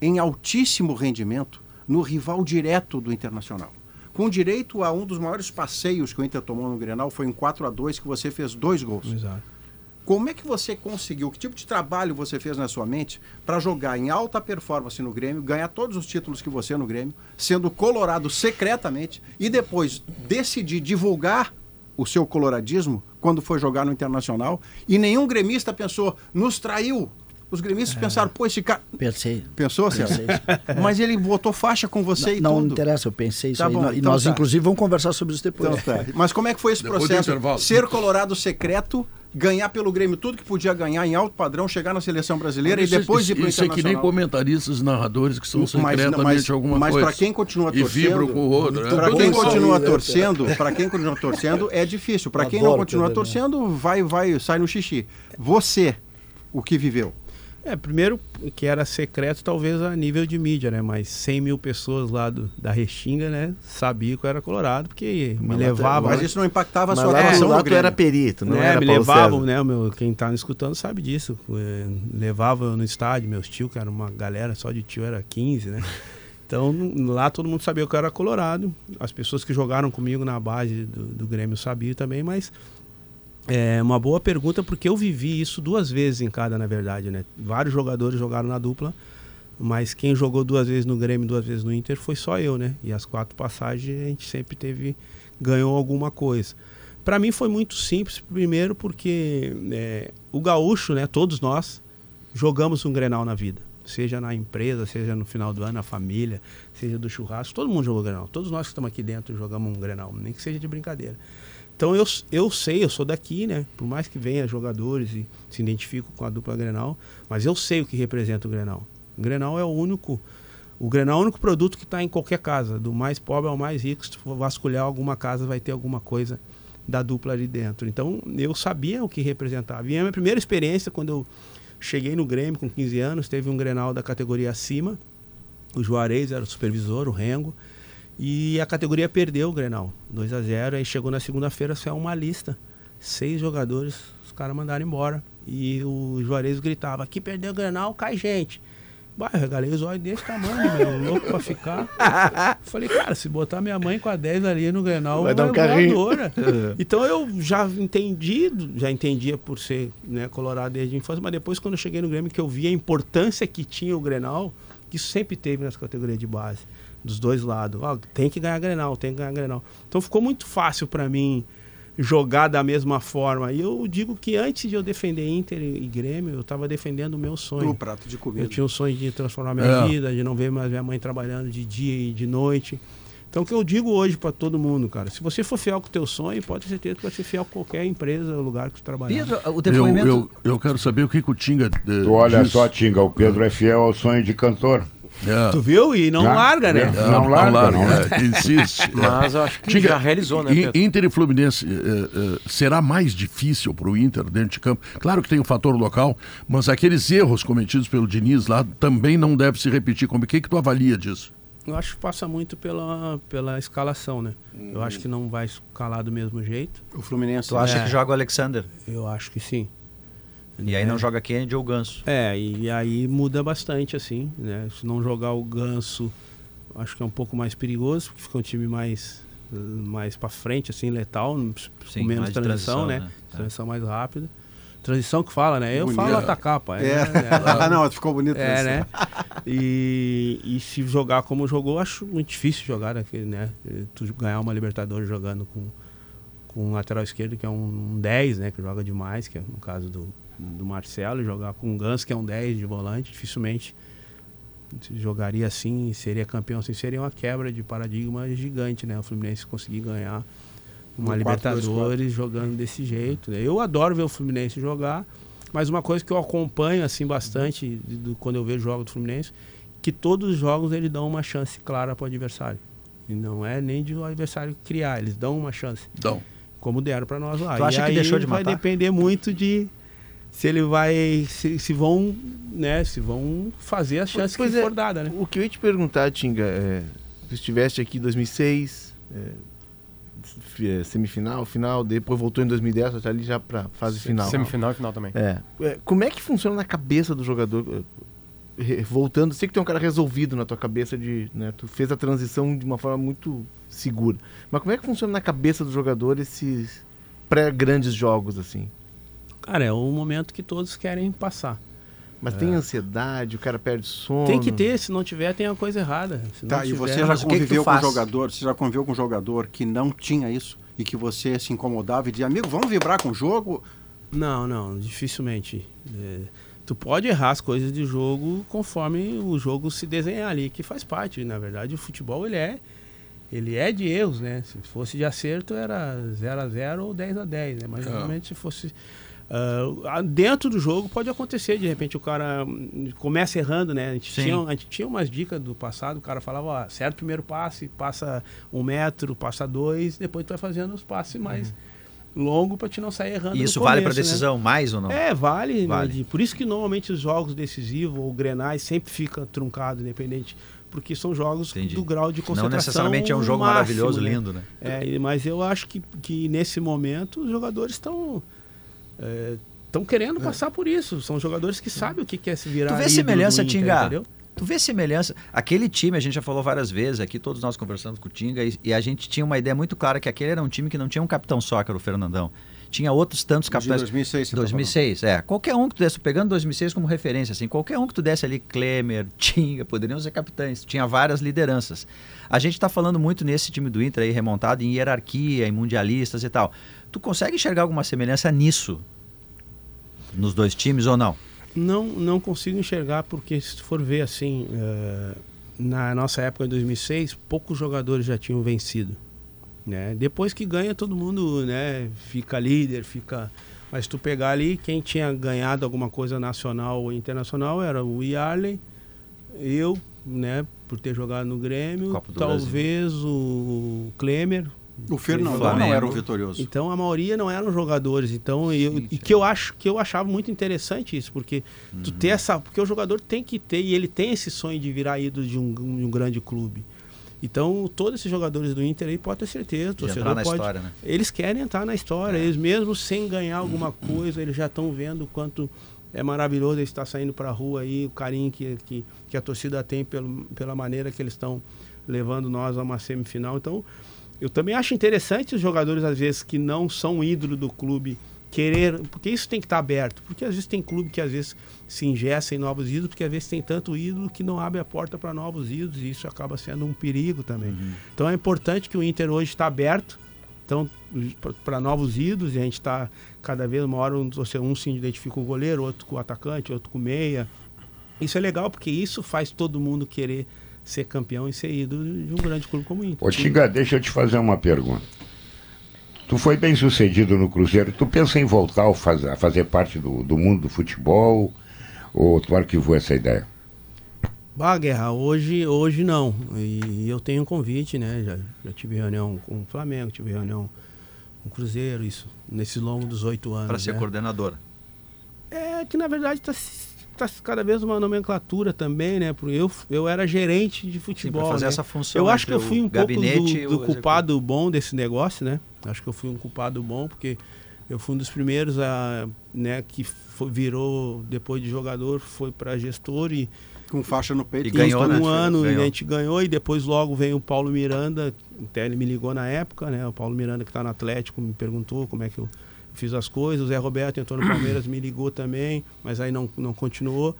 Speaker 8: em altíssimo rendimento no rival direto do Internacional. Com direito a um dos maiores passeios que o Inter tomou no Grenal, foi um 4 a 2 que você fez dois gols.
Speaker 9: Exato.
Speaker 8: Como é que você conseguiu? Que tipo de trabalho você fez na sua mente para jogar em alta performance no Grêmio, ganhar todos os títulos que você no Grêmio, sendo colorado secretamente e depois decidir divulgar o seu coloradismo quando foi jogar no Internacional e nenhum gremista pensou, nos traiu. Os gremistas pensaram, pô, esse cara.
Speaker 6: É. Pensei.
Speaker 8: Pensou, Celso?
Speaker 6: Pensei.
Speaker 8: *laughs* Mas ele botou faixa com você e
Speaker 6: não
Speaker 8: tudo.
Speaker 6: interessa, eu pensei isso
Speaker 8: Tá
Speaker 6: aí.
Speaker 8: bom,
Speaker 6: Nó- e
Speaker 8: então
Speaker 6: nós,
Speaker 8: tá.
Speaker 6: inclusive, vamos conversar sobre isso depois.
Speaker 8: Então tá. Mas como é que foi esse
Speaker 1: Depois do
Speaker 8: processo?
Speaker 1: intervalo.
Speaker 8: Ser colorado secreto, ganhar pelo Grêmio tudo que podia ganhar em alto padrão, chegar na seleção brasileira
Speaker 1: Isso-
Speaker 8: e depois
Speaker 1: isso,
Speaker 8: ir para o
Speaker 1: isso é que nem
Speaker 8: Internacional.
Speaker 1: comentaristas e narradores que são
Speaker 8: Mas-
Speaker 1: secretamente
Speaker 8: mas-
Speaker 1: alguma
Speaker 8: mas
Speaker 1: coisa.
Speaker 8: pra quem continua
Speaker 1: E vibram
Speaker 8: torcendo-
Speaker 1: com o outro. né?
Speaker 8: Para
Speaker 1: Todo
Speaker 8: quem
Speaker 1: mundo-
Speaker 8: continua torcendo,
Speaker 1: é.
Speaker 8: para quem continua torcendo é difícil. Para quem não
Speaker 6: Adoro
Speaker 8: continua
Speaker 6: perder, né?
Speaker 8: torcendo, vai, vai, sai no xixi. Você, o que viveu?
Speaker 9: É, primeiro que era secreto, talvez a nível de mídia, né? Mas 100 mil pessoas lá do, da Restinga, né? Sabia que eu era colorado, porque me
Speaker 4: Mas lá tu-
Speaker 9: levavam.
Speaker 8: Mas
Speaker 9: né?
Speaker 8: isso não impactava a
Speaker 4: Mas
Speaker 8: sua
Speaker 4: lá, tu,
Speaker 8: atuação
Speaker 4: lá
Speaker 8: no
Speaker 4: tu era
Speaker 8: Grêmio.
Speaker 4: perito, não
Speaker 9: É,
Speaker 4: era
Speaker 9: me
Speaker 4: Paulo
Speaker 9: levavam,
Speaker 4: César.
Speaker 9: né? o Meu, quem tá me escutando sabe disso. É, levava eu no estádio, meus tios, que era uma galera só de tio, era 15,
Speaker 4: *laughs*
Speaker 9: né? Então n- lá todo mundo sabia que eu era colorado. As pessoas que jogaram comigo na base do, do Grêmio sabiam também, mas é uma boa pergunta, porque eu vivi isso duas vezes em cada, na verdade, né? Vários jogadores jogaram na dupla, mas quem jogou duas vezes no Grêmio, duas vezes no Inter, foi só eu, né? E as quatro passagens a gente sempre teve ganhou alguma coisa. Para mim foi muito simples, primeiro porque é, o gaúcho, né? Todos nós jogamos um Grenal na vida, seja na empresa, seja no final do ano, na família, seja do churrasco, todo mundo jogou Grenal. Todos nós que estamos aqui dentro jogamos um Grenal, nem que seja de brincadeira. Então eu, eu sei, eu sou daqui, né? Por mais que venha jogadores e se identifico com a dupla Grenal, mas eu sei o que representa o Grenal. O Grenal é o único. O Grenal é o único produto que está em qualquer casa, do mais pobre ao mais rico. Se tu for vasculhar alguma casa, vai ter alguma coisa da dupla ali dentro. Então eu sabia o que representava. E é a minha primeira experiência, quando eu cheguei no Grêmio com 15 anos, teve um Grenal da categoria acima. O Juarez era o supervisor, o Rengo. E a categoria perdeu o Grenal, 2 a 0 Aí chegou na segunda-feira, saiu uma lista. Seis jogadores, os caras mandaram embora. E o Juarez gritava: aqui perdeu o Grenal, cai gente. Bah, eu regalei os olhos desse tamanho, meu, louco pra
Speaker 4: *laughs*
Speaker 9: ficar. Falei, cara, se botar minha mãe com a 10 ali no Grenal,
Speaker 4: Vai dar um
Speaker 9: é
Speaker 4: carrinho. *laughs* É.
Speaker 9: voadora.
Speaker 8: É.
Speaker 9: Então eu já entendi, já entendia por ser né, colorado desde a infância, mas depois quando eu cheguei no Grêmio, que eu vi a importância que tinha o Grenal, que isso sempre teve nas categorias de base, dos dois lados. Ó, tem que ganhar Grenal, tem que ganhar Grenal. Então ficou muito fácil para mim jogar da mesma forma. E eu digo que antes de eu defender Inter e e Grêmio, eu estava defendendo o meu sonho.
Speaker 8: No prato de comida.
Speaker 9: Eu tinha o sonho de transformar minha
Speaker 1: É.
Speaker 9: vida, de não ver mais minha mãe trabalhando de dia e de noite. Então, o que eu digo hoje para todo mundo, cara, se você for fiel com o teu sonho, pode ter certeza que vai ser fiel com qualquer empresa, lugar que tu trabalhar.
Speaker 2: Pedro, o
Speaker 1: Eu,
Speaker 2: depoimento.
Speaker 1: eu, eu quero saber o que, que o Tinga. eh,
Speaker 5: Tu olha
Speaker 1: diz.
Speaker 5: só, Tinga, o Pedro é fiel ao sonho de cantor.
Speaker 1: É.
Speaker 9: Tu viu? E não
Speaker 5: Já? É.
Speaker 9: larga, né?
Speaker 5: Não, larga, não larga.
Speaker 1: é, insiste.
Speaker 3: Mas eu acho que
Speaker 1: Diga,
Speaker 3: já realizou, né,
Speaker 1: In-
Speaker 3: Pedro?
Speaker 1: Inter e Fluminense, eh, eh, será mais difícil para o Inter dentro de campo? Claro que tem o fator local, mas aqueles erros cometidos pelo Diniz lá também não deve se repetir. Como o que, que tu avalia disso?
Speaker 9: Eu acho que passa muito pela, pela escalação, né? Eu acho que não vai escalar do mesmo jeito.
Speaker 8: O Fluminense.
Speaker 2: Tu acha
Speaker 9: É.
Speaker 2: que joga o Alexander?
Speaker 9: Eu acho que sim.
Speaker 2: E aí não joga Kennedy ou Ganso.
Speaker 9: É, e aí muda bastante, assim, né? Se não jogar o ganso, acho que é um pouco mais perigoso, porque fica um time mais, eh, mais para frente, assim, letal,
Speaker 2: Sim,
Speaker 9: com menos
Speaker 2: mais de
Speaker 9: transição,
Speaker 2: transição,
Speaker 9: né?
Speaker 2: né? É.
Speaker 9: Transição mais rápida. Transição que fala, né? Eu
Speaker 8: Bonito.
Speaker 9: falo atacar, pai.
Speaker 8: É. *laughs* Ah, não, ficou bonito
Speaker 9: É,
Speaker 8: isso.
Speaker 9: né? E, e se jogar como jogou, acho muito difícil jogar daquele, né? Eh, Tu ganhar uma Libertadores jogando com, com um lateral esquerdo, que é um, um 10, né? Que joga demais, que é no caso do, do Marcelo, e jogar com um Ganso, que é um 10 de volante, dificilmente se jogaria assim, seria campeão assim, seria uma quebra de paradigma gigante, né? O Fluminense conseguir ganhar uma
Speaker 8: Um
Speaker 9: Libertadores
Speaker 8: 4-2-4.
Speaker 9: jogando desse jeito. né? Eu adoro ver o Fluminense jogar, mas uma coisa que eu acompanho assim bastante de- do- quando eu vejo jogos do Fluminense, que todos os jogos eles dão uma chance clara para o adversário. E não é nem de o adversário criar, eles dão uma chance
Speaker 1: Então,
Speaker 9: como deram para nós lá.
Speaker 2: Tu acha
Speaker 9: e
Speaker 2: que
Speaker 9: aí
Speaker 2: deixou de
Speaker 9: vai
Speaker 2: matar?
Speaker 9: depender muito de se ele vai se, se vão, né, se vão fazer as chances
Speaker 4: Pois
Speaker 9: que
Speaker 4: é.
Speaker 9: for dada, né?
Speaker 4: O que eu ia te perguntar, Tinga, é, tu estiveste aqui em 2006, é, fi- é, semifinal, final, depois voltou em 2010, tá ali já pra fase final.
Speaker 3: Semifinal e final também.
Speaker 4: É. É, Como é que funciona na cabeça do jogador? eh, re- Voltando, sei que tu é um cara resolvido na tua cabeça de, né, tu fez a transição de uma forma muito segura. Mas como é que funciona na cabeça do jogador esses pré grandes jogos assim?
Speaker 9: Cara, é um momento que todos querem passar. É.
Speaker 4: Mas
Speaker 3: É.
Speaker 4: tem ansiedade, o cara perde sono.
Speaker 9: Tem que ter, se não tiver, tem uma coisa errada. Se
Speaker 8: Tá,
Speaker 9: não
Speaker 8: e
Speaker 9: tiver-
Speaker 8: você já
Speaker 2: mas o que que tu
Speaker 8: conviveu com um
Speaker 2: faz?
Speaker 8: jogador, você já conviveu com um jogador que não tinha isso e que você se incomodava e dizia, amigo, vamos vibrar com o jogo?
Speaker 9: Não, não, dificilmente. É, tu pode errar as coisas de jogo conforme o jogo se desenhar ali, que faz parte. Na verdade, o futebol ele é, ele é de erros, né? Se fosse de acerto, era 0 a 0 ou 10 a 10 né? Mas normalmente se fosse. ah, dentro do jogo pode acontecer, de repente o cara hum, começa errando, né? A gente,
Speaker 2: Sim.
Speaker 9: tinha, a gente tinha umas dicas do passado, o cara falava, ó, certo primeiro passe, passa um metro, passa dois, depois tu vai fazendo os passes mais longo pra te não sair errando.
Speaker 2: E
Speaker 9: no
Speaker 2: isso vale pra
Speaker 9: começo, né?
Speaker 2: decisão mais ou não?
Speaker 9: É, vale. né,
Speaker 2: Vale.
Speaker 9: de- Por isso que normalmente os jogos decisivos ou grenais sempre fica truncado, independente. Porque são jogos
Speaker 2: Entendi.
Speaker 9: do grau de concentração.
Speaker 2: Não necessariamente é um jogo
Speaker 9: máximo,
Speaker 2: maravilhoso,
Speaker 9: né?
Speaker 2: lindo, né?
Speaker 9: É, e- mas eu acho que, que nesse momento os jogadores estão. Estão querendo passar por isso. São jogadores que sabem o que que é se virar.
Speaker 2: É. Tu vê
Speaker 9: ídolo do
Speaker 2: semelhança,
Speaker 9: Inter,
Speaker 2: Tinga?
Speaker 9: entendeu?
Speaker 2: Tu vê semelhança. Aquele time, a gente já falou várias vezes aqui, todos nós conversando com o Tinga, e, e a gente tinha uma ideia muito clara que aquele era um time que não tinha um capitão só, que era o Fernandão. Tinha outros tantos capitães.
Speaker 8: 2006, você tá
Speaker 2: 2006, é. Qualquer um que tu desse, pegando 2006 como referência, assim, qualquer um que tu desse ali, Klemer, *laughs* Tinga, poderiam ser capitães. Tinha várias lideranças. A gente tá falando muito nesse time do Inter aí, remontado em hierarquia, em mundialistas e tal. Tu consegue enxergar alguma semelhança nisso? Nos dois times ou não?
Speaker 9: Não, não consigo enxergar, porque se tu for ver assim, eh, na nossa época de 2006, poucos jogadores já tinham vencido. Né? Depois que ganha, todo mundo né, fica líder, fica. Mas se tu pegar ali, quem tinha ganhado alguma coisa nacional ou internacional era o Yarley, eu, né, por ter jogado no Grêmio,
Speaker 2: Copa do
Speaker 9: talvez o Klemer,
Speaker 8: O Fernandão não
Speaker 2: Flamengo.
Speaker 8: era o vitorioso.
Speaker 9: então a maioria não eram jogadores. Então eu, e que eu acho que eu achava muito interessante isso, porque tu
Speaker 2: Uhum.
Speaker 9: ter essa, porque o jogador tem que ter e ele tem esse sonho de virar ídolo de um, de um grande clube. Então todos esses jogadores do Inter aí pode ter certeza, o torcedor
Speaker 2: entrar na
Speaker 9: pode.
Speaker 2: história, né?
Speaker 9: Eles querem entrar na história, eles mesmo sem ganhar alguma coisa, eles já estão vendo o quanto é maravilhoso eles estar saindo para a rua aí, o carinho que, que, que a torcida tem pelo, pela maneira que eles estão levando nós a uma semifinal. Então, eu também acho interessante os jogadores, às vezes, que não são ídolo do clube, querer. Porque isso tem que estar aberto. Porque às vezes tem clube que às vezes se ingessa em novos ídolos, porque às vezes tem tanto ídolo que não abre a porta para novos ídolos, e isso acaba sendo um perigo também. Então é importante que o Inter hoje está aberto. Então, para novos ídolos, e a gente está cada vez uma hora um, torce- um se identifica com o goleiro, outro com o atacante, outro com o meia. Isso é legal porque isso faz todo mundo querer ser campeão e ser ídolo de um grande clube como o Inter.
Speaker 5: Ô, Tiga, deixa eu te fazer uma pergunta. Tu foi bem sucedido no Cruzeiro, tu pensa em voltar ao faz- a fazer parte do, do mundo do futebol? Ou tu arquivou essa ideia?
Speaker 9: Bah, Guerra, hoje, hoje não. E eu tenho um convite, né? Já, já tive reunião com o Flamengo, tive reunião com o Cruzeiro, isso, nesse longo dos oito anos.
Speaker 2: Para ser
Speaker 9: né?
Speaker 2: coordenadora.
Speaker 9: É que na verdade está cada vez uma nomenclatura também, né? Porque eu, eu era gerente de futebol.
Speaker 2: fazer
Speaker 9: né?
Speaker 2: essa função
Speaker 9: Eu acho que
Speaker 2: entre
Speaker 9: eu fui
Speaker 2: o
Speaker 9: um pouco
Speaker 2: gabinete e
Speaker 9: do,
Speaker 2: o
Speaker 9: do culpado bom desse negócio, né? Acho que eu fui um culpado bom, porque eu fui um dos primeiros a, né, que fo- virou, depois de jogador, foi para gestor e
Speaker 8: Com faixa no peito.
Speaker 2: E
Speaker 9: e
Speaker 2: ganhou,
Speaker 9: isso,
Speaker 2: né?
Speaker 9: um ano e
Speaker 2: Ganhou.
Speaker 9: a gente ganhou e depois logo veio o Paulo Miranda, até ele me ligou na época, né? O Paulo Miranda que está no Atlético me perguntou como é que eu fiz as coisas. O Zé Roberto entrou no Palmeiras, me ligou também, mas aí não, não continuou.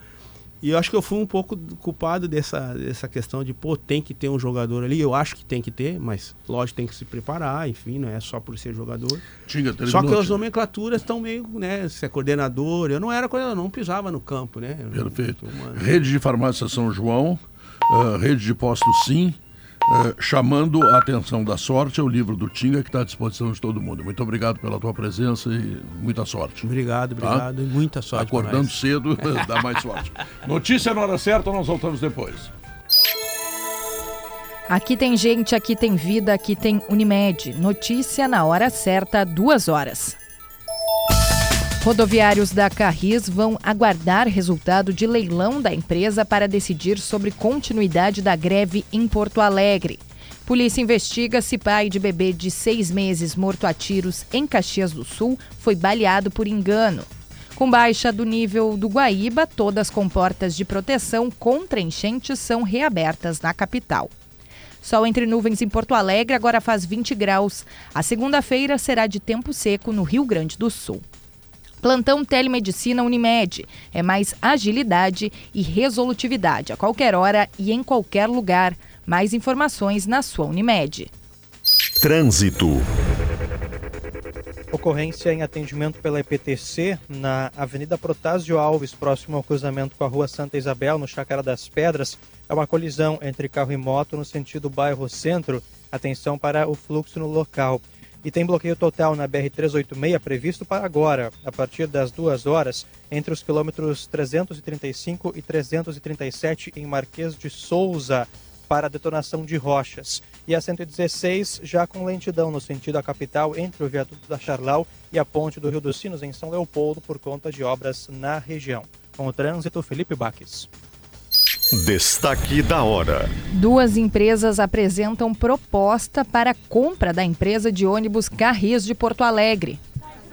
Speaker 9: E eu acho que eu fui um pouco culpado dessa, dessa questão de, pô, tem que ter um jogador ali. Eu acho que tem que ter, mas lógico, tem que se preparar, enfim, não é só por ser jogador.
Speaker 1: Tinga, terminou,
Speaker 9: Só que as
Speaker 1: Tinga.
Speaker 9: nomenclaturas estão meio, né? Se é coordenador, eu não era coordenador, eu não pisava no campo, né? Eu não-
Speaker 1: Perfeito.
Speaker 9: Mano.
Speaker 1: Rede de Farmácia São João, ah, Rede de Postos Sim, ah, chamando a atenção da sorte, é o livro do Tinga que está à disposição de todo mundo. Muito obrigado pela tua presença e muita sorte.
Speaker 9: Obrigado,
Speaker 1: Tá?
Speaker 9: obrigado. e Muita sorte. pra
Speaker 1: Acordando
Speaker 9: nós.
Speaker 1: cedo *laughs* dá mais sorte. Notícia na hora certa, nós voltamos depois.
Speaker 10: Aqui tem gente, aqui tem vida, aqui tem Unimed. Notícia na hora certa, duas horas. Rodoviários da Carris vão aguardar resultado de leilão da empresa para decidir sobre continuidade da greve em Porto Alegre. Polícia investiga se pai de bebê de seis meses morto a tiros em Caxias do Sul foi baleado por engano. Com baixa do nível do Guaíba, todas com portas de proteção contra enchentes são reabertas na capital. Sol entre nuvens em Porto Alegre, agora faz 20 graus. A segunda-feira será de tempo seco no Rio Grande do Sul. Plantão Telemedicina Unimed. É mais agilidade e resolutividade a qualquer hora e em qualquer lugar. Mais informações na sua Unimed.
Speaker 11: Trânsito.
Speaker 12: Ocorrência em atendimento pela EPTC na Avenida Protásio Alves, próximo ao cruzamento com a Rua Santa Isabel, no Chácara das Pedras. É uma colisão entre carro e moto no sentido bairro centro. Atenção para o fluxo no local. E tem bloqueio total na BR-386 previsto para agora, a partir das duas horas, entre os quilômetros 335 e 337 em Marquês de Souza, para a detonação de rochas. e a 116 já com lentidão no sentido à capital entre o viaduto da Charlau e a ponte do Rio dos Sinos em São Leopoldo por conta de obras na região. Com o trânsito, Felipe Baques.
Speaker 11: Destaque da hora.
Speaker 10: Duas empresas apresentam proposta para compra da empresa de ônibus Carris de Porto Alegre.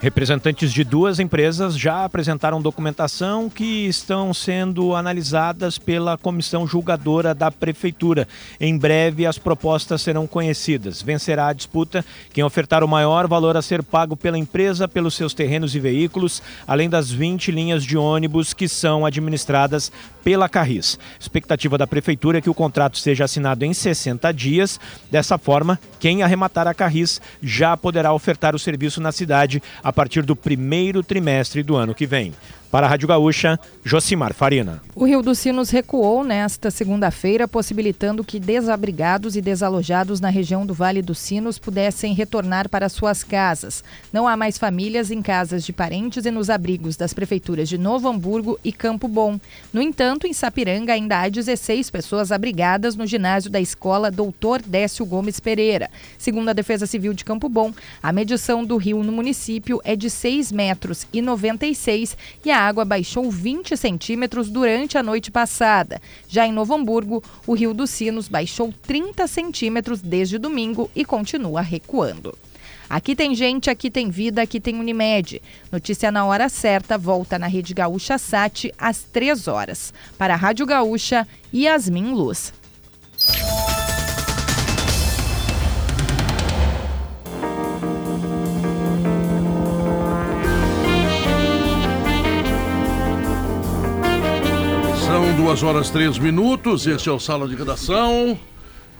Speaker 12: Representantes de duas empresas já apresentaram documentação que estão sendo analisadas pela comissão julgadora da prefeitura. Em breve as propostas serão conhecidas. Vencerá a disputa quem ofertar o maior valor a ser pago pela empresa pelos seus terrenos e veículos, além das 20 linhas de ônibus que são administradas pela Carris. Expectativa da prefeitura é que o contrato seja assinado em 60 dias. Dessa forma, quem arrematar a Carris já poderá ofertar o serviço na cidade a partir do primeiro trimestre do ano que vem. Para a Rádio Gaúcha, Josimar Farina.
Speaker 10: O Rio dos Sinos recuou nesta segunda-feira, possibilitando que desabrigados e desalojados na região do Vale dos Sinos pudessem retornar para suas casas. Não há mais famílias em casas de parentes e nos abrigos das prefeituras de Novo Hamburgo e Campo Bom. No entanto, em Sapiranga ainda há 16 pessoas abrigadas no ginásio da escola Doutor Décio Gomes Pereira. Segundo a Defesa Civil de Campo Bom, a medição do rio no município é de 6 metros e 96 e a a água baixou 20 centímetros durante a noite passada. Já em Novo Hamburgo, o Rio dos Sinos baixou 30 centímetros desde domingo e continua recuando. Aqui tem gente, aqui tem vida, aqui tem Unimed. Notícia na hora certa, volta na Rede Gaúcha Sat às 3 horas. Para a Rádio Gaúcha, Yasmin Luz.
Speaker 1: São duas horas três minutos, esse é o Sala de Redação,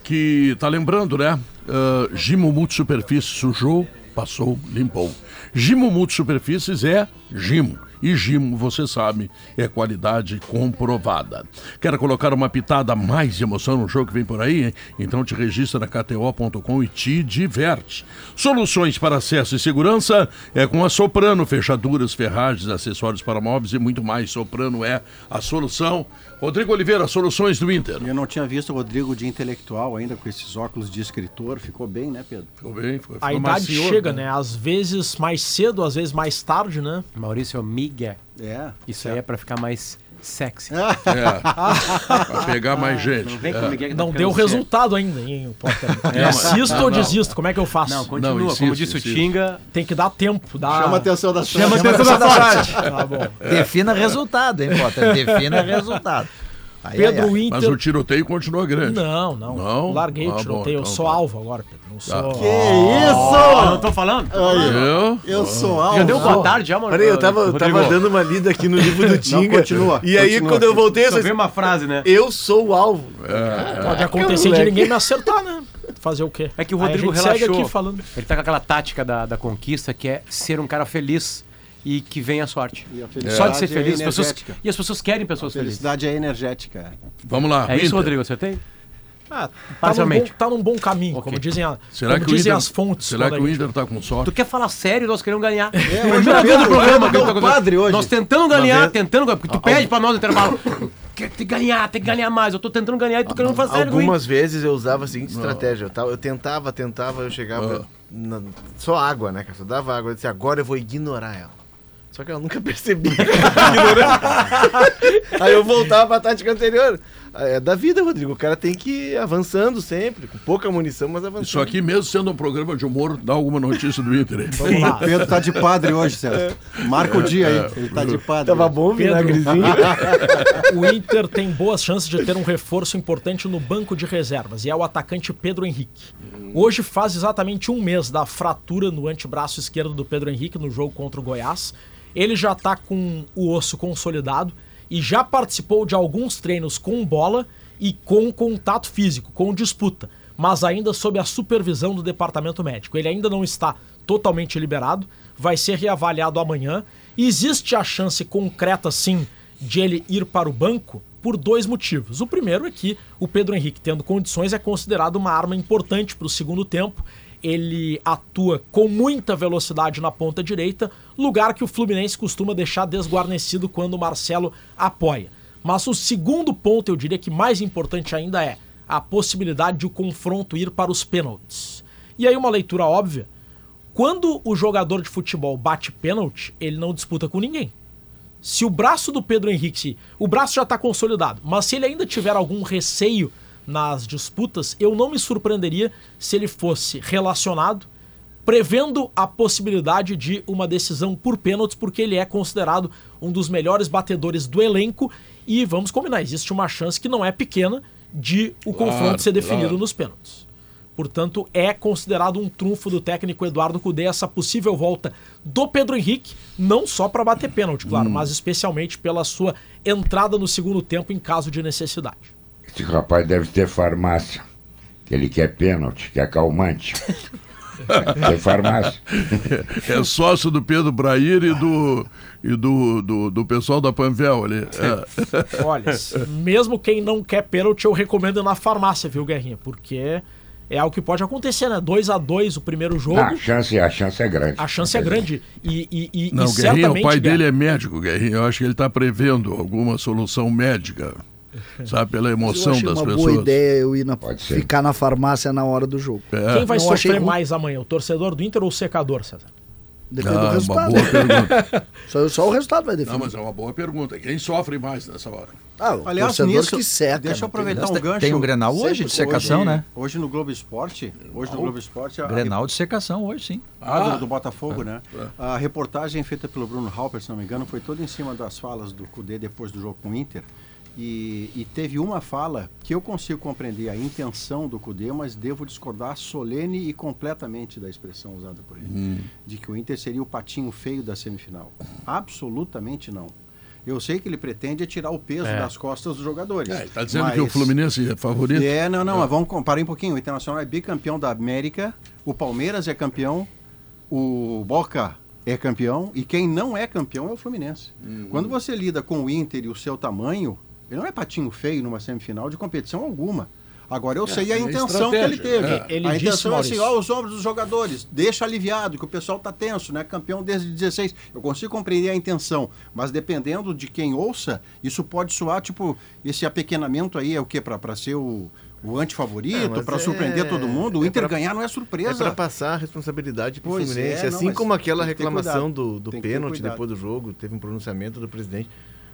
Speaker 1: que tá lembrando, né? Uh, Gimo Multisuperfície sujou, passou, limpou. Gimo Multisuperfícies é Gimo. E Gimo, você sabe, é qualidade comprovada. Quer colocar uma pitada a mais de emoção no jogo que vem por aí? hein? Então te registra na KTO.com e te diverte. Soluções para acesso e segurança é com a Soprano, fechaduras, ferragens, acessórios para móveis e muito mais. Soprano é a solução. Rodrigo Oliveira, soluções do Inter.
Speaker 8: Eu não tinha visto o Rodrigo de intelectual ainda com esses óculos de escritor. Ficou bem, né, Pedro?
Speaker 1: Ficou bem, ficou,
Speaker 7: A idade chega, né? Às vezes mais cedo, às vezes mais tarde, né?
Speaker 3: Maurício Miga.
Speaker 8: É.
Speaker 3: Isso aí é pra ficar mais *laughs* sexy.
Speaker 7: *laughs*
Speaker 3: Ah,
Speaker 1: É, pra pegar mais gente.
Speaker 3: Não vem
Speaker 1: É.
Speaker 3: com o Miguel que tá
Speaker 7: Não
Speaker 3: ficando
Speaker 7: deu
Speaker 3: sério. É,
Speaker 7: resultado ainda, hein, Potter?
Speaker 1: mas-
Speaker 7: Insisto
Speaker 1: não,
Speaker 7: ou
Speaker 1: não.
Speaker 7: desisto? Como é que eu faço?
Speaker 3: Não, continua.
Speaker 1: Não, insisto,
Speaker 3: Como disse
Speaker 1: insisto.
Speaker 3: o Tinga,
Speaker 7: Tem que dar tempo. Dá...
Speaker 8: Chama a atenção da
Speaker 7: Chama a atenção da sorte. Tá bom.
Speaker 2: *laughs* Defina resultado, hein,
Speaker 7: *laughs*
Speaker 2: Potter? Defina resultado. Ai, ai,
Speaker 7: Pedro
Speaker 2: ai.
Speaker 7: Inter.
Speaker 1: Mas o tiroteio continua grande.
Speaker 7: Não, não.
Speaker 1: Não?
Speaker 7: Larguei
Speaker 1: Ah,
Speaker 7: o
Speaker 1: bom,
Speaker 7: tiroteio. eu
Speaker 1: então
Speaker 7: sou
Speaker 1: tá.
Speaker 7: alvo agora, Pedro. Não sou.
Speaker 8: Que isso?
Speaker 3: não tô falando?
Speaker 1: Eu?
Speaker 8: Eu sou alvo.
Speaker 3: Já deu boa tarde, já, mano?
Speaker 4: Peraí, eu tava, eu
Speaker 3: Rodrigo,
Speaker 4: tava dando uma lida aqui no
Speaker 8: *laughs*
Speaker 4: livro do Tinga.
Speaker 8: continua,
Speaker 4: E aí,
Speaker 8: continua.
Speaker 4: quando eu voltei, eu,
Speaker 3: Só
Speaker 4: disse,
Speaker 3: veio uma frase, né?
Speaker 4: eu sou o alvo.
Speaker 1: É,
Speaker 7: é. Pode acontecer de
Speaker 4: moleque.
Speaker 7: ninguém me acertar, né? Fazer o quê?
Speaker 3: É que o
Speaker 7: Aí
Speaker 3: Rodrigo
Speaker 7: a gente segue
Speaker 3: relaxou.
Speaker 7: aqui falando.
Speaker 3: Ele tá com aquela tática da, da conquista que é ser um cara feliz e que venha a sorte.
Speaker 8: E a felicidade
Speaker 3: né? Só de ser feliz, as
Speaker 8: é
Speaker 3: pessoas,
Speaker 8: energética.
Speaker 3: e as pessoas querem pessoas felizes.
Speaker 8: Felicidade é energética.
Speaker 1: Vamos lá.
Speaker 3: É isso,
Speaker 1: Inter.
Speaker 3: Rodrigo, acertei?
Speaker 7: Ah, tá, num bom,
Speaker 3: Parcialmente.
Speaker 7: tá num bom caminho,
Speaker 3: Ok.
Speaker 7: como dizem, a,
Speaker 1: Será
Speaker 7: como
Speaker 1: que o
Speaker 7: dizem
Speaker 1: Inter,
Speaker 7: as fontes. quando
Speaker 1: Será que
Speaker 7: a
Speaker 1: o
Speaker 7: gente-
Speaker 1: Inter tá com
Speaker 3: Tu
Speaker 1: sorte?
Speaker 3: quer falar sério, nós queremos ganhar. É,
Speaker 8: hoje é
Speaker 3: do
Speaker 8: o
Speaker 3: programa,
Speaker 8: programa do
Speaker 3: que tá
Speaker 8: padre hoje.
Speaker 3: Nós tentando
Speaker 8: Uma
Speaker 3: ganhar,
Speaker 8: vez-
Speaker 3: tentando ganhar, porque tu pede pra nós no intervalo. Quer te ganhar, tem que ganhar mais. Eu tô tentando ganhar e tu querendo fazer sério,
Speaker 4: Algumas vezes eu usava a seguinte estratégia. Eu, tava- eu tentava, tentava, eu
Speaker 8: Ah.
Speaker 4: chegava. na- só água, né, cara? Só dava água. Eu disse, agora eu vou ignorar ela. Só que ela nunca *laughs*
Speaker 8: *laughs*
Speaker 4: percebia. que eu tava ignorando. Aí eu voltava pra tática anterior. É da vida, Rodrigo. O cara tem que ir avançando sempre, com pouca munição, mas avançando.
Speaker 1: Isso aqui, mesmo sendo um programa de humor, dá alguma notícia do Inter.
Speaker 7: *laughs*
Speaker 1: hein? É,
Speaker 7: Vamos lá.
Speaker 8: Pedro tá de padre hoje, César. Marca o dia aí. Ele tá de padre.
Speaker 4: Tava bom o
Speaker 7: Pedro.
Speaker 8: *laughs*
Speaker 1: *laughs*
Speaker 4: vinagrezinho.
Speaker 7: O Inter tem boas chances de ter um reforço importante no banco de reservas e é o atacante Pedro Henrique. Hoje faz exatamente um mês da fratura no antebraço esquerdo do Pedro Henrique no jogo contra o Goiás. Ele já está com o osso consolidado e já participou de alguns treinos com bola e com contato físico, com disputa, mas ainda sob a supervisão do departamento médico. Ele ainda não está totalmente liberado, vai ser reavaliado amanhã. Existe a chance concreta, sim, de ele ir para o banco por dois motivos. O primeiro é que o Pedro Henrique, tendo condições, é considerado uma arma importante para o segundo tempo. Ele atua com muita velocidade na ponta direita, lugar que o Fluminense costuma deixar desguarnecido quando o Marcelo apoia. Mas o segundo ponto, eu diria que mais importante ainda é a possibilidade de o confronto ir para os pênaltis. E aí uma leitura óbvia, quando o jogador de futebol bate pênalti, ele não disputa com ninguém. Se o braço do Pedro Henrique, o braço já está consolidado, mas se ele ainda tiver algum receio nas disputas, eu não me surpreenderia se ele fosse relacionado, prevendo a possibilidade de uma decisão por pênaltis, porque ele é considerado um dos melhores batedores do elenco e vamos combinar, existe uma chance que não é pequena de o
Speaker 1: Claro,
Speaker 7: confronto ser definido
Speaker 1: claro.
Speaker 7: nos pênaltis. Portanto, é considerado um trunfo do técnico Eduardo Cudê essa possível volta do Pedro Henrique, não só para bater pênalti,
Speaker 1: Hum.
Speaker 7: claro, mas especialmente pela sua entrada no segundo tempo em caso de necessidade.
Speaker 5: Esse rapaz deve ter farmácia. Que ele quer pênalti, quer calmante. Tem farmácia.
Speaker 1: É sócio do Pedro Brair e do, e do, do, do pessoal da Panvel ali. É. *laughs*
Speaker 7: Olha, mesmo quem não quer pênalti, eu recomendo ir na farmácia, viu, Guerrinha? Porque é algo que pode acontecer, né? 2 a 2 o primeiro jogo,
Speaker 5: Não, Tá,
Speaker 1: Ah,
Speaker 5: a, chance, a chance é grande.
Speaker 8: Ah,
Speaker 7: a chance é grande. E, e, e,
Speaker 1: Não,
Speaker 7: e
Speaker 1: Guerrinha, o pai
Speaker 7: Guerra,
Speaker 1: dele é médico, Guerrinha. Eu acho que ele está prevendo alguma solução médica. Sabe, pela
Speaker 6: eu
Speaker 1: emoção
Speaker 6: achei
Speaker 1: das
Speaker 6: uma
Speaker 1: pessoas.
Speaker 6: boa ideia eu ir na,
Speaker 5: ser.
Speaker 6: ficar na farmácia na hora do jogo.
Speaker 1: É.
Speaker 7: Quem vai
Speaker 6: Não achei
Speaker 7: sofrer
Speaker 6: ruim.
Speaker 7: mais amanhã, o torcedor do Inter ou o secador, César?
Speaker 6: Depende
Speaker 1: Ah,
Speaker 6: do
Speaker 1: uma
Speaker 6: resultado.
Speaker 1: boa
Speaker 6: *laughs* só, só o resultado vai definir.
Speaker 1: Não, mas é uma boa pergunta. Quem sofre mais nessa hora?
Speaker 6: Ah, o
Speaker 8: Aliás,
Speaker 6: torcedor
Speaker 8: nisso,
Speaker 6: que seca.
Speaker 8: deixa eu
Speaker 6: não tem-
Speaker 8: aproveitar um gancho.
Speaker 2: Tem um Grenal hoje de secação,
Speaker 8: hoje,
Speaker 2: né?
Speaker 8: Hoje no Globo Esporte, hoje no Globo Esporte, a,
Speaker 2: Grenal de secação hoje, sim.
Speaker 8: Ah, do, do Botafogo, né?
Speaker 1: É,
Speaker 8: A reportagem feita pelo Bruno Halper, se não me engano, foi toda em cima das falas do Cudê depois do jogo com o Inter. E, e teve uma fala que eu consigo compreender a intenção do Cudê, mas devo discordar solene e completamente da expressão usada por ele.
Speaker 4: Hum.
Speaker 8: De que o Inter seria o patinho feio da semifinal. Absolutamente não. Eu sei que ele pretende é tirar o peso das costas dos jogadores.
Speaker 1: É, ele tá dizendo que o
Speaker 8: mas-
Speaker 1: Fluminense é favorito?
Speaker 8: é, não, não, mas vamos comparar um pouquinho. O Internacional é bicampeão da América, o Palmeiras é campeão, o Boca é campeão e quem não é campeão é o Fluminense. Quando você lida com o Inter e o seu tamanho, ele não é patinho feio numa semifinal de competição alguma. Agora eu sei a intenção que ele teve.
Speaker 1: estratégia,
Speaker 7: é. Ele
Speaker 8: a
Speaker 7: disse,
Speaker 8: intenção é assim,
Speaker 7: Maurício.
Speaker 8: ó, os ombros dos jogadores, deixa aliviado, que o pessoal tá tenso, né? Campeão desde 16. Eu consigo compreender a intenção, mas dependendo de quem ouça, isso pode soar, tipo, esse apequenamento aí é o quê? Pra, pra ser o, o
Speaker 4: É,
Speaker 8: antifavorito,
Speaker 4: mas
Speaker 8: pra
Speaker 4: é-
Speaker 8: surpreender todo mundo. O
Speaker 4: é
Speaker 8: Inter
Speaker 4: pra-
Speaker 8: ganhar não é
Speaker 4: É
Speaker 8: surpresa.
Speaker 4: pra passar a responsabilidade pro
Speaker 8: Pois
Speaker 4: Fluminense.
Speaker 8: é, não,
Speaker 4: assim
Speaker 8: mas
Speaker 4: como aquela
Speaker 8: tem que ter
Speaker 4: reclamação
Speaker 8: cuidado.
Speaker 4: do, do
Speaker 8: Tem que ter
Speaker 4: pênalti
Speaker 8: cuidado.
Speaker 4: depois do jogo, teve um pronunciamento do presidente.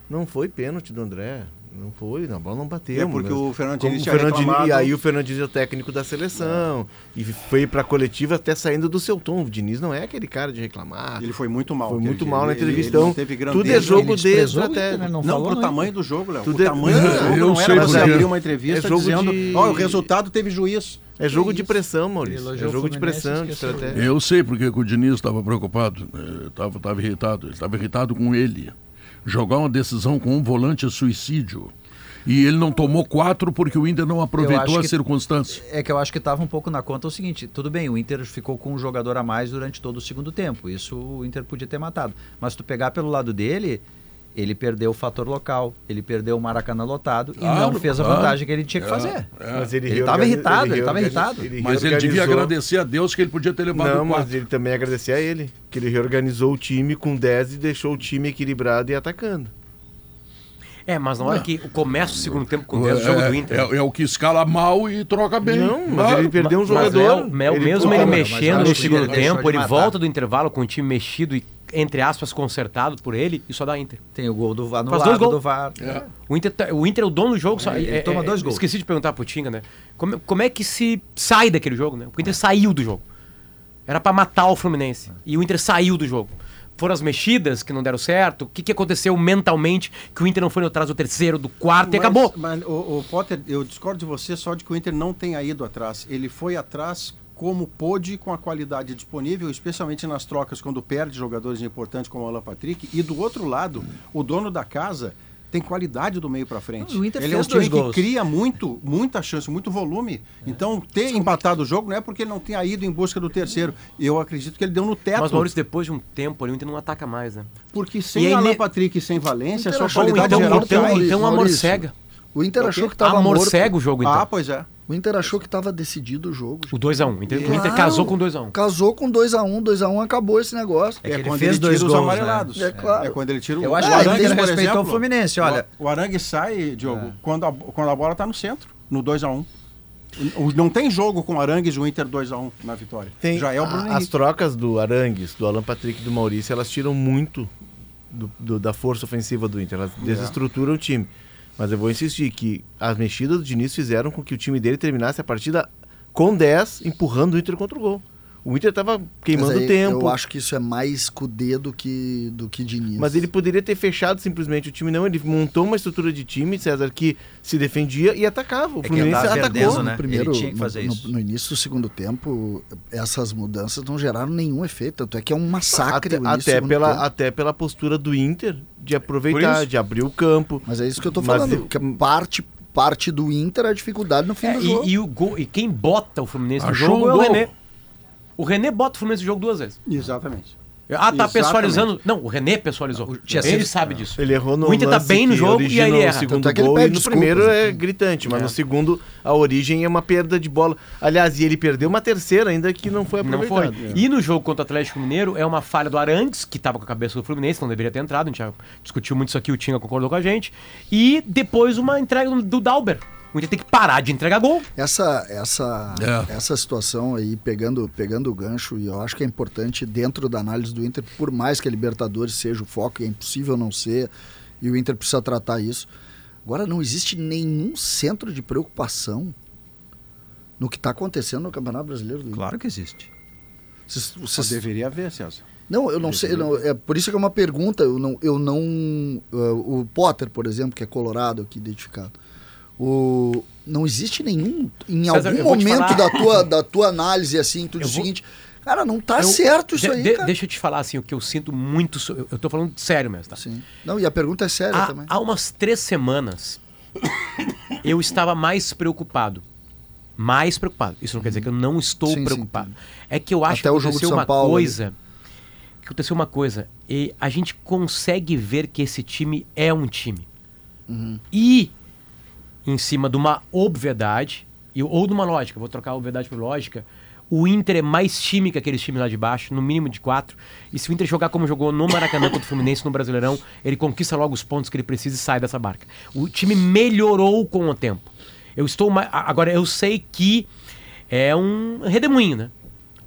Speaker 4: Não foi pênalti do André. Não foi, não, a bola não bateu.
Speaker 8: É porque o Fernando
Speaker 4: como
Speaker 8: Diniz
Speaker 4: o
Speaker 8: tinha reclamado.
Speaker 4: E aí o Fernandinho é o técnico da seleção. E foi pra coletiva até saindo do seu tom. O Diniz não é aquele cara de reclamar.
Speaker 8: Ele foi muito mal.
Speaker 4: Foi
Speaker 8: aquele
Speaker 4: muito
Speaker 8: dia.
Speaker 4: mal na
Speaker 8: Ele- ele
Speaker 4: entrevista. Então,
Speaker 8: não teve
Speaker 4: tudo é
Speaker 8: grandeza,
Speaker 4: jogo
Speaker 2: ele
Speaker 4: de
Speaker 2: desprezou o Inter, né?
Speaker 4: estratégia.
Speaker 2: Não
Speaker 8: Não,
Speaker 2: falou,
Speaker 8: pro
Speaker 2: não.
Speaker 8: tamanho do jogo, Léo.
Speaker 4: Tudo
Speaker 8: o
Speaker 4: é- *laughs*
Speaker 8: tamanho do jogo
Speaker 1: Eu
Speaker 8: não
Speaker 1: sei
Speaker 8: era pra você
Speaker 4: porque-
Speaker 8: abrir uma entrevista
Speaker 4: É jogo
Speaker 8: dizendo, ó,
Speaker 4: de-
Speaker 8: o resultado teve juiz.
Speaker 4: É jogo de pressão, Maurício.
Speaker 12: Elogiou
Speaker 4: É jogo de
Speaker 12: o Fluminense,
Speaker 4: pressão, de
Speaker 12: esqueceu do
Speaker 4: estratégia.
Speaker 1: Eu sei porque que o Diniz estava preocupado, estava tava irritado, ele estava irritado com ele. Jogar uma decisão com um volante é suicídio. E ele não tomou quatro porque o Inter não aproveitou
Speaker 2: acho
Speaker 1: a
Speaker 2: que-
Speaker 1: circunstância.
Speaker 2: É que eu acho que estava um pouco na conta o seguinte: tudo bem, o Inter ficou com um jogador a mais durante todo o segundo tempo. Isso o Inter podia ter matado. Mas se tu pegar pelo lado dele, ele perdeu o fator local, ele perdeu o Maracanã lotado e
Speaker 1: Claro,
Speaker 2: não fez a
Speaker 1: claro. É,
Speaker 2: vantagem que ele tinha que fazer.
Speaker 4: Mas ele
Speaker 2: Ele tava
Speaker 4: reorganiz-
Speaker 2: irritado, ele tava
Speaker 4: reorganiz-
Speaker 2: irritado.
Speaker 1: Mas ele devia
Speaker 4: reorganizou.
Speaker 1: agradecer a Deus que ele podia ter levado
Speaker 4: Não,
Speaker 1: quatro.
Speaker 4: mas ele também agradecer a ele, que ele reorganizou o time com 10 e deixou o time equilibrado e atacando.
Speaker 3: É, mas na hora que começa o segundo tempo com 10, o jogo
Speaker 1: é,
Speaker 3: do Inter.
Speaker 1: é- é o que escala mal e troca bem.
Speaker 4: Não, mas
Speaker 1: Claro.
Speaker 4: ele perdeu um
Speaker 3: Mas
Speaker 4: jogador.
Speaker 3: é o- é o mesmo
Speaker 4: Pô,
Speaker 3: ele
Speaker 4: mas-
Speaker 3: mexendo
Speaker 2: acho
Speaker 3: no
Speaker 2: que
Speaker 3: segundo
Speaker 2: ele deixou
Speaker 3: tempo,
Speaker 2: de
Speaker 3: ele
Speaker 2: matar.
Speaker 3: volta do intervalo com o time mexido e, entre aspas, consertado por ele, e só dá Inter.
Speaker 2: Tem o gol do VAR no
Speaker 3: Faz
Speaker 2: lado
Speaker 3: dois gols.
Speaker 2: do VAR.
Speaker 4: É.
Speaker 3: O Inter, tá- o Inter é o dono do jogo. só,
Speaker 2: ele
Speaker 3: é-
Speaker 2: toma
Speaker 3: é-
Speaker 2: dois gols.
Speaker 3: Esqueci de perguntar pro Tinga, né? Como, como é que se sai daquele jogo, né? Porque o
Speaker 2: É.
Speaker 3: Inter saiu do jogo. Era pra matar o Fluminense. E o Inter saiu do jogo. Foram as mexidas que não deram certo. O que, que aconteceu mentalmente que o Inter não foi atrás do terceiro, do quarto e
Speaker 8: Mas-
Speaker 3: acabou.
Speaker 8: Mas, o, Potter, eu discordo de você só de que o Inter não tenha ido atrás. Ele foi atrás como pôde, com a qualidade disponível, especialmente nas trocas, quando perde jogadores importantes como o Alan Patrick. E do outro lado, o dono da casa tem qualidade do meio pra frente.
Speaker 2: Não, o Inter
Speaker 8: ele é um
Speaker 2: fez
Speaker 8: time
Speaker 2: dois
Speaker 8: que
Speaker 2: gols.
Speaker 8: cria muito, muita chance, muito volume. Então, ter empatado o jogo não é porque ele não tenha ido em busca do terceiro. Eu acredito que ele deu no teto.
Speaker 3: Mas, Maurício, depois de um tempo ali, o Inter não ataca mais, né?
Speaker 8: porque
Speaker 3: e
Speaker 8: sem
Speaker 3: aí,
Speaker 8: Alan
Speaker 3: ne-
Speaker 8: Patrick e sem Valência, a
Speaker 6: Inter
Speaker 8: sua
Speaker 6: achou-
Speaker 8: qualidade
Speaker 3: então-
Speaker 8: geral
Speaker 3: então-
Speaker 8: cai.
Speaker 3: então- amor
Speaker 6: Maurício,
Speaker 3: cega.
Speaker 6: O Inter
Speaker 8: O quê?
Speaker 6: achou que tava
Speaker 3: Amor
Speaker 6: morto.
Speaker 3: cega o jogo, então.
Speaker 8: Ah, pois é.
Speaker 6: O Inter achou que tava decidido o jogo. gente.
Speaker 3: O 2x1. O Inter, o
Speaker 6: Claro.
Speaker 3: Inter casou com 2x1.
Speaker 6: É. Casou com 2x1, 2x1 acabou esse negócio.
Speaker 2: É que ele
Speaker 8: quando
Speaker 2: fez dois
Speaker 8: tira os
Speaker 2: gols,
Speaker 8: amarelados.
Speaker 6: né? É claro.
Speaker 8: É quando ele tira o
Speaker 2: Eu acho que
Speaker 6: Ah,
Speaker 2: o
Speaker 6: ele
Speaker 2: Arangues
Speaker 6: por
Speaker 2: respeitou o Fluminense, olha. É.
Speaker 8: O Arangue sai, Diogo, quando, a, quando a bola tá no centro, no 2x1. O- Não tem jogo com o Arangues o Inter 2x1 na vitória.
Speaker 4: Tem-
Speaker 8: Já é o Bruno
Speaker 4: a-
Speaker 2: Ah,
Speaker 8: Henrique.
Speaker 4: As trocas do Arangues, do Alan Patrick e do Maurício, elas tiram muito do- do- da força ofensiva do Inter. Elas desestruturam o time. Mas eu vou insistir que as mexidas do Diniz fizeram com que o time dele terminasse a partida com 10, empurrando o Inter contra o gol. O Inter estava queimando
Speaker 6: Mas aí,
Speaker 4: o tempo.
Speaker 6: Eu acho que isso é mais Cudê do que, do que Diniz.
Speaker 4: Mas ele poderia ter fechado simplesmente o time, não. Ele montou uma estrutura de time, César, que se defendia e atacava. O
Speaker 6: É que
Speaker 4: Fluminense
Speaker 6: andava
Speaker 4: atacou.
Speaker 6: perdendo, né? Ele tinha que fazer
Speaker 4: no-
Speaker 6: isso. No início do segundo tempo, essas mudanças não geraram nenhum efeito. Tanto é que é um massacre
Speaker 4: até, até pela, até pela postura do Inter de
Speaker 6: Por
Speaker 4: aproveitar,
Speaker 6: isso.
Speaker 4: de abrir o campo.
Speaker 6: Mas é isso que eu tô falando, que é parte, parte do Inter a dificuldade no fim do jogo.
Speaker 3: É, E, e o gol, e quem bota o Fluminense
Speaker 6: Achou
Speaker 3: no jogo
Speaker 6: um
Speaker 3: é o
Speaker 6: gol.
Speaker 3: René. O René bota o Fluminense no jogo duas vezes.
Speaker 8: Exatamente.
Speaker 3: Ah, tá
Speaker 8: Exatamente.
Speaker 3: pessoalizando. Não, o René pessoalizou.
Speaker 4: tinha
Speaker 3: ele
Speaker 4: sido-
Speaker 3: sabe disso.
Speaker 4: Ele é errou no
Speaker 3: O Inter tá
Speaker 4: lance
Speaker 3: bem no
Speaker 4: que
Speaker 3: jogo e
Speaker 4: origina
Speaker 3: aí ele
Speaker 4: o
Speaker 3: erra.
Speaker 4: segundo
Speaker 3: Tanto é que ele
Speaker 4: gol, e
Speaker 3: pede
Speaker 4: no
Speaker 3: desculpas,
Speaker 4: primeiro é
Speaker 3: enfim.
Speaker 4: gritante, mas
Speaker 3: É.
Speaker 4: no segundo a origem é uma perda de bola. Aliás, e ele perdeu uma terceira ainda que não foi
Speaker 3: Não
Speaker 4: aproveitada.
Speaker 3: foi. E no jogo contra o Atlético Mineiro é uma falha do Arangues, que estava com a cabeça do Fluminense, não deveria ter entrado, a gente já discutiu muito isso aqui, o Tinga concordou com a gente. E depois uma entrega do Dauber. O Inter tem que parar de entregar gol.
Speaker 6: Essa, essa,
Speaker 2: É.
Speaker 6: essa situação aí, pegando, pegando o gancho, e eu acho que é importante dentro da análise do Inter, por mais que a Libertadores seja o foco, e é impossível não ser, e o Inter precisa tratar isso. Agora, não existe nenhum centro de preocupação no que está acontecendo no Campeonato Brasileiro do Inter.
Speaker 2: Claro que existe.
Speaker 6: Vocês-
Speaker 8: Deveria haver, César.
Speaker 6: Não, eu não sei. eu não- é por isso que é uma pergunta. Eu não. Eu não ah, o Potter, por exemplo, que é colorado aqui identificado. O, não existe nenhum. Em
Speaker 3: César,
Speaker 6: algum
Speaker 3: eu vou te
Speaker 6: momento
Speaker 3: falar-
Speaker 6: da, tua, da tua análise, assim, tu diz o seguinte. Cara, não tá certo isso
Speaker 3: De-
Speaker 6: aí.
Speaker 3: de-
Speaker 6: cara.
Speaker 3: Deixa eu te falar assim, o que eu sinto muito. so- Eu, eu tô falando sério mesmo, tá?
Speaker 6: Sim. Não, e a pergunta é séria
Speaker 3: há,
Speaker 6: também.
Speaker 3: Há umas três semanas eu estava mais preocupado. Mais preocupado. Isso não quer dizer que eu não estou
Speaker 6: Sim, sim,
Speaker 3: preocupado. é que eu acho
Speaker 6: Até
Speaker 3: que
Speaker 6: o jogo de
Speaker 3: aconteceu
Speaker 6: São
Speaker 3: uma
Speaker 6: Paulo,
Speaker 3: coisa. Que aconteceu uma coisa. E a gente consegue ver que esse time é um time.
Speaker 6: Uhum.
Speaker 3: E em cima de uma obviedade, e- ou de uma lógica, vou trocar a obviedade por lógica, o Inter é mais time que aqueles times lá de baixo, no mínimo de quatro. E se o Inter jogar como jogou no Maracanã contra o Fluminense, no Brasileirão, ele conquista logo os pontos que ele precisa e sai dessa barca. O time melhorou com o tempo. Eu estou ma- a- Agora, eu sei que é um redemoinho, né?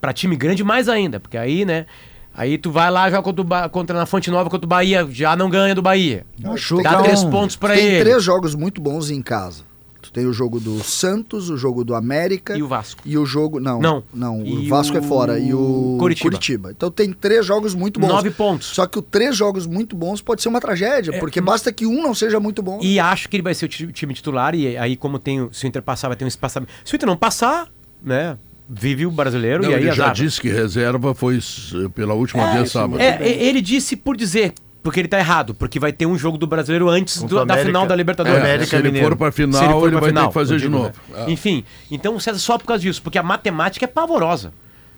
Speaker 3: Pra time grande mais ainda, porque aí, né? Aí tu vai lá, joga contra, o Ba- contra na Fonte Nova contra o Bahia, já não ganha do Bahia. Dá
Speaker 6: Então,
Speaker 3: três pontos pra
Speaker 6: tem
Speaker 3: ele.
Speaker 6: três jogos muito bons em casa. Tu tem o jogo do Santos, o jogo do América.
Speaker 3: E o Vasco.
Speaker 6: E o jogo. Não.
Speaker 3: Não.
Speaker 6: Não,
Speaker 3: E
Speaker 6: o Vasco é
Speaker 3: o
Speaker 6: fora. E o
Speaker 3: Curitiba.
Speaker 6: Curitiba. Então tem três jogos muito bons.
Speaker 3: Nove pontos. É,
Speaker 6: Só que o três jogos muito bons pode ser uma tragédia, porque basta que um não seja muito bom.
Speaker 3: E acho que ele vai ser o ti- time titular. E aí, como tem. o- Se o Inter passar, vai ter um espaçamento. Se o Inter não passar, né? Vive o brasileiro
Speaker 1: Não,
Speaker 3: e aí
Speaker 1: ele já
Speaker 3: azar.
Speaker 1: disse que reserva foi eh, pela última vez sábado.
Speaker 3: É, e- ele disse por dizer, porque ele tá errado, porque vai ter um jogo do brasileiro antes
Speaker 1: Contra
Speaker 3: do-
Speaker 1: o
Speaker 3: da
Speaker 1: América.
Speaker 3: final da Libertadores.
Speaker 1: É, América se ele Mineiro. for pra final, ele vai ter que fazer
Speaker 3: eu
Speaker 1: de
Speaker 3: digo,
Speaker 1: novo.
Speaker 3: né?
Speaker 1: É.
Speaker 3: Enfim, então César, só por causa disso, porque a matemática é pavorosa.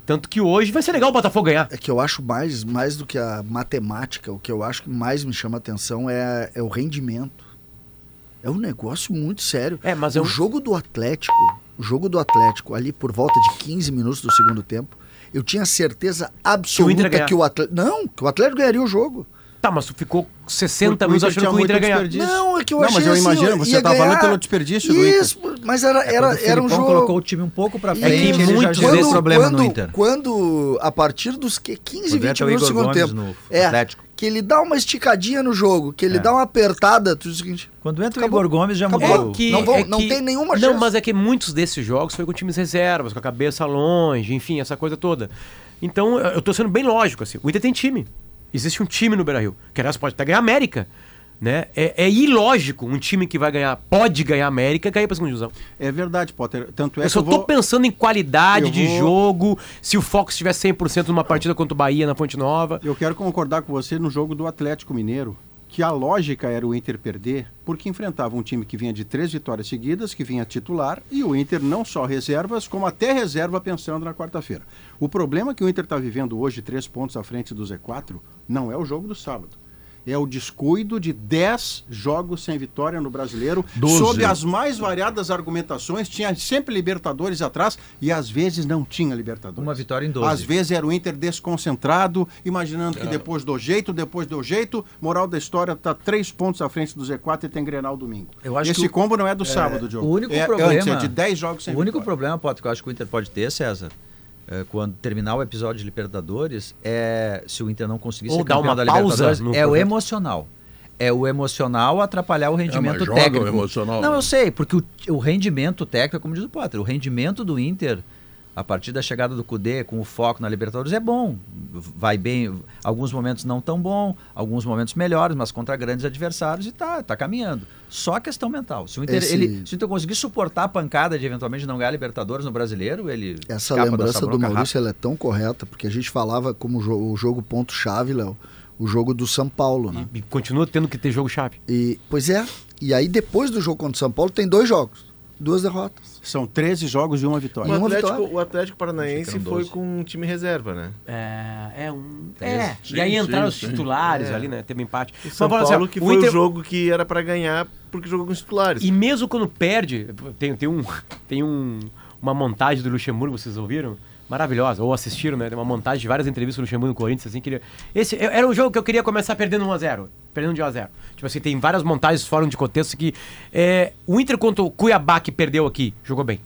Speaker 3: Tanto que hoje vai ser legal o Botafogo ganhar.
Speaker 6: É que eu acho mais, mais do que a matemática, o que eu acho que mais me chama atenção é, é o rendimento. É um negócio muito sério. É, mas
Speaker 3: um-
Speaker 6: o jogo do Atlético, o jogo do Atlético, ali por volta de 15 minutos do segundo tempo, eu tinha certeza
Speaker 3: Inter ia
Speaker 6: absoluta
Speaker 3: ganhar.
Speaker 6: que o Atlético. Não, que o Atlético ganharia o jogo.
Speaker 3: Tá, mas tu ficou 60
Speaker 6: O- o
Speaker 3: minutos
Speaker 6: Inter
Speaker 3: achando que
Speaker 6: tinha
Speaker 3: o Inter ia
Speaker 6: muito
Speaker 3: ganhar.
Speaker 6: desperdício. Não, é que eu
Speaker 8: Não,
Speaker 6: achei
Speaker 8: mas eu
Speaker 6: assim,
Speaker 8: imagino,
Speaker 6: ó,
Speaker 8: você
Speaker 6: ia
Speaker 8: tava
Speaker 6: ganhar.
Speaker 8: falando pelo desperdício do
Speaker 6: Isso, mas era,
Speaker 2: É,
Speaker 6: era,
Speaker 2: quando o
Speaker 6: era um
Speaker 2: Felipão
Speaker 6: jogo...
Speaker 2: colocou o time um pouco pra
Speaker 6: É
Speaker 2: frente, ele já gerou esse problema no Inter.
Speaker 6: Quando, a partir dos que, 15,
Speaker 2: Quando
Speaker 6: 20
Speaker 2: entra o
Speaker 6: minutos do
Speaker 2: Igor
Speaker 6: segundo
Speaker 2: Gomes
Speaker 6: tempo, É,
Speaker 2: no Atlético.
Speaker 6: que ele dá uma esticadinha no jogo, que ele
Speaker 2: É.
Speaker 6: dá uma apertada, tu diz o seguinte...
Speaker 2: Quando entra o Igor Gomes já
Speaker 6: acabou.
Speaker 2: mudou.
Speaker 3: É que-
Speaker 6: Não vão-
Speaker 3: é
Speaker 6: não
Speaker 3: que-
Speaker 6: tem nenhuma
Speaker 3: Não,
Speaker 6: chance.
Speaker 3: mas é que muitos desses jogos foi com times reservas, com a cabeça longe, enfim, essa coisa toda. Então, eu eu tô sendo bem lógico, assim. O Inter tem time. Existe um time no Beira-Rio. Que, aliás, pode até ganhar a América. Né? É, é ilógico um time que vai ganhar, pode ganhar a América, cair pra segunda divisão.
Speaker 8: É verdade, Potter. Tanto é
Speaker 3: eu
Speaker 8: que
Speaker 3: só
Speaker 8: eu
Speaker 3: tô
Speaker 8: vou-
Speaker 3: pensando em qualidade
Speaker 8: Eu
Speaker 3: de
Speaker 8: vou-
Speaker 3: jogo, se o Fox tiver 100% numa partida contra o Bahia na Ponte Nova.
Speaker 8: Eu quero concordar com você no jogo do Atlético Mineiro, que a lógica era o Inter perder, porque enfrentava um time que vinha de três vitórias seguidas, que vinha titular, e o Inter não só reservas, como até reserva pensando na quarta-feira. tá O problema que o Inter está vivendo hoje, três pontos à frente do Z4, não é o jogo do sábado. é o descuido de 10 jogos sem vitória no brasileiro,
Speaker 1: Doze.
Speaker 8: sob as mais variadas argumentações. Tinha sempre Libertadores atrás e às vezes não tinha Libertadores.
Speaker 2: Uma vitória em 12.
Speaker 8: Às vezes era o Inter desconcentrado, imaginando que depois do jeito, depois do jeito. Moral da história está três pontos à frente do Z4 e tem Grenal domingo.
Speaker 2: Eu acho
Speaker 8: Esse
Speaker 2: que o-
Speaker 8: combo não é do
Speaker 2: é,
Speaker 8: sábado, Diogo.
Speaker 2: O único
Speaker 8: é,
Speaker 2: problema.
Speaker 8: antes, é de 10 jogos sem
Speaker 2: O único
Speaker 8: vitória.
Speaker 2: problema, Pato, que eu acho que o Inter pode ter, César, é, quando terminar o episódio de Libertadores, é se o Inter não conseguir
Speaker 3: Ou
Speaker 2: ser
Speaker 3: dar
Speaker 2: campeão
Speaker 3: uma
Speaker 2: da
Speaker 3: pausa né?
Speaker 2: Libertadores,
Speaker 3: no
Speaker 2: é o
Speaker 3: projeto.
Speaker 2: emocional. É o emocional
Speaker 8: É,
Speaker 2: atrapalhar o rendimento
Speaker 1: mas joga
Speaker 2: técnico.
Speaker 1: o emocional,
Speaker 2: não,
Speaker 1: né?
Speaker 2: eu sei, porque o, o rendimento técnico, é como diz o Potter, o rendimento do Inter a partir da chegada do Cudê com o foco na Libertadores é bom. Vai bem, alguns momentos não tão bom, alguns momentos melhores, mas contra grandes adversários e tá, tá caminhando. Só questão mental. Se o Inter,
Speaker 6: Esse-
Speaker 2: ele, se o Inter conseguir suportar a pancada de eventualmente não ganhar Libertadores no brasileiro, ele.
Speaker 6: Essa
Speaker 2: escapa
Speaker 6: lembrança
Speaker 2: dessa
Speaker 6: do
Speaker 2: bronca
Speaker 6: Maurício
Speaker 2: rápido.
Speaker 6: ela é tão correta, porque a gente falava como jo- o jogo ponto-chave, Léo, o jogo do São Paulo, né?
Speaker 3: E, e continua tendo que ter jogo-chave.
Speaker 6: E, pois é, e aí depois do jogo contra o São Paulo tem dois jogos, duas derrotas.
Speaker 8: São 13 jogos e uma vitória.
Speaker 6: E
Speaker 4: O
Speaker 6: uma
Speaker 4: Atlético,
Speaker 6: vitória.
Speaker 4: o Atlético Paranaense
Speaker 2: Achei que eram
Speaker 4: foi
Speaker 2: doze.
Speaker 4: com um time reserva, né?
Speaker 3: É, é um.
Speaker 2: É,
Speaker 3: É,
Speaker 1: sim,
Speaker 3: e aí entraram
Speaker 1: sim,
Speaker 3: os
Speaker 1: sim.
Speaker 3: titulares
Speaker 4: É.
Speaker 3: ali, né? Teve empate.
Speaker 4: O São
Speaker 3: Mas, olha,
Speaker 4: Paulo,
Speaker 3: assim,
Speaker 4: que
Speaker 3: ó,
Speaker 4: foi o jogo que era pra ganhar porque jogou com os titulares.
Speaker 3: E mesmo quando perde, tem, tem, um, *laughs* tem um, uma montagem do Luxemburgo, vocês ouviram? Maravilhosa, ou assistiram, né? Tem uma montagem de várias entrevistas do Luxemburgo no Corinthians, assim, que ele- Esse é- era um jogo que eu queria começar perdendo 1x0. Perdendo de 1x0. Tipo assim, tem várias montagens fora de contexto que. é, o Inter contra o Cuiabá que perdeu aqui, jogou bem.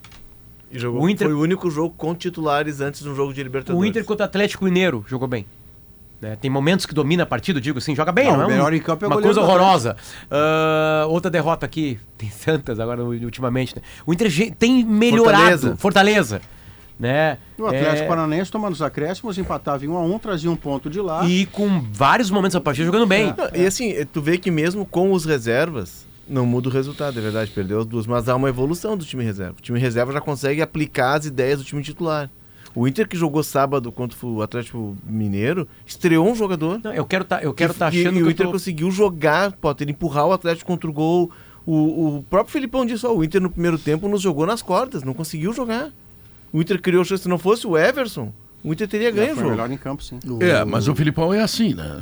Speaker 4: E jogou-
Speaker 3: o Inter-
Speaker 4: Foi o único jogo com titulares antes de um jogo de Libertadores.
Speaker 3: O Inter contra o Atlético Mineiro jogou bem. né? Tem momentos que domina a partida, eu digo assim, joga bem,
Speaker 8: Não,
Speaker 3: não, é
Speaker 8: o
Speaker 3: um-
Speaker 8: melhor em campo é o
Speaker 3: uma
Speaker 8: goleiro
Speaker 3: coisa
Speaker 8: do
Speaker 3: horrorosa. Ah, outra derrota aqui, *laughs* tem tantas agora ultimamente, né? O Inter ge- tem melhorado.
Speaker 4: Fortaleza.
Speaker 3: Fortaleza. né?
Speaker 8: O Atlético
Speaker 3: É,
Speaker 8: Paranaense tomando os acréscimos, empatava em 1 a 1 trazia um ponto de lá.
Speaker 3: E com vários momentos da partida jogando bem.
Speaker 4: Não, E assim, eh, tu vê que mesmo com os reservas, não muda o resultado, é verdade, perdeu as duas, mas há uma evolução do time reserva. O time reserva já consegue aplicar as ideias do time titular. O Inter que jogou sábado contra o Atlético Mineiro, estreou um jogador.
Speaker 3: Não, eu quero tá, eu quero tá
Speaker 4: E- e
Speaker 3: achando
Speaker 4: o
Speaker 3: que
Speaker 4: Inter
Speaker 3: eu tô...
Speaker 4: conseguiu jogar, Potter, empurrar o Atlético contra o gol. O, o próprio Filipão disse, ó, o Inter no primeiro tempo nos jogou nas cordas, não conseguiu jogar. O Inter criou chance, se não fosse o Everson, o Inter teria
Speaker 8: Foi
Speaker 3: é
Speaker 4: ganho o
Speaker 8: o
Speaker 4: jogo.
Speaker 8: melhor em campo, sim.
Speaker 1: É, mas o Filipão é assim, né?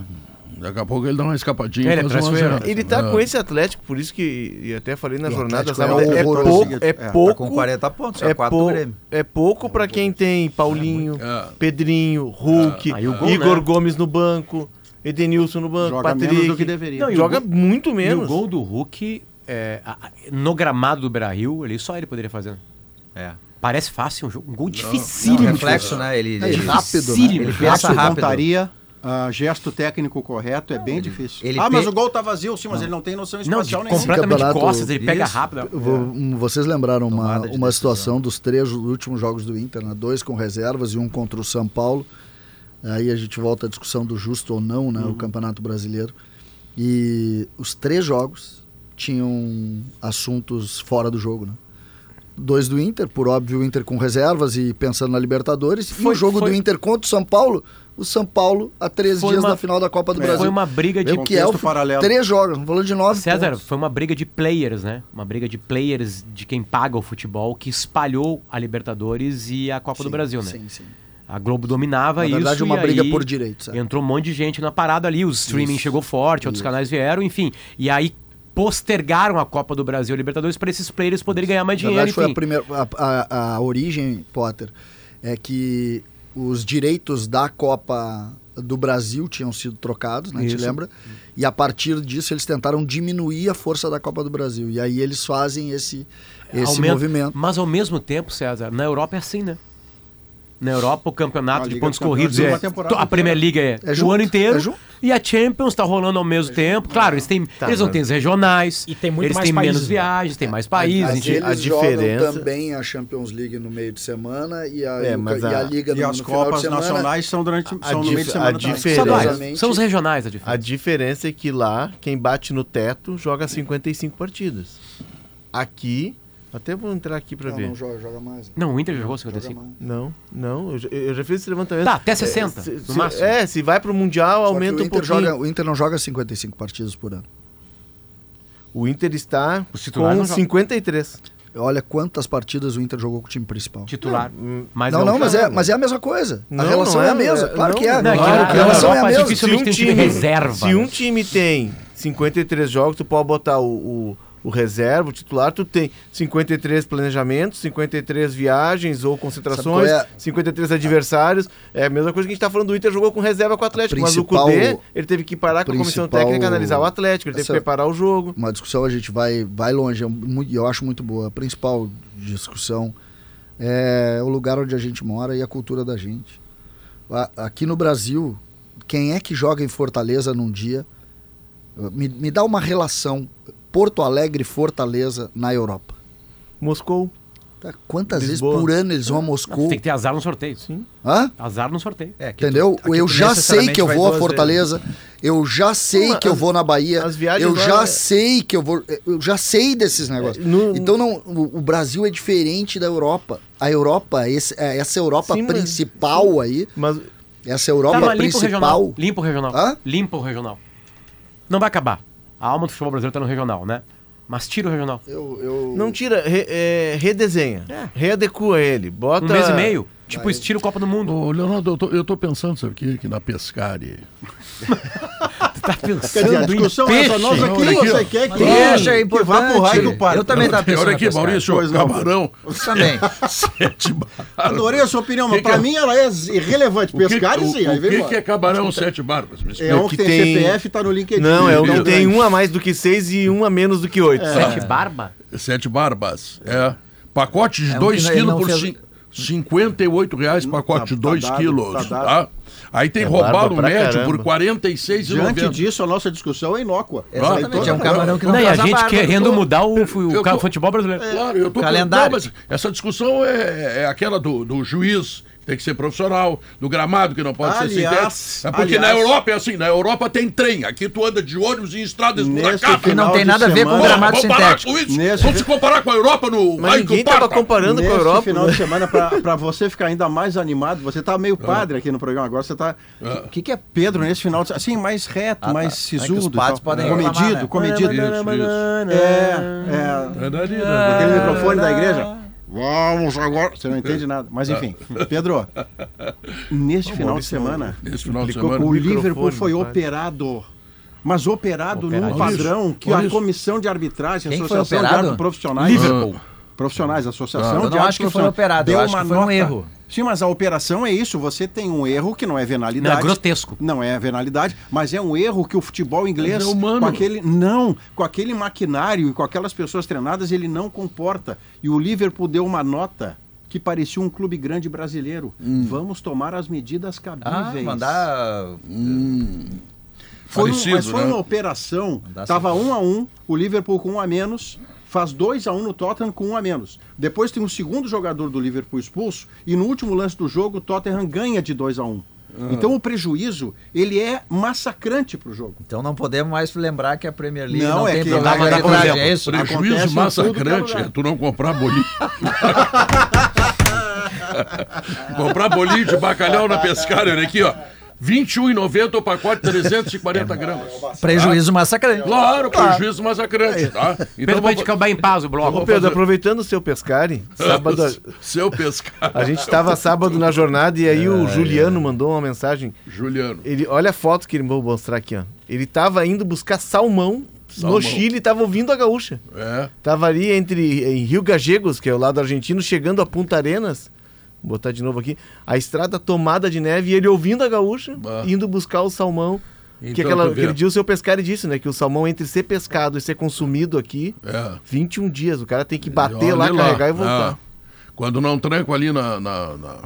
Speaker 1: Daqui a pouco ele dá uma escapadinha
Speaker 3: Ele é
Speaker 1: faz um a zero.
Speaker 4: Ele tá
Speaker 1: É.
Speaker 4: com esse Atlético, por isso que e até falei na
Speaker 6: E o
Speaker 4: jornada,
Speaker 6: Atlético
Speaker 4: sabe?
Speaker 6: era
Speaker 4: É,
Speaker 6: horroroso,
Speaker 4: pouco, é
Speaker 8: é, tá
Speaker 4: pouco,
Speaker 2: Tá com 40 pontos, é
Speaker 4: é,
Speaker 2: 4
Speaker 4: pou-
Speaker 2: do Grêmio.
Speaker 4: é pouco pra quem tem Paulinho,
Speaker 1: É.
Speaker 4: Pedrinho, Hulk,
Speaker 3: Ah, e o gol,
Speaker 4: Igor
Speaker 3: né?
Speaker 4: Gomes no banco, Edenilson no banco,
Speaker 8: Joga
Speaker 4: Patrick.
Speaker 8: menos do que deveria.
Speaker 3: Não, e o
Speaker 4: joga
Speaker 3: gol-
Speaker 4: muito
Speaker 3: E
Speaker 4: menos.
Speaker 3: o gol do Hulk é, a- a- no gramado do Brasil, ele só ele poderia fazer.
Speaker 2: É.
Speaker 3: Parece fácil, um, jogo, um gol
Speaker 2: Não,
Speaker 3: dificílimo.
Speaker 2: reflexo,
Speaker 3: Ah,
Speaker 2: né? Ele,
Speaker 6: É,
Speaker 2: ele-
Speaker 6: rápido, né?
Speaker 3: Dificílimo.
Speaker 2: Ele pensa
Speaker 8: Ato,
Speaker 2: rápido.
Speaker 8: pontaria, ah, gesto técnico correto, é bem difícil.
Speaker 2: ele
Speaker 8: ah, mas
Speaker 2: pe-
Speaker 8: o gol tá vazio, sim, mas ele não tem noção
Speaker 3: Não, de,
Speaker 8: espacial nenhuma.
Speaker 3: completamente
Speaker 6: Campeonato-
Speaker 3: costas, ele pega
Speaker 2: Isso.
Speaker 3: rápido. né? É.
Speaker 6: Vo- um, Vocês lembraram uma,
Speaker 2: Tomada de
Speaker 6: uma
Speaker 2: decisão.
Speaker 6: situação dos três últimos jogos do Inter, né? dois com reservas e um contra o São Paulo. Aí a gente volta à discussão do justo ou não, né?
Speaker 3: Uhum.
Speaker 6: O Campeonato Brasileiro. E os três jogos tinham assuntos fora do jogo, né? Dois do Inter, por óbvio, o Inter com reservas e pensando na Libertadores. e
Speaker 3: Foi-
Speaker 6: o jogo
Speaker 3: foi-
Speaker 6: do Inter contra o São Paulo, o São Paulo há três
Speaker 3: Foi
Speaker 6: dias
Speaker 3: uma-
Speaker 6: da final da Copa do
Speaker 3: Foi
Speaker 6: Brasil.
Speaker 3: uma briga de
Speaker 6: Vê o que é o
Speaker 8: contexto paralelo.
Speaker 6: Três jogos, falando de nove
Speaker 3: César,
Speaker 6: pontos.
Speaker 3: foi uma briga de players, né? Uma briga de players de quem paga o futebol que espalhou a Libertadores e a Copa do
Speaker 6: Sim,
Speaker 3: Brasil, né?
Speaker 6: Sim, sim.
Speaker 3: A Globo dominava
Speaker 6: Na
Speaker 3: isso.
Speaker 6: verdade, uma
Speaker 3: e
Speaker 6: briga
Speaker 3: aí
Speaker 6: por direitos, é.
Speaker 3: Entrou um monte de gente na parada ali, o streaming
Speaker 6: Isso.
Speaker 3: chegou forte, outros canais vieram, enfim. E aí postergaram a Copa do Brasil e Libertadores para esses players poderem ganhar mais
Speaker 6: Na
Speaker 3: dinheiro,
Speaker 6: verdade, foi a
Speaker 3: enfim.
Speaker 6: primeira. A, a- a origem, Potter, é que os direitos da Copa do Brasil tinham sido trocados, né? A gente
Speaker 3: Isso.
Speaker 6: lembra? E a partir disso eles tentaram diminuir a força da Copa do Brasil. E aí eles fazem esse, esse
Speaker 3: Aumenta-
Speaker 6: movimento.
Speaker 3: Mas ao mesmo tempo, César, na Europa é assim, né? Na Europa, o campeonato
Speaker 8: A
Speaker 3: de
Speaker 8: Liga
Speaker 3: pontos
Speaker 8: dos Campeões
Speaker 3: corridos
Speaker 8: dura
Speaker 3: é.
Speaker 8: uma temporada
Speaker 3: A Premier League é,
Speaker 6: É
Speaker 3: o
Speaker 6: junto,
Speaker 3: ano inteiro.
Speaker 6: é junto. É
Speaker 3: e a Champions tá rolando ao mesmo tempo. Claro, eles, têm, eles não
Speaker 4: Tá, mas-
Speaker 3: têm os regionais.
Speaker 7: E tem muito
Speaker 3: eles
Speaker 7: mais
Speaker 3: têm
Speaker 7: países,
Speaker 3: menos
Speaker 7: né?
Speaker 3: viagens, tem mais países.
Speaker 6: Mas
Speaker 3: a gente-
Speaker 4: eles a diferença-
Speaker 6: jogam também a Champions League no meio de semana e a,
Speaker 4: É,
Speaker 6: e o-
Speaker 4: mas
Speaker 6: e a
Speaker 4: a-
Speaker 6: Liga
Speaker 8: E
Speaker 6: no,
Speaker 8: as
Speaker 6: no final de
Speaker 8: Copas
Speaker 6: semana.
Speaker 8: Nacionais são, durante,
Speaker 4: a
Speaker 8: são no
Speaker 4: dif-
Speaker 8: meio de semana
Speaker 4: a
Speaker 8: também.
Speaker 4: diferença-
Speaker 6: Exatamente.
Speaker 3: São os regionais a
Speaker 4: A
Speaker 3: diferença.
Speaker 4: diferença é que lá, quem bate no teto joga 55 partidas. Aqui, até vou entrar aqui pra
Speaker 6: Não,
Speaker 4: ver.
Speaker 6: Ah, não joga, joga mais. né?
Speaker 3: Não, o Inter jogou
Speaker 6: Joga
Speaker 3: 55.
Speaker 6: mais.
Speaker 4: Não, não, eu já, eu já fiz esse levantamento.
Speaker 3: Tá, até 60,
Speaker 4: É, se,
Speaker 3: no
Speaker 4: se-
Speaker 3: máximo.
Speaker 4: é, se vai pro Mundial,
Speaker 6: Só que
Speaker 4: aumenta
Speaker 6: o
Speaker 4: um
Speaker 6: Inter
Speaker 4: pouquinho.
Speaker 6: joga, o Inter não joga 55 partidas por ano.
Speaker 4: O Inter está
Speaker 3: Os titulares
Speaker 4: com
Speaker 3: não jogam.
Speaker 4: 53.
Speaker 6: Olha quantas partidas o Inter jogou com o time principal.
Speaker 3: Titular.
Speaker 4: Hum,
Speaker 6: Mas não, não, mas
Speaker 4: né?
Speaker 6: é, mas é a mesma coisa. a relação é, a mesma, claro que é.
Speaker 4: Não,
Speaker 6: a
Speaker 4: que
Speaker 6: relação é a
Speaker 4: Europa
Speaker 6: mesma.
Speaker 4: Se um, time, reserva, se um time tem 53 jogos, tu pode botar o, o, o reserva, o titular, tu tem 53 planejamentos, 53 viagens ou concentrações,
Speaker 6: Sabe qual é?
Speaker 4: 53 adversários. É a mesma coisa que a gente tá falando, o Inter jogou com reserva com o Atlético, mas o
Speaker 6: principal-
Speaker 4: Cudê, ele teve que parar com a comissão
Speaker 6: principal-
Speaker 4: técnica e analisar o Atlético, ele teve
Speaker 6: Essa-
Speaker 4: que preparar o jogo.
Speaker 6: Uma discussão a gente vai, vai longe, é mu- e eu acho muito boa. A principal discussão é o lugar onde a gente mora e a cultura da gente. A- Aqui no Brasil, quem é que joga em Fortaleza num dia? Me, me dá uma relação Porto Alegre e Fortaleza na Europa.
Speaker 4: Moscou.
Speaker 6: Tá, Quantas
Speaker 4: Lisboa.
Speaker 6: vezes por ano eles vão a Moscou?
Speaker 3: Tem que ter azar no sorteio.
Speaker 4: Sim.
Speaker 6: Hã?
Speaker 3: Azar no sorteio.
Speaker 2: É, que
Speaker 6: Entendeu?
Speaker 2: tu- aqui
Speaker 6: eu
Speaker 2: tu
Speaker 6: já sei que eu
Speaker 2: necessariamente
Speaker 6: vou a
Speaker 2: vai duas
Speaker 6: Fortaleza, eu já sei
Speaker 4: Não,
Speaker 6: que eu
Speaker 4: as-
Speaker 6: vou na Bahia,
Speaker 4: as viagens
Speaker 6: eu
Speaker 4: lá-
Speaker 6: já sei que eu vou, eu já sei desses negócios.
Speaker 4: no-
Speaker 6: então não, o, o Brasil é diferente da Europa. A Europa, esse- é, essa Europa
Speaker 4: Sim, mas-
Speaker 6: principal aí,
Speaker 4: Mas Tá
Speaker 6: essa Europa
Speaker 3: limpo Tá o
Speaker 6: é principal,
Speaker 3: regional. Limpa o regional.
Speaker 6: Hã?
Speaker 3: Limpa o regional. Não vai acabar. A alma do futebol brasileiro tá no regional, né? Mas tira o regional.
Speaker 6: eu, eu-
Speaker 4: não tira, re- é, redesenha, readecua ele, bota...
Speaker 3: Um mês e meio. Tipo, estira o Copa do Mundo.
Speaker 1: Ô, Leonardo, eu tô, eu tô pensando, sabe o quê? Que
Speaker 3: *laughs*
Speaker 1: na pescaria.
Speaker 3: Tá
Speaker 8: Quer dizer, a
Speaker 3: pensando em
Speaker 8: discussão é essa nós
Speaker 1: Não,
Speaker 8: aqui,
Speaker 1: olha aqui, ó.
Speaker 8: você quer que,
Speaker 2: Deixa, é
Speaker 8: que vá pro raio do
Speaker 2: importante.
Speaker 8: parque.
Speaker 2: Eu também tava pensando
Speaker 1: Olha aqui,
Speaker 2: na pescaria.
Speaker 1: é Maurício,
Speaker 8: Pois não.
Speaker 1: camarão,
Speaker 2: Você também.
Speaker 1: *laughs* sete barbas.
Speaker 8: Adorei a sua opinião, mas
Speaker 1: Que que
Speaker 8: pra
Speaker 1: é?
Speaker 8: mim ela é irrelevante.
Speaker 1: O que-
Speaker 8: Pescar
Speaker 1: o-
Speaker 8: sim, aí
Speaker 1: o
Speaker 8: vem
Speaker 1: que
Speaker 8: embora.
Speaker 1: que é camarão sete barbas? Me
Speaker 8: É um que,
Speaker 4: que
Speaker 8: tem,
Speaker 4: tem-
Speaker 8: CPF, tá no LinkedIn.
Speaker 4: Não, é o que
Speaker 8: Então,
Speaker 4: tem
Speaker 6: né?
Speaker 4: um a mais do que seis e um a menos do que oito.
Speaker 6: É.
Speaker 2: É.
Speaker 3: Sete barba?
Speaker 1: Sete barbas. É. Pacote de
Speaker 2: É um
Speaker 1: 2
Speaker 2: que não-
Speaker 1: quilos
Speaker 2: não
Speaker 1: por
Speaker 2: fez- Hum,
Speaker 1: cin- 58 reais, pacote de
Speaker 8: tá
Speaker 1: 2
Speaker 8: dado,
Speaker 1: quilos.
Speaker 8: tá
Speaker 1: Tá
Speaker 8: dado.
Speaker 1: Aí tem
Speaker 4: É
Speaker 1: roubado
Speaker 4: barba pra
Speaker 1: médio
Speaker 4: caramba.
Speaker 1: por 46 e
Speaker 8: Diante
Speaker 1: 90.
Speaker 8: disso, a nossa discussão é inócua.
Speaker 2: Exatamente, é um camarão que não,
Speaker 3: Não, e a
Speaker 2: faz
Speaker 3: gente
Speaker 2: barba.
Speaker 3: querendo mudar o,
Speaker 1: Então, eu
Speaker 3: o
Speaker 1: tô-
Speaker 3: futebol brasileiro.
Speaker 1: Claro, eu tô
Speaker 2: Calendário.
Speaker 1: Não, mas essa discussão é, é aquela do, do juiz, que tem que ser profissional, do gramado, que não pode
Speaker 8: Aliás,
Speaker 1: ser sintético. É porque
Speaker 8: aliás.
Speaker 1: na Europa é assim, na Europa tem trem. Aqui tu anda de ônibus em estradas
Speaker 8: Nesse
Speaker 1: esburacadas.
Speaker 2: Que
Speaker 8: final
Speaker 2: não tem
Speaker 8: de
Speaker 2: nada a ver com
Speaker 8: semana-
Speaker 1: Porra,
Speaker 2: gramado
Speaker 1: vamos parar
Speaker 2: sintético.
Speaker 1: com isso.
Speaker 8: Nesse-
Speaker 1: Vamos se comparar com a Europa no
Speaker 4: Mas
Speaker 1: raio
Speaker 4: ninguém
Speaker 1: do
Speaker 4: tava
Speaker 1: Parta.
Speaker 4: comparando com a
Speaker 8: Neste
Speaker 4: Europa. *laughs*
Speaker 8: final de semana, pra, pra você ficar ainda mais animado, você tá meio
Speaker 1: Ah.
Speaker 8: padre aqui no programa agora, você tá... O que, que é Pedro nesse final de semana? Assim, mais reto,
Speaker 4: Ah,
Speaker 2: tá.
Speaker 8: mais
Speaker 2: É que os
Speaker 8: sisudo. e
Speaker 2: padres
Speaker 8: tal.
Speaker 2: podem
Speaker 8: comedido,
Speaker 2: reclamar, né?
Speaker 8: comedido.
Speaker 1: Isso, isso.
Speaker 8: É, é... Aquele microfone da igreja. Vamos agora. Você não entende nada. Mas
Speaker 1: Ah.
Speaker 8: enfim,
Speaker 1: *laughs*
Speaker 8: Pedro, neste final de semana,
Speaker 1: Nesse final de
Speaker 8: Complicou.
Speaker 1: semana.
Speaker 8: O Liverpool
Speaker 4: microfone,
Speaker 8: foi
Speaker 4: rapaz.
Speaker 8: operado. Mas operado num
Speaker 3: Operado.
Speaker 8: padrão que a
Speaker 1: Olha isso.
Speaker 8: comissão de arbitragem,
Speaker 2: Quem foi
Speaker 8: associação de
Speaker 2: operado? Ah,
Speaker 8: árbitros profissionais.
Speaker 1: Liverpool.
Speaker 8: Profissionais, associação
Speaker 2: Eu
Speaker 8: de
Speaker 2: não acho que
Speaker 8: árbitros
Speaker 2: foi
Speaker 8: profissionais,
Speaker 2: operado, eu
Speaker 8: deu
Speaker 2: acho
Speaker 8: uma
Speaker 2: que foi um
Speaker 8: nota.
Speaker 2: erro.
Speaker 8: Sim, mas a operação é isso. Você tem um erro que não é venalidade.
Speaker 3: Não, é grotesco.
Speaker 8: Não é venalidade, mas é um erro que o futebol inglês,
Speaker 1: Mas é humano.
Speaker 8: com aquele. Não, com aquele maquinário e com aquelas pessoas treinadas, ele não comporta. E o Liverpool deu uma nota que parecia um clube grande brasileiro. Vamos tomar as medidas
Speaker 2: Hum. Ah,
Speaker 8: cabíveis.
Speaker 2: mandar...
Speaker 8: Foi um-
Speaker 1: Parecido,
Speaker 8: mas foi
Speaker 1: né? assim.
Speaker 8: uma operação.
Speaker 2: Dá
Speaker 8: Tava
Speaker 2: certo.
Speaker 8: um a um, o Liverpool com um a menos, faz dois a um no Tottenham com um a menos. Depois tem um segundo jogador do Liverpool expulso e no último lance do jogo o Tottenham ganha de dois a um.
Speaker 1: Ah.
Speaker 8: Então o prejuízo ele é massacrante para o jogo.
Speaker 2: Então não podemos mais lembrar que a Premier League não,
Speaker 8: Não, é
Speaker 2: tem
Speaker 8: que-
Speaker 2: problema de
Speaker 8: Dá pra dar por
Speaker 2: arbitragem,
Speaker 8: exemplo.
Speaker 2: é isso?
Speaker 8: acontece em
Speaker 1: Prejuízo
Speaker 8: tudo
Speaker 1: massacrante
Speaker 8: que é
Speaker 1: é
Speaker 8: lugar.
Speaker 1: tu não comprar bolinho. *laughs* comprar bolinho de bacalhau na pescaria, olha aqui, ó. um R$ 21,90 o pacote 340 gramas.
Speaker 2: Prejuízo massacrante.
Speaker 1: Claro, prejuízo massacrante, tá?
Speaker 3: É Pedro,
Speaker 1: Então
Speaker 3: pra gente
Speaker 1: vamos...
Speaker 3: acabar em paz o bloco.
Speaker 4: Ô Pedro, aproveitando o seu
Speaker 2: *laughs*
Speaker 4: pescare, sábado, a-
Speaker 1: *laughs* Seu pescar,
Speaker 4: a gente tava sábado na jornada e aí o Juliano mandou uma mensagem.
Speaker 1: É, Juliano.
Speaker 4: Ele, olha a foto que ele vou mostrar aqui, ó. Ele tava indo buscar salmão,
Speaker 1: Salmão.
Speaker 4: no Chile, tava ouvindo a gaúcha.
Speaker 1: É.
Speaker 4: Tava ali entre em Rio Gagegos, que é o lado argentino, chegando a Punta Arenas. Vou botar de novo aqui. A estrada tomada de neve e ele ouvindo a gaúcha,
Speaker 1: Bah.
Speaker 4: indo buscar o salmão. que
Speaker 1: Então,
Speaker 4: aquela,
Speaker 1: tu vê.
Speaker 4: aquele dia o seu pescari disse, né? Que o salmão entre ser pescado e ser consumido aqui,
Speaker 1: É.
Speaker 4: 21 dias. O cara tem que
Speaker 1: Olha
Speaker 4: bater lá, carregar e voltar.
Speaker 1: É. Quando não tranco ali na. na, na...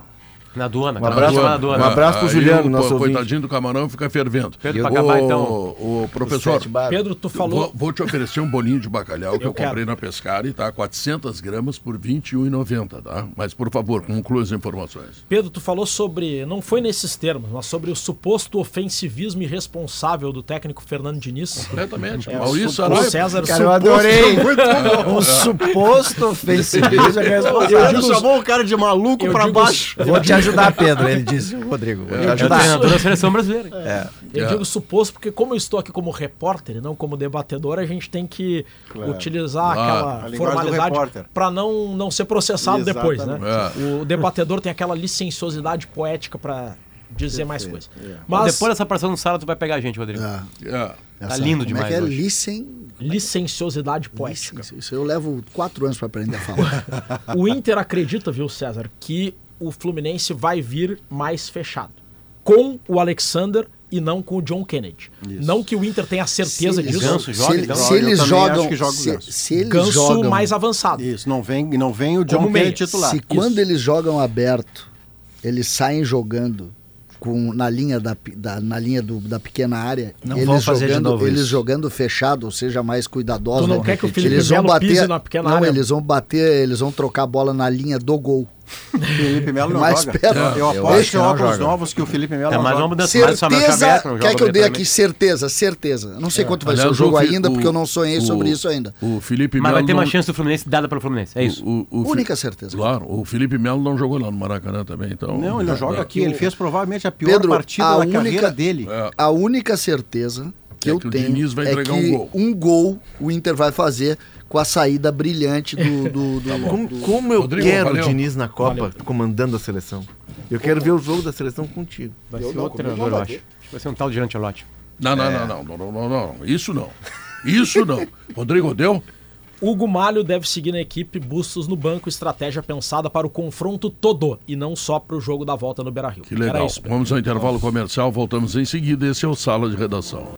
Speaker 3: Na aduana.
Speaker 4: Um abraço,
Speaker 3: na
Speaker 4: um
Speaker 3: aduana.
Speaker 4: abraço pro
Speaker 1: Aí
Speaker 4: Juliano,
Speaker 1: o
Speaker 4: nosso
Speaker 1: co-
Speaker 4: ouvinte.
Speaker 1: coitadinho do camarão fica fervendo.
Speaker 3: Pedro, pra acabar, então,
Speaker 1: O, o professor,
Speaker 4: Sete barras.
Speaker 7: Pedro, tu
Speaker 1: Vou,
Speaker 7: falou.
Speaker 1: vou te oferecer um bolinho de bacalhau que eu,
Speaker 7: Eu quero.
Speaker 1: comprei na pescaria, tá? 400 gramas por R$ 21,90, tá? Mas, por favor, conclua as informações.
Speaker 7: Pedro, tu falou sobre, não foi nesses termos, mas sobre o suposto ofensivismo irresponsável do técnico Fernando Diniz.
Speaker 1: Completamente.
Speaker 7: É,
Speaker 1: Maurício
Speaker 7: o
Speaker 1: Saraiva.
Speaker 7: César
Speaker 2: Cara, eu
Speaker 8: *laughs*
Speaker 2: adorei. *laughs* um suposto ofensivismo é
Speaker 1: *laughs*
Speaker 8: Ele
Speaker 2: responsável.
Speaker 8: chamou o cara de maluco
Speaker 7: Eu
Speaker 8: para
Speaker 7: digo-
Speaker 8: baixo.
Speaker 2: Vou te ajudar, Pedro, ele disse, Rodrigo. Vou te
Speaker 3: É o
Speaker 2: ajudar.
Speaker 3: treinador da seleção brasileira.
Speaker 2: É.
Speaker 7: Eu digo suposto porque, como eu estou aqui como repórter e não como debatedor, a gente tem que
Speaker 2: Ah.
Speaker 7: utilizar
Speaker 1: Claro.
Speaker 8: A
Speaker 7: aquela
Speaker 8: linguagem do repórter.
Speaker 7: formalidade para não, não ser processado depois, né?
Speaker 1: Exatamente.
Speaker 2: É.
Speaker 7: O debatedor tem aquela licenciosidade poética para dizer mais coisas.
Speaker 8: É.
Speaker 2: é.
Speaker 7: Mas
Speaker 3: Depois dessa participação no sala, tu vai pegar a gente, Rodrigo.
Speaker 6: Ah,
Speaker 2: Tá
Speaker 1: É.
Speaker 6: essa-
Speaker 3: Tá lindo
Speaker 6: como
Speaker 3: demais
Speaker 6: É que é
Speaker 3: hoje.
Speaker 6: licen...
Speaker 7: licenciosidade poética.
Speaker 6: Isso, isso eu levo quatro anos pra aprender a falar.
Speaker 7: *laughs* O Inter acredita, viu, César, que o Fluminense vai vir mais fechado. Com o Alexander e não com o John Kennedy. Não que o Inter tenha certeza
Speaker 6: eles-
Speaker 7: disso.
Speaker 3: Ganso joga,
Speaker 6: se,
Speaker 3: então?
Speaker 6: se
Speaker 8: Olha, eu
Speaker 6: eles
Speaker 8: também acho
Speaker 6: jogam,
Speaker 8: que joga o
Speaker 6: se,
Speaker 8: Ganso.
Speaker 6: se eles
Speaker 7: Ganso
Speaker 6: jogam,
Speaker 7: mais avançado.
Speaker 8: Isso, não vem, não vem o John
Speaker 7: Como
Speaker 8: Kennedy
Speaker 7: meia.
Speaker 8: titular.
Speaker 6: se quando eles jogam aberto, eles saem jogando com na linha da, pe- da- na linha do- da pequena área,
Speaker 2: Não
Speaker 6: eles
Speaker 2: vão fazer de
Speaker 6: jogando,
Speaker 2: novo
Speaker 6: eles
Speaker 2: isso.
Speaker 6: jogando fechado, ou seja, mais cuidadosos.
Speaker 7: Tu não
Speaker 6: vão
Speaker 7: quer que o
Speaker 6: repetir.
Speaker 7: Felipe
Speaker 6: eles vão
Speaker 7: Melo
Speaker 6: bater,
Speaker 7: pise na pequena
Speaker 6: não,
Speaker 7: área?
Speaker 6: eles vão bater, eles vão trocar a bola na linha do gol.
Speaker 8: Felipe Melo não
Speaker 6: Mais
Speaker 8: joga.
Speaker 6: perto.
Speaker 8: Eu
Speaker 2: Eu
Speaker 8: aposto
Speaker 2: acho
Speaker 8: que é
Speaker 2: que não
Speaker 8: óculos
Speaker 2: joga.
Speaker 8: novos que o Felipe Melo
Speaker 3: É
Speaker 8: não
Speaker 3: mais
Speaker 8: joga.
Speaker 3: uma mudança. Mais o Samuel Xavier,
Speaker 6: Certeza,
Speaker 8: é
Speaker 13: um
Speaker 3: que não
Speaker 6: quer
Speaker 3: joga
Speaker 6: que eu dê aqui?
Speaker 3: diretamente.
Speaker 6: Certeza, certeza. Eu Não sei quanto vai ser o
Speaker 1: Aliás,
Speaker 6: jogo
Speaker 1: Fi-
Speaker 6: ainda,
Speaker 1: o-
Speaker 6: porque eu não sonhei
Speaker 1: o-
Speaker 6: sobre isso ainda.
Speaker 1: O Felipe
Speaker 3: Mas vai ter
Speaker 1: não-
Speaker 3: uma chance do Fluminense dada pelo Fluminense. É isso.
Speaker 1: O, o Fi-
Speaker 6: Única certeza.
Speaker 1: Claro, o Felipe Melo não jogou lá no Maracanã também, então.
Speaker 8: Não, ele não
Speaker 1: É,
Speaker 8: joga
Speaker 1: é.
Speaker 8: aqui. Ele fez provavelmente a pior
Speaker 6: Pedro,
Speaker 8: partida
Speaker 6: a
Speaker 8: da
Speaker 6: única-
Speaker 8: carreira dele.
Speaker 1: É.
Speaker 6: A única certeza que
Speaker 1: É
Speaker 6: eu
Speaker 1: que o Diniz
Speaker 6: tenho
Speaker 1: vai
Speaker 6: é que
Speaker 1: entregar um gol.
Speaker 6: um gol o Inter vai fazer com a saída brilhante do. do, do-
Speaker 4: Como, Tá como eu
Speaker 1: Rodrigo,
Speaker 4: quero
Speaker 1: valeu.
Speaker 4: o Diniz na Copa comandando a seleção. Eu quero ver o jogo da seleção contigo.
Speaker 3: Vai ser outro treinador, eu acho. Acho que Vai ser um tal de Antelote.
Speaker 1: Não, não,
Speaker 7: É.
Speaker 1: não, não, não, não, não, não. Isso não. Isso não. Rodrigo deu?
Speaker 7: Hugo Malho deve seguir na equipe, Bustos no banco, estratégia pensada para o confronto todo e não só para o jogo da volta no Beira-Rio.
Speaker 1: Que legal.
Speaker 7: Era isso. Pedro.
Speaker 1: Vamos ao intervalo comercial, voltamos em seguida. Esse é o Sala de Redação.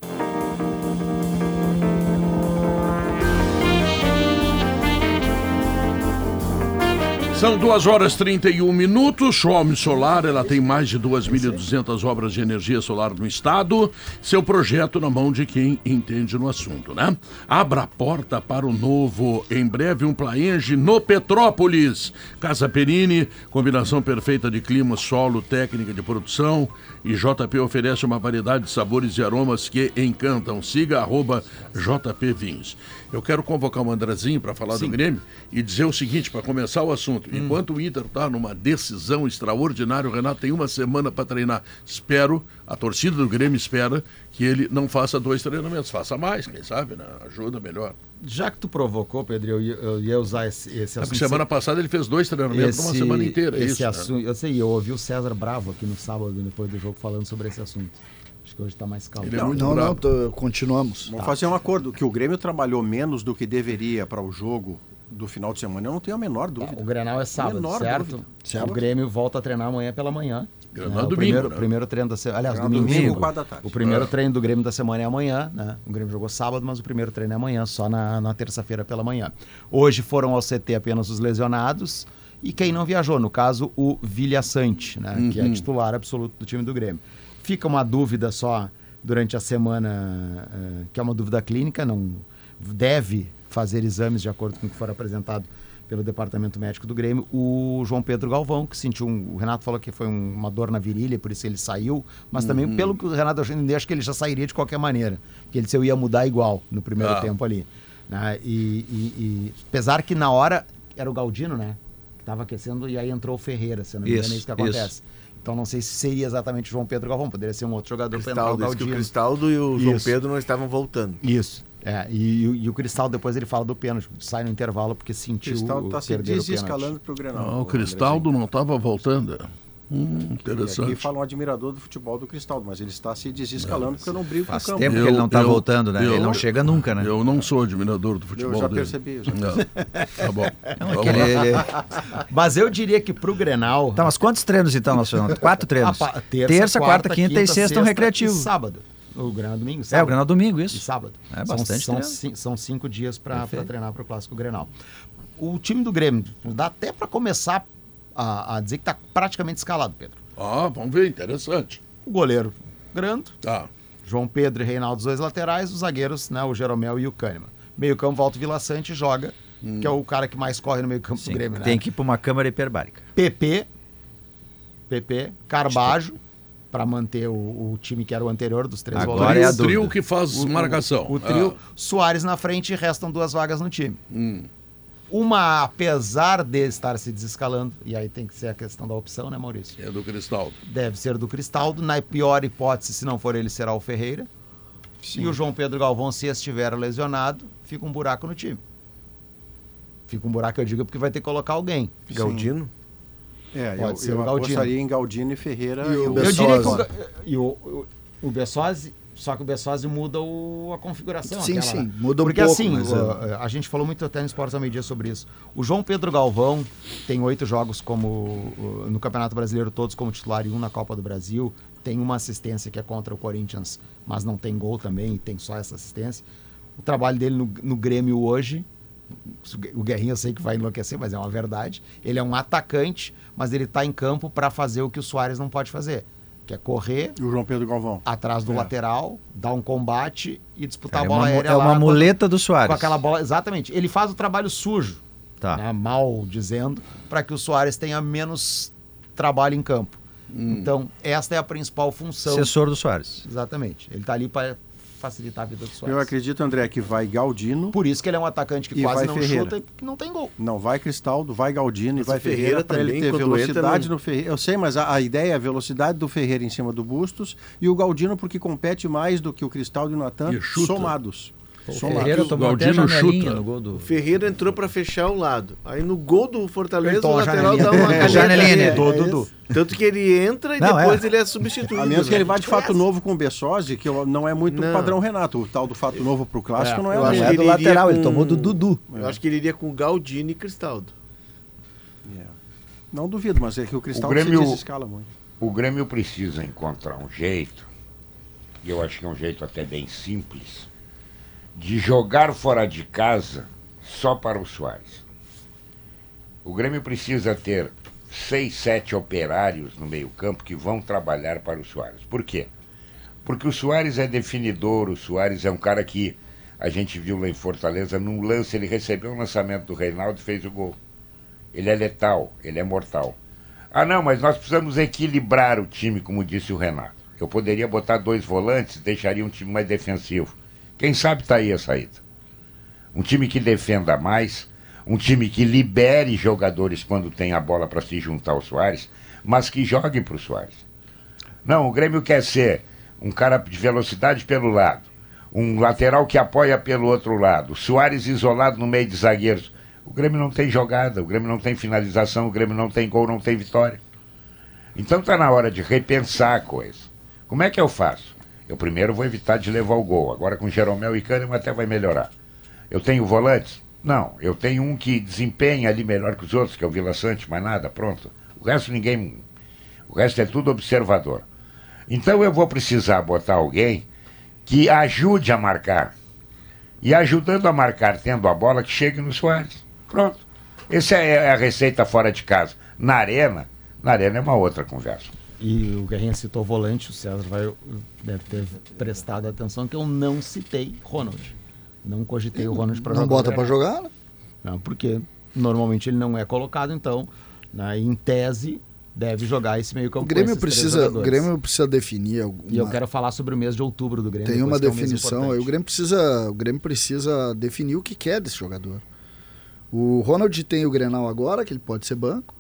Speaker 1: São 2 horas e 31 minutos. Chome Solar, ela tem mais de 2.200 obras de energia solar no estado. Seu projeto na mão de quem entende no assunto, né? Abra a porta para o novo. Em breve, um Plaenge no Petrópolis. Casa Perini, combinação perfeita de clima, solo, técnica de produção. E JP oferece uma variedade de sabores e aromas que encantam. Siga arroba JP Vinhos. Eu quero convocar o Andrezinho para falar do Grêmio e dizer o seguinte, para começar o assunto.
Speaker 2: Hum.
Speaker 1: Enquanto o Inter está numa decisão extraordinária, o Renato tem uma semana para treinar. Espero, a torcida do Grêmio espera que ele não faça dois treinamentos, faça mais, quem sabe, né? Ajuda melhor.
Speaker 2: Então,
Speaker 13: Já que tu provocou, Pedro, eu, ia- eu ia usar esse, esse
Speaker 1: É
Speaker 2: assim,
Speaker 13: assunto.
Speaker 1: porque semana passada ele fez dois treinamentos numa semana inteira. é
Speaker 13: esse
Speaker 1: isso, né?
Speaker 13: assunto, Eu sei, eu ouvi o César Bravo aqui no sábado, depois do jogo, falando sobre esse assunto. Acho que hoje tá mais calmo.
Speaker 1: Ele é muito
Speaker 6: Não, não,
Speaker 1: bravo.
Speaker 6: tô- Então, continuamos.
Speaker 13: Tá.
Speaker 6: Tá.
Speaker 8: Vamos fazer um acordo. Que o Grêmio trabalhou menos do que deveria para o jogo do final de semana, eu não tenho a menor
Speaker 13: O
Speaker 8: dúvida.
Speaker 13: Grenal é sábado,
Speaker 8: Menor
Speaker 13: certo?
Speaker 8: dúvida.
Speaker 13: O Grêmio volta a treinar amanhã pela manhã.
Speaker 1: Grenal
Speaker 13: né?
Speaker 1: é
Speaker 13: o
Speaker 1: domingo,
Speaker 13: primeiro,
Speaker 1: né?
Speaker 13: primeiro treino da semana. Aliás,
Speaker 8: Grenal é domingo,
Speaker 13: domingo.
Speaker 8: quatro da tarde.
Speaker 13: O primeiro treino do Grêmio da semana é amanhã, né? O Grêmio jogou sábado, mas o primeiro treino é amanhã, só na, na terça-feira pela manhã. Hoje foram ao CT apenas os lesionados e quem não viajou, no caso, o Vilha Sante, né? Que é titular absoluto do time do Grêmio. Fica uma dúvida só durante a semana, eh, que é uma dúvida clínica, não deve fazer exames de acordo com o que for apresentado pelo departamento médico do Grêmio, o João Pedro Galvão, que sentiu um, o Renato falou que foi um- uma dor na virilha, por isso ele saiu, mas também pelo que o Renato achou, eu acho que ele já sairia de qualquer maneira, que ele se eu ia mudar igual no primeiro
Speaker 1: Ah.
Speaker 13: tempo ali, né? E, e- e- apesar que na hora era o Galdino, né? Que tava aquecendo e aí entrou o Ferreira, se eu não me engano,
Speaker 2: Isso,
Speaker 13: é isso que
Speaker 2: isso.
Speaker 13: acontece. Então não sei se seria exatamente o João Pedro Galvão, poderia ser um outro jogador para entrar o
Speaker 4: Cristaldo, diz que o
Speaker 13: Galdino.
Speaker 4: Cristaldo e o João
Speaker 13: Isso.
Speaker 4: Pedro não estavam voltando.
Speaker 13: Isso. É, e, e o- e o Cristal depois ele fala do pênalti, sai no intervalo porque sentiu
Speaker 8: Cristal
Speaker 13: o-
Speaker 8: está se
Speaker 13: perder o pênalti.
Speaker 8: desescalando para o Grenal.
Speaker 1: Ah, o
Speaker 8: Andrezinho.
Speaker 1: Cristaldo não estava voltando. Hum,
Speaker 8: E aqui
Speaker 1: interessante.
Speaker 8: fala um admirador do futebol do Cristaldo, mas ele está se desescalando porque eu não brigo
Speaker 2: Faz
Speaker 8: com o
Speaker 2: tempo
Speaker 8: campo.
Speaker 2: que ele não tá
Speaker 1: Eu- eu-
Speaker 2: voltando, né? ele
Speaker 1: eu-
Speaker 2: não chega nunca, né?
Speaker 1: Eu não sou admirador do
Speaker 8: Eu
Speaker 1: futebol
Speaker 8: já
Speaker 1: dele.
Speaker 8: percebi. eu já-
Speaker 1: Não,
Speaker 2: *laughs*
Speaker 1: tá bom.
Speaker 2: Não, é
Speaker 1: Vamos
Speaker 2: que ele-
Speaker 1: lá.
Speaker 2: ele- é-
Speaker 1: *laughs*
Speaker 13: Mas eu diria que pro Grenal,
Speaker 2: Tá, mas quantos treinos então nós fizemos? Quatro
Speaker 13: Ah,
Speaker 2: treinos.
Speaker 13: pá,
Speaker 2: terça, quarta, quinta, e sexta é um recreativo.
Speaker 13: e sábado. O Grenal é domingo,
Speaker 2: É, o Grenal
Speaker 13: sábado.
Speaker 2: é domingo,
Speaker 13: E
Speaker 2: isso.
Speaker 13: sábado.
Speaker 2: É, bastante
Speaker 13: são,
Speaker 2: treino.
Speaker 13: ci- são cinco dias para
Speaker 2: Perfeito.
Speaker 13: treinar para o Clássico Grenal. O time do Grêmio, dá até para começar a, a dizer que está praticamente escalado, Pedro.
Speaker 1: Ah, vamos ver, interessante.
Speaker 13: O goleiro, Grando.
Speaker 1: Tá.
Speaker 13: João Pedro e Reinaldo, os dois laterais, os zagueiros, né, o Jeromel e o Kahneman. Meio campo, Valto Vila Sante joga,
Speaker 1: Hum.
Speaker 13: que é o cara que mais corre no meio campo
Speaker 2: Sim,
Speaker 13: do Grêmio, né?
Speaker 2: Tem que ir pra uma câmara hiperbárica.
Speaker 13: PP, PP, Carbajo, para manter o, o time que era o anterior dos três
Speaker 2: Agora
Speaker 13: volantes.
Speaker 2: é a
Speaker 1: o trio
Speaker 2: dúvida.
Speaker 1: que faz marcação.
Speaker 13: O trio,
Speaker 1: Ah, Hum.
Speaker 13: Soares na frente e restam duas vagas no time. Uma, apesar de estar se desescalando, e aí tem que ser a questão da opção, né, Maurício?
Speaker 1: É do Cristaldo.
Speaker 13: Deve ser do Cristaldo. Na pior hipótese, se não for ele, será o Ferreira. E o João Pedro Galvão, se estiver lesionado, fica um buraco no time. Fica um buraco, eu digo, porque vai ter que colocar alguém.
Speaker 8: Sim. Galdino? É,
Speaker 13: Pode
Speaker 8: eu,
Speaker 13: ser
Speaker 8: eu
Speaker 13: o Galdino.
Speaker 8: apostaria em Galdino e Ferreira.
Speaker 13: E o
Speaker 8: eu-
Speaker 13: Bessosi? Eu diria que o Ga- e o, o, o Bessosi- só que o Bessose muda o- a configuração.
Speaker 6: Sim,
Speaker 13: aquela-
Speaker 6: sim, muda um
Speaker 13: Porque
Speaker 6: pouco,
Speaker 13: assim,
Speaker 6: mas
Speaker 13: o-
Speaker 6: é.
Speaker 13: a gente falou muito até no Esportes ao Meio-Dia sobre isso. O João Pedro Galvão tem oito jogos como o- no Campeonato Brasileiro, todos como titular e um na Copa do Brasil. Tem uma assistência que é contra o Corinthians, mas não tem gol também, e tem só essa assistência. O trabalho dele no, no Grêmio hoje o Guerrinha eu sei que vai enlouquecer, mas é uma verdade. Ele é um atacante, mas ele está em campo para fazer o que o Soares não pode fazer, que é correr.
Speaker 8: E o João Pedro Galvão.
Speaker 13: Atrás do
Speaker 8: É.
Speaker 13: lateral, dar um combate e disputar
Speaker 2: É
Speaker 13: a bola
Speaker 2: uma mu-
Speaker 13: aérea.
Speaker 2: é
Speaker 13: lá
Speaker 2: uma
Speaker 13: com-
Speaker 2: muleta do Soares.
Speaker 13: Com aquela bola, exatamente. Ele faz o trabalho sujo,
Speaker 2: Tá.
Speaker 13: né, mal dizendo, para que o Soares tenha menos trabalho em campo.
Speaker 8: Hum.
Speaker 13: Então, esta é a principal função.
Speaker 2: Assessor do Soares.
Speaker 13: Exatamente. Ele está ali para facilitar a vida do Soares.
Speaker 8: Eu acredito, André, que vai Galdino.
Speaker 13: Por isso que ele é um atacante que
Speaker 8: e vai
Speaker 13: quase não
Speaker 8: Ferreira.
Speaker 13: chuta e que não tem gol.
Speaker 8: Não, vai Cristaldo, vai Galdino e
Speaker 13: Mas
Speaker 8: vai
Speaker 13: o Ferreira
Speaker 8: Ferreira, para ele
Speaker 13: também,
Speaker 8: ter
Speaker 13: quando
Speaker 8: velocidade
Speaker 4: né?
Speaker 13: entra, não-
Speaker 8: no Ferreira. Eu sei, mas a, a ideia é a velocidade do Ferreira em cima do Bustos e o Galdino porque compete mais do que o Cristaldo e o Natan
Speaker 1: E chuta.
Speaker 8: somados.
Speaker 4: Pô, o
Speaker 8: Somados.
Speaker 4: Ferreira tomou até Galdino janelinha chuta. no
Speaker 2: gol do-
Speaker 4: O Ferreira entrou pra fechar o lado. Aí no gol do Fortaleza,
Speaker 8: Apertou
Speaker 4: o
Speaker 8: Então, *laughs* a
Speaker 4: lateral
Speaker 8: janelinha.
Speaker 4: dá *laughs* uma caneta
Speaker 8: Janelinha,
Speaker 4: nele.
Speaker 8: né? Do Dudu.
Speaker 4: isso. Tanto que ele entra e
Speaker 8: Não,
Speaker 4: depois
Speaker 8: é.
Speaker 4: ele é substituído.
Speaker 8: A menos que
Speaker 4: né?
Speaker 8: ele vá de fato novo com o Bessosi, que eu- não é muito
Speaker 4: Não.
Speaker 8: padrão Renato. O tal do fato novo pro clássico
Speaker 4: É,
Speaker 8: não é
Speaker 4: eu
Speaker 8: o
Speaker 4: acho
Speaker 8: mesmo.
Speaker 4: que ele iria com-
Speaker 2: Dudu.
Speaker 4: Eu acho que ele iria com Galdino e Cristaldo.
Speaker 8: Não duvido, mas é que o
Speaker 4: Cristaldo
Speaker 8: Cristal
Speaker 4: se
Speaker 8: se
Speaker 4: desescala
Speaker 8: desescala muito.
Speaker 5: O Grêmio precisa encontrar um jeito, e eu acho que é um jeito até bem simples, de jogar fora de casa só para o Soares. O Grêmio precisa ter seis, sete operários no meio-campo que vão trabalhar para o Soares. Por quê? Porque o Soares é definidor, o Soares é um cara que a gente viu lá em Fortaleza, num lance, ele recebeu um lançamento do Reinaldo e fez o gol. Ele é letal, ele é mortal. Ah, não, mas nós precisamos equilibrar o time, como disse o Renato. Eu poderia botar dois volantes, deixaria um time mais defensivo. Quem sabe tá aí a saída. Um time que defenda mais, um time que libere jogadores quando tem a bola para se juntar ao Soares, mas que jogue pro Soares. Não, o Grêmio quer ser um cara de velocidade pelo lado, um lateral que apoia pelo outro lado, Soares isolado no meio de zagueiros. O Grêmio não tem jogada, o Grêmio não tem finalização, o Grêmio não tem gol, não tem vitória. Então tá na hora de repensar a coisa. Como é que eu faço? Eu primeiro vou evitar de levar o gol. Agora com Jeromel e Kahneman até vai melhorar. Eu tenho volantes? Não. Eu tenho um que desempenha ali melhor que os outros, que é o Vila Sante, mas nada, pronto. O resto ninguém. O resto é tudo observador. Então eu vou precisar botar alguém que ajude a marcar. E ajudando a marcar, tendo a bola, que chegue no Soares. Pronto. Essa é a receita fora de casa. Na arena, na arena é uma outra conversa.
Speaker 13: E o Guerrinha citou volante, o César vai, deve ter prestado atenção que eu não citei Ronald. Não cogitei o Ronald para
Speaker 6: Não
Speaker 13: jogar.
Speaker 6: bota pra jogar,
Speaker 13: né? Não, porque normalmente ele não é colocado, então, né, em tese, deve jogar esse meio campo.
Speaker 6: O
Speaker 13: com
Speaker 6: Grêmio
Speaker 13: esses três
Speaker 6: precisa, o
Speaker 13: jogadores.
Speaker 6: Grêmio precisa definir
Speaker 13: E eu
Speaker 6: alguma
Speaker 13: quero falar sobre o mês de outubro do Grêmio.
Speaker 6: Tem uma
Speaker 13: depois, que é um mês
Speaker 6: definição. aí
Speaker 13: importante.
Speaker 6: o Grêmio precisa, o Grêmio precisa definir o que quer desse jogador. O Ronald tem o Grenal agora, que ele pode ser banco.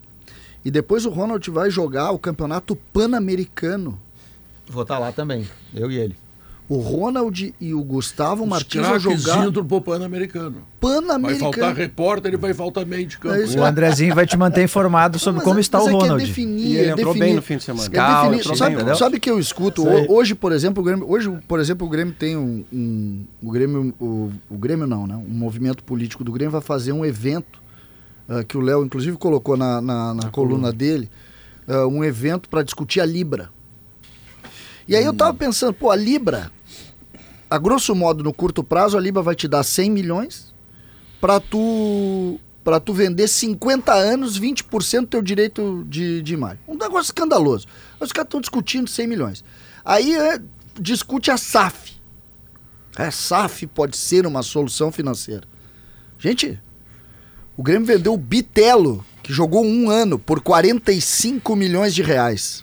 Speaker 6: E depois o Ronald vai jogar o Campeonato Pan-Americano.
Speaker 13: Vou estar lá também, eu e ele.
Speaker 6: O Ronald e o Gustavo Martins vão
Speaker 1: Craques
Speaker 6: jogar
Speaker 1: indo pro Pan-Americano. Vai faltar
Speaker 6: Pan-Americano.
Speaker 1: repórter e vai faltar meio de campo.
Speaker 6: É isso
Speaker 2: O Andrezinho vai te manter informado sobre como está
Speaker 6: Mas
Speaker 2: o
Speaker 6: é que é
Speaker 2: Ronald.
Speaker 6: definir,
Speaker 8: E ele entrou
Speaker 6: definir.
Speaker 8: bem no fim de semana.
Speaker 6: É
Speaker 2: Calma,
Speaker 6: definir.
Speaker 2: entrou bem,
Speaker 6: sabe,
Speaker 2: entendeu?
Speaker 6: sabe que eu escuto
Speaker 2: Isso aí.
Speaker 6: ho- hoje, por exemplo, o Grêmio, hoje, por exemplo, o Grêmio tem um, um- o Grêmio, o, o Grêmio não, né? Um movimento político do Grêmio vai fazer um evento ah, que o Léo inclusive colocou na, na- na coluna dele, ah, um evento para discutir a Libra. E aí eu tava pensando, pô, a Libra, a grosso modo, no curto prazo, a Libra vai te dar 100 milhões pra tu para tu vender 50 anos, 20% do teu direito de, de imagem. Um negócio escandaloso. Os caras estão discutindo 100 milhões. Aí é, discute a SAF. A SAF pode ser uma solução financeira. Gente, o Grêmio vendeu o Bitelo, que jogou um ano, por 45 milhões de reais.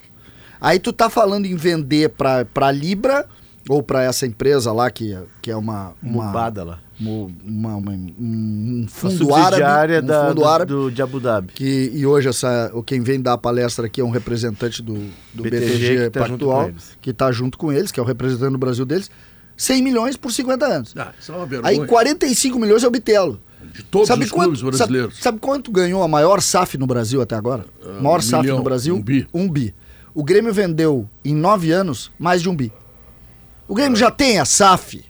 Speaker 6: Aí tu tá falando em vender pra, pra Libra ou para essa empresa lá que, que é uma. uma
Speaker 13: Mubada lá.
Speaker 6: mu- uma- uma- um um
Speaker 4: Uma
Speaker 6: fundo árabe.
Speaker 4: subsidiária
Speaker 6: Um
Speaker 4: da-
Speaker 6: fundo
Speaker 4: do-
Speaker 6: árabe.
Speaker 4: do- de Abu Dhabi.
Speaker 6: Que, e hoje essa, o quem vem dar a palestra aqui é um representante do, do
Speaker 4: BTG
Speaker 6: BTG,
Speaker 4: que tá junto com
Speaker 6: Pactual,
Speaker 4: eles.
Speaker 6: que está junto com eles, que é o representante do Brasil deles. 100 milhões por 50 anos.
Speaker 1: *laughs* Ah, isso é uma vergonha.
Speaker 6: Aí 45 milhões é o Bitelo.
Speaker 1: De todos os clubes brasileiros.
Speaker 6: Sabe, sabe quanto ganhou a maior SAF no Brasil até agora?
Speaker 1: Ah,
Speaker 6: maior
Speaker 1: um
Speaker 6: SAF
Speaker 1: milhão,
Speaker 6: no Brasil?
Speaker 1: um bi.
Speaker 6: O Grêmio vendeu em nove anos mais de um bi. O
Speaker 1: É.
Speaker 6: Grêmio já tem a SAF.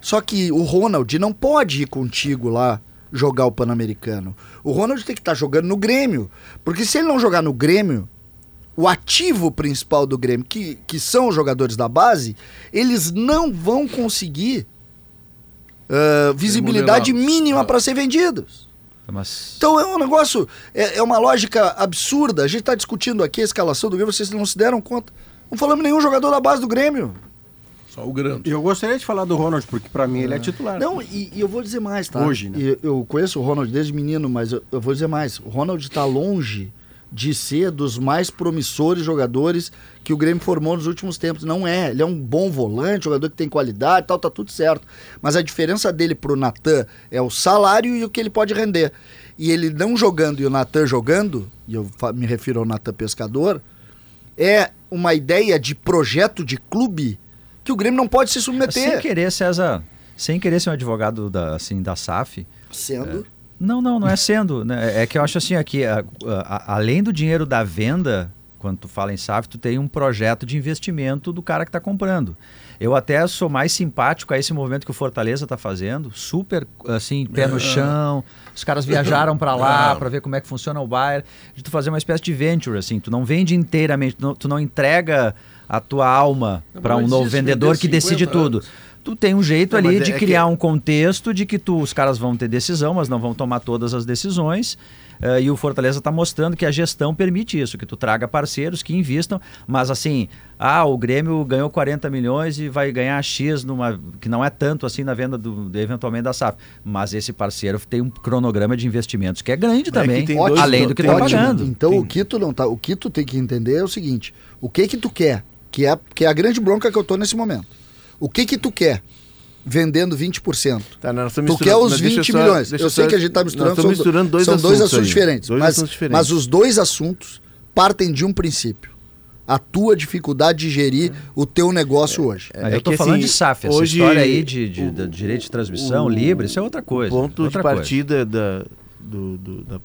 Speaker 6: Só que o Ronald não pode ir contigo lá jogar o Pan-Americano. O Ronald tem que estar jogando no Grêmio. Porque se ele não jogar no Grêmio, o ativo principal do Grêmio, que, que são os jogadores da base, eles não vão conseguir ah, visibilidade
Speaker 2: Remunerados.
Speaker 6: mínima para ser vendidos.
Speaker 2: Mas
Speaker 6: Então é um negócio, é, é uma lógica absurda. A gente está discutindo aqui a escalação do Grêmio, vocês não se deram conta. Não falamos nenhum jogador da base do Grêmio.
Speaker 1: Só o grande.
Speaker 8: Eu gostaria de falar do Ronald, porque pra mim ele é titular.
Speaker 6: Não, e, e eu vou dizer mais, tá?
Speaker 8: Hoje, né?
Speaker 6: E eu conheço o Ronald desde menino, mas eu, eu vou dizer mais. O Ronald está longe de ser dos mais promissores jogadores que o Grêmio formou nos últimos tempos. Não é. Ele é um bom volante, jogador que tem qualidade e tal, tá tudo certo. Mas a diferença dele pro Natan é o salário e o que ele pode render. E ele não jogando e o Natan jogando, e eu fa- me refiro ao Natan Pescador, é uma ideia de projeto de clube que o Grêmio não pode se submeter.
Speaker 2: sem querer, César, sem querer ser um advogado da, assim, da SAF,
Speaker 6: Sendo.
Speaker 2: Não, não, não é sendo. Né? É que eu acho assim, aqui, a- a- além do dinheiro da venda, quando tu fala em SAF, tu tem um projeto de investimento do cara que está comprando. Eu até sou mais simpático a esse movimento que o Fortaleza está fazendo, super assim, pé
Speaker 13: É.
Speaker 2: no chão. Os caras viajaram para lá
Speaker 13: É.
Speaker 2: para ver como é que funciona o Bayern, de tu fazer uma espécie de venture assim, tu não vende inteiramente, tu não, tu não entrega a tua alma
Speaker 13: Não,
Speaker 2: para
Speaker 13: não
Speaker 2: um novo
Speaker 13: existe
Speaker 2: vendedor
Speaker 13: vender
Speaker 2: que decide
Speaker 13: 50
Speaker 2: tudo. Tu tem um jeito
Speaker 13: Não,
Speaker 2: ali
Speaker 13: mas
Speaker 2: de
Speaker 13: é que-
Speaker 2: criar um contexto de que tu, os caras vão ter decisão, mas não vão tomar todas as decisões. eh, e o Fortaleza está mostrando que a gestão permite isso, que tu traga parceiros que investam, mas assim, ah, o Grêmio ganhou 40 milhões e vai ganhar X numa. que não é tanto assim na venda do, de- eventualmente da SAF. Mas esse parceiro tem um cronograma de investimentos que é
Speaker 4: Né,
Speaker 2: grande também, além do que está pagando.
Speaker 6: Então o que tu não tá, o que tu tem que entender é o seguinte: o que que tu quer? Que é, que é a grande bronca que eu tô nesse momento. O que que tu quer? Vendendo 20%.
Speaker 4: Tá, nós
Speaker 6: tu
Speaker 4: estamos
Speaker 6: quer
Speaker 4: misturando-
Speaker 6: os
Speaker 4: mas
Speaker 6: 20
Speaker 4: deixa eu só-
Speaker 6: milhões.
Speaker 4: deixa
Speaker 6: Eu
Speaker 4: eu
Speaker 6: sei
Speaker 4: só-
Speaker 6: que a gente está
Speaker 4: nós
Speaker 6: misturando.
Speaker 4: estamos
Speaker 6: do-
Speaker 4: tá misturando dois
Speaker 6: são dois
Speaker 4: assuntos
Speaker 6: assuntos
Speaker 4: aí.
Speaker 6: diferentes,
Speaker 4: Dois
Speaker 6: mas,
Speaker 4: assuntos diferentes.
Speaker 6: Mas os dois assuntos partem de um princípio. A tua dificuldade de gerir o teu negócio hoje.
Speaker 2: É,
Speaker 4: É
Speaker 2: eu estou falando
Speaker 4: assim,
Speaker 2: de SAF, essa história aí de, de- da- direito de transmissão
Speaker 4: o-
Speaker 2: livre, isso é outra coisa.
Speaker 4: O ponto
Speaker 2: outra
Speaker 4: de partida da, do- do- da,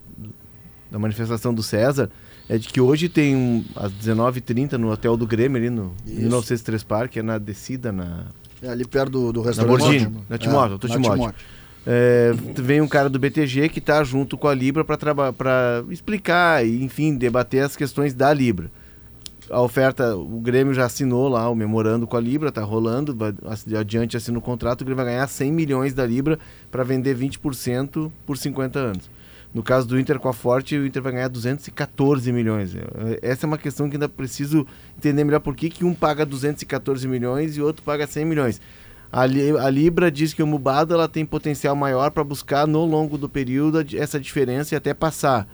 Speaker 4: da manifestação do César é de que hoje tem um, às 19h30 no hotel do Grêmio, ali no
Speaker 6: Isso.
Speaker 4: 1903 Parque, é na descida na.
Speaker 6: É ali perto do, do
Speaker 4: Na
Speaker 6: restaurante.
Speaker 4: Bordini,
Speaker 6: né?
Speaker 4: na Timóteo,
Speaker 6: É,
Speaker 4: tô
Speaker 6: na
Speaker 4: Timóteo. É, vem um cara do BTG que está junto com a Libra para explicar e, enfim, debater as questões da Libra. A oferta, o Grêmio já assinou lá o memorando com a Libra, tá rolando, vai- assi- adiante assina o contrato, o Grêmio vai ganhar 100 milhões da Libra para vender 20% por 50 anos. No caso do Inter com a Forte, o Inter vai ganhar 214 milhões. É, Essa é uma questão que ainda preciso entender melhor por que, que um paga 214 milhões e o outro paga 100 milhões. A, Li- a Libra diz que o Mubado ela tem potencial maior para buscar no longo do período a di- essa diferença e até passar.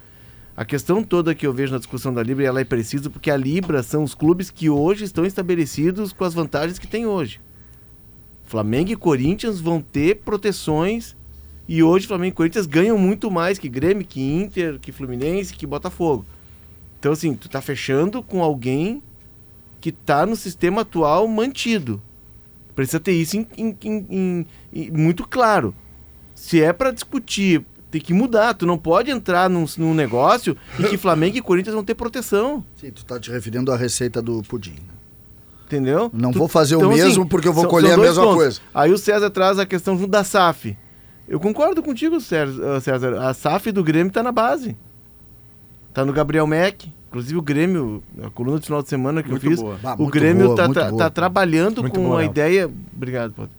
Speaker 4: A questão toda que eu vejo na discussão da Libra, e ela é precisa porque a Libra são os clubes que hoje estão estabelecidos com as vantagens que tem hoje. Flamengo e Corinthians vão ter proteções e hoje Flamengo e Corinthians ganham muito mais que Grêmio, que Inter, que Fluminense, que Botafogo. Então assim, tu tá fechando com alguém que tá no sistema atual mantido. Precisa ter isso em- em- em- em- em- muito claro. Se é pra discutir, tem que mudar. Tu não pode entrar num, num negócio em que Flamengo e Corinthians vão ter proteção.
Speaker 6: Sim, tu tá te referindo à receita do pudim.
Speaker 4: Entendeu?
Speaker 6: Não
Speaker 4: Tu-
Speaker 6: vou fazer o
Speaker 4: então, assim,
Speaker 6: mesmo porque eu vou
Speaker 4: são-
Speaker 6: colher
Speaker 4: são
Speaker 6: a
Speaker 4: dois
Speaker 6: mesma
Speaker 4: pontos.
Speaker 6: coisa.
Speaker 4: Aí o César traz a questão junto da SAF. Eu concordo contigo, Cés- ah, César. A SAF do Grêmio tá na base. Tá no Gabriel Mack. Inclusive o Grêmio, a coluna do final de semana que
Speaker 13: Muito
Speaker 4: eu fiz.
Speaker 13: boa.
Speaker 6: Ah,
Speaker 4: o
Speaker 6: muito
Speaker 4: Grêmio
Speaker 6: boa,
Speaker 4: tá,
Speaker 6: muito
Speaker 4: tá-
Speaker 6: boa.
Speaker 4: tá trabalhando
Speaker 6: Muito
Speaker 4: com
Speaker 6: boa,
Speaker 4: a
Speaker 6: Léo.
Speaker 4: idew- ideia. Obrigado, Potter.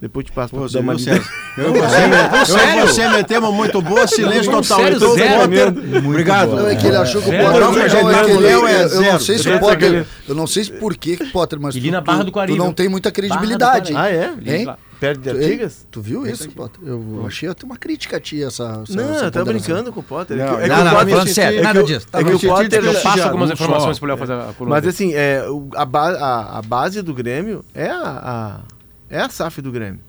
Speaker 4: Depois te passo pra
Speaker 8: Pô,
Speaker 4: tu dar uma
Speaker 8: viu,
Speaker 4: lida. *laughs*
Speaker 8: César? Eu e você, eu e você metemos muito boa, silêncio
Speaker 4: Não,
Speaker 8: total.
Speaker 4: sério,
Speaker 8: Então,
Speaker 4: zero
Speaker 8: Potter,
Speaker 4: mesmo.
Speaker 8: obrigado.
Speaker 6: Não, é que ele achou que o
Speaker 8: Zero,
Speaker 6: Potter
Speaker 8: não,
Speaker 6: não,
Speaker 8: não,
Speaker 6: é que
Speaker 8: não,
Speaker 6: ele-
Speaker 8: não, é
Speaker 6: eu não
Speaker 8: zero.
Speaker 6: sei se
Speaker 8: Eu
Speaker 6: o
Speaker 8: tô
Speaker 6: Potter.
Speaker 8: sabendo.
Speaker 6: Eu não sei se por que que Potter, mas
Speaker 3: E
Speaker 6: tu,
Speaker 3: vi na
Speaker 6: tu-
Speaker 3: Barra do Caribe.
Speaker 6: tu não tem muita
Speaker 3: Barra do
Speaker 6: credibilidade.
Speaker 3: Caribe.
Speaker 6: hein?
Speaker 3: Ah, é?
Speaker 6: Hein?
Speaker 3: Lá.
Speaker 4: Perde de
Speaker 6: Tu-
Speaker 4: Artigas?
Speaker 6: Tu viu isso, Potter? Eu achei até uma crítica a ti, essa. essa
Speaker 4: Não, é
Speaker 6: essa
Speaker 4: eu tava
Speaker 6: ponderação.
Speaker 4: brincando com o Potter. É
Speaker 6: Não,
Speaker 4: que- que
Speaker 6: não,
Speaker 4: o
Speaker 6: não,
Speaker 4: Potter-
Speaker 6: falando sério,
Speaker 4: é que
Speaker 6: nada
Speaker 4: o-
Speaker 6: disso.
Speaker 4: É
Speaker 6: Tava
Speaker 4: que o
Speaker 6: mentindo,
Speaker 4: Potter
Speaker 6: eu passo
Speaker 3: algumas informações pro Léo fazer a coluna
Speaker 4: Mas
Speaker 3: dele.
Speaker 4: assim, é, o- a, ba- a- a base do Grêmio é a, a- é a SAF do Grêmio.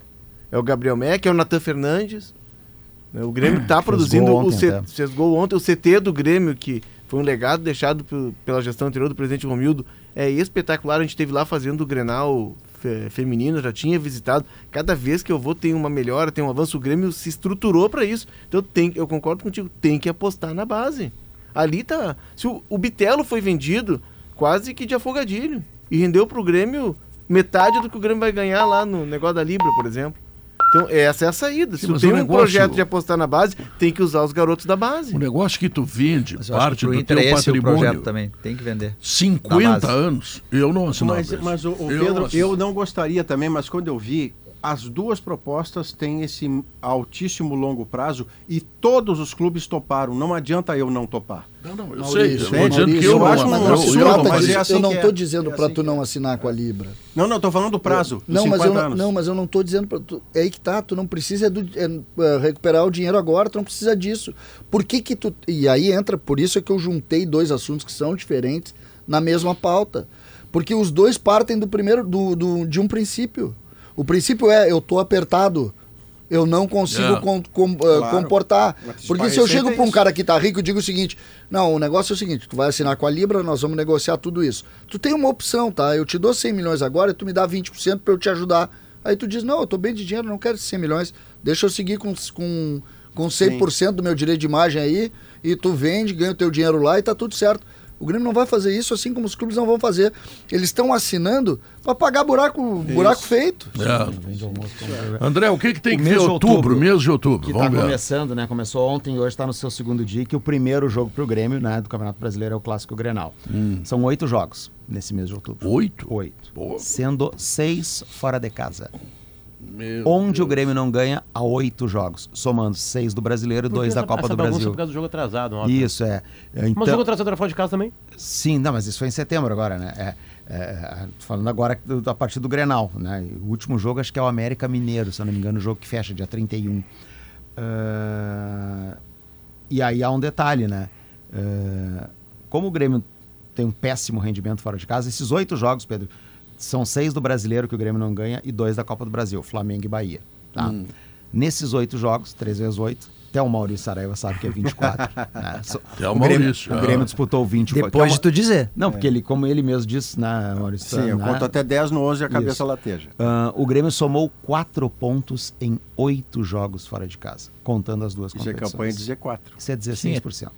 Speaker 4: É o Gabriel Mack, é o Natan Fernandes. né? O Grêmio está
Speaker 13: Fez
Speaker 4: produzindo
Speaker 13: gol
Speaker 4: o
Speaker 13: ontem
Speaker 4: C,
Speaker 13: até.
Speaker 4: fez gol ontem. O CT do Grêmio, que foi um legado deixado pe- pela gestão anterior do presidente Romildo, é espetacular. A gente esteve lá fazendo o Grenal fe- feminino, já tinha visitado. Cada vez que eu vou tem uma melhora, tem um avanço. O Grêmio se estruturou para isso. Então tem, eu concordo contigo, tem que apostar na base. Ali tá. Se o, o Bitelo foi vendido quase que de afogadilho. E rendeu pro Grêmio metade do que o Grêmio vai ganhar lá no negócio da Libra, por exemplo. Então, essa é a saída. Se
Speaker 1: Sim,
Speaker 4: tu
Speaker 1: mas
Speaker 4: tem
Speaker 1: o
Speaker 4: um
Speaker 1: negócio-
Speaker 4: projeto de apostar na base, tem que usar os garotos da base.
Speaker 1: O Um negócio que tu vende,
Speaker 4: eu acho
Speaker 1: parte
Speaker 4: que pro
Speaker 1: do
Speaker 4: Inter
Speaker 1: teu
Speaker 4: é esse o
Speaker 1: patrimônio.
Speaker 4: projeto
Speaker 2: também, tem que vender.
Speaker 8: Na
Speaker 1: 50
Speaker 8: base.
Speaker 1: anos, eu não assinava
Speaker 8: Mas,
Speaker 1: isso.
Speaker 8: mas o, o
Speaker 1: Eu
Speaker 8: Pedro,
Speaker 1: assinava.
Speaker 8: eu não gostaria também, mas quando eu vi, as duas propostas têm esse altíssimo longo prazo e todos os clubes toparam. Não adianta eu não topar.
Speaker 1: Não, não,
Speaker 6: Eu sei, eu
Speaker 8: Né?
Speaker 6: vou dizendo que
Speaker 8: Eu
Speaker 6: eu
Speaker 8: acho um
Speaker 6: não- mas
Speaker 8: absurdo,
Speaker 6: eu não tô
Speaker 8: mas é
Speaker 6: dizendo-
Speaker 8: assim
Speaker 6: Eu não
Speaker 8: que
Speaker 6: estou
Speaker 8: é.
Speaker 6: dizendo para tu não assinar com a Libra.
Speaker 8: Não, não, tô falando do prazo.
Speaker 6: Não,
Speaker 8: dos
Speaker 6: mas
Speaker 8: 50
Speaker 6: eu não,
Speaker 8: anos.
Speaker 6: não, mas eu não tô dizendo para tu. É aí que tá, tu não precisa é do- é, uh, recuperar o dinheiro agora, tu não precisa disso. Por que que tu E aí entra, por isso é que eu juntei dois assuntos que são diferentes na mesma pauta. Porque os dois partem do primeiro do, do- de um princípio. O princípio é eu tô apertado. Eu não consigo
Speaker 14: É.
Speaker 6: com- com- uh,
Speaker 14: Claro.
Speaker 6: comportar.
Speaker 14: Mas
Speaker 6: Porque
Speaker 14: isso
Speaker 6: se eu
Speaker 14: é
Speaker 6: chego
Speaker 14: isso.
Speaker 6: para um cara que tá rico, eu digo o seguinte: não, o negócio é o seguinte, tu vai assinar com a Libra, nós vamos negociar tudo isso. Tu tem uma opção, tá? Eu te dou 100 milhões agora e tu me dá 20% para eu te ajudar. Aí tu diz: não, eu tô bem de dinheiro, não quero esses 100 milhões, deixa eu seguir com, com, com 100% do meu direito de imagem aí e tu vende, ganha o teu dinheiro lá e tá tudo certo. O Grêmio não vai fazer isso, assim como os clubes não vão fazer. Eles estão assinando para pagar buraco, buraco feito.
Speaker 1: É. André, o que, que tem que
Speaker 13: mês
Speaker 1: ver
Speaker 13: de
Speaker 1: outubro, mês de outubro?
Speaker 13: Que está
Speaker 1: Vamos ver.
Speaker 13: começando, né? Começou ontem e hoje está no seu segundo dia, que o primeiro jogo para o Grêmio, né, do Campeonato Brasileiro é o Clássico Grenal.
Speaker 1: Hum.
Speaker 13: Hum. São oito jogos nesse mês de outubro.
Speaker 1: Oito?
Speaker 13: Oito. Sendo seis fora de casa.
Speaker 1: Meu
Speaker 13: onde o Grêmio não ganha há oito jogos, somando seis do Brasileiro e
Speaker 3: Por que
Speaker 13: dois da
Speaker 3: essa-
Speaker 13: Copa
Speaker 3: essa
Speaker 13: do
Speaker 3: bagunça
Speaker 13: Brasil.
Speaker 3: por causa do jogo atrasado, ó.
Speaker 13: Isso, é.
Speaker 2: então-
Speaker 3: Mas o jogo atrasado era fora de casa também?
Speaker 13: Sim, não, mas isso foi em setembro agora, né? É, é, tô falando agora do- da partir do Grenal, né? O último jogo acho que é o América Mineiro, se eu não me engano, o jogo que fecha dia 31. Ah, e aí há um detalhe, né? Ah, como o Grêmio tem um péssimo rendimento fora de casa, esses oito jogos, Pedro, são seis do Brasileiro que o Grêmio não ganha e dois da Copa do Brasil, Flamengo e Bahia. Tá? Nesses oito jogos, três vezes oito, até o Maurício Saraiva sabe que é 24. né? So-
Speaker 1: Até o
Speaker 13: Grêmio-
Speaker 1: Maurício,
Speaker 13: o
Speaker 1: é.
Speaker 13: Grêmio disputou 20
Speaker 2: Depois
Speaker 13: que é uma-
Speaker 2: de tu dizer.
Speaker 13: Não, porque ele, como ele mesmo disse, na Maurício.
Speaker 8: Sim, eu
Speaker 13: né?
Speaker 8: conto até 10 no 11 e a cabeça
Speaker 13: Isso.
Speaker 8: lateja.
Speaker 13: Ah, o Grêmio somou 4 pontos em 8 jogos fora de casa, contando as duas
Speaker 8: Isso é
Speaker 13: competições.
Speaker 8: campanha de Z4.
Speaker 13: Isso é 16%.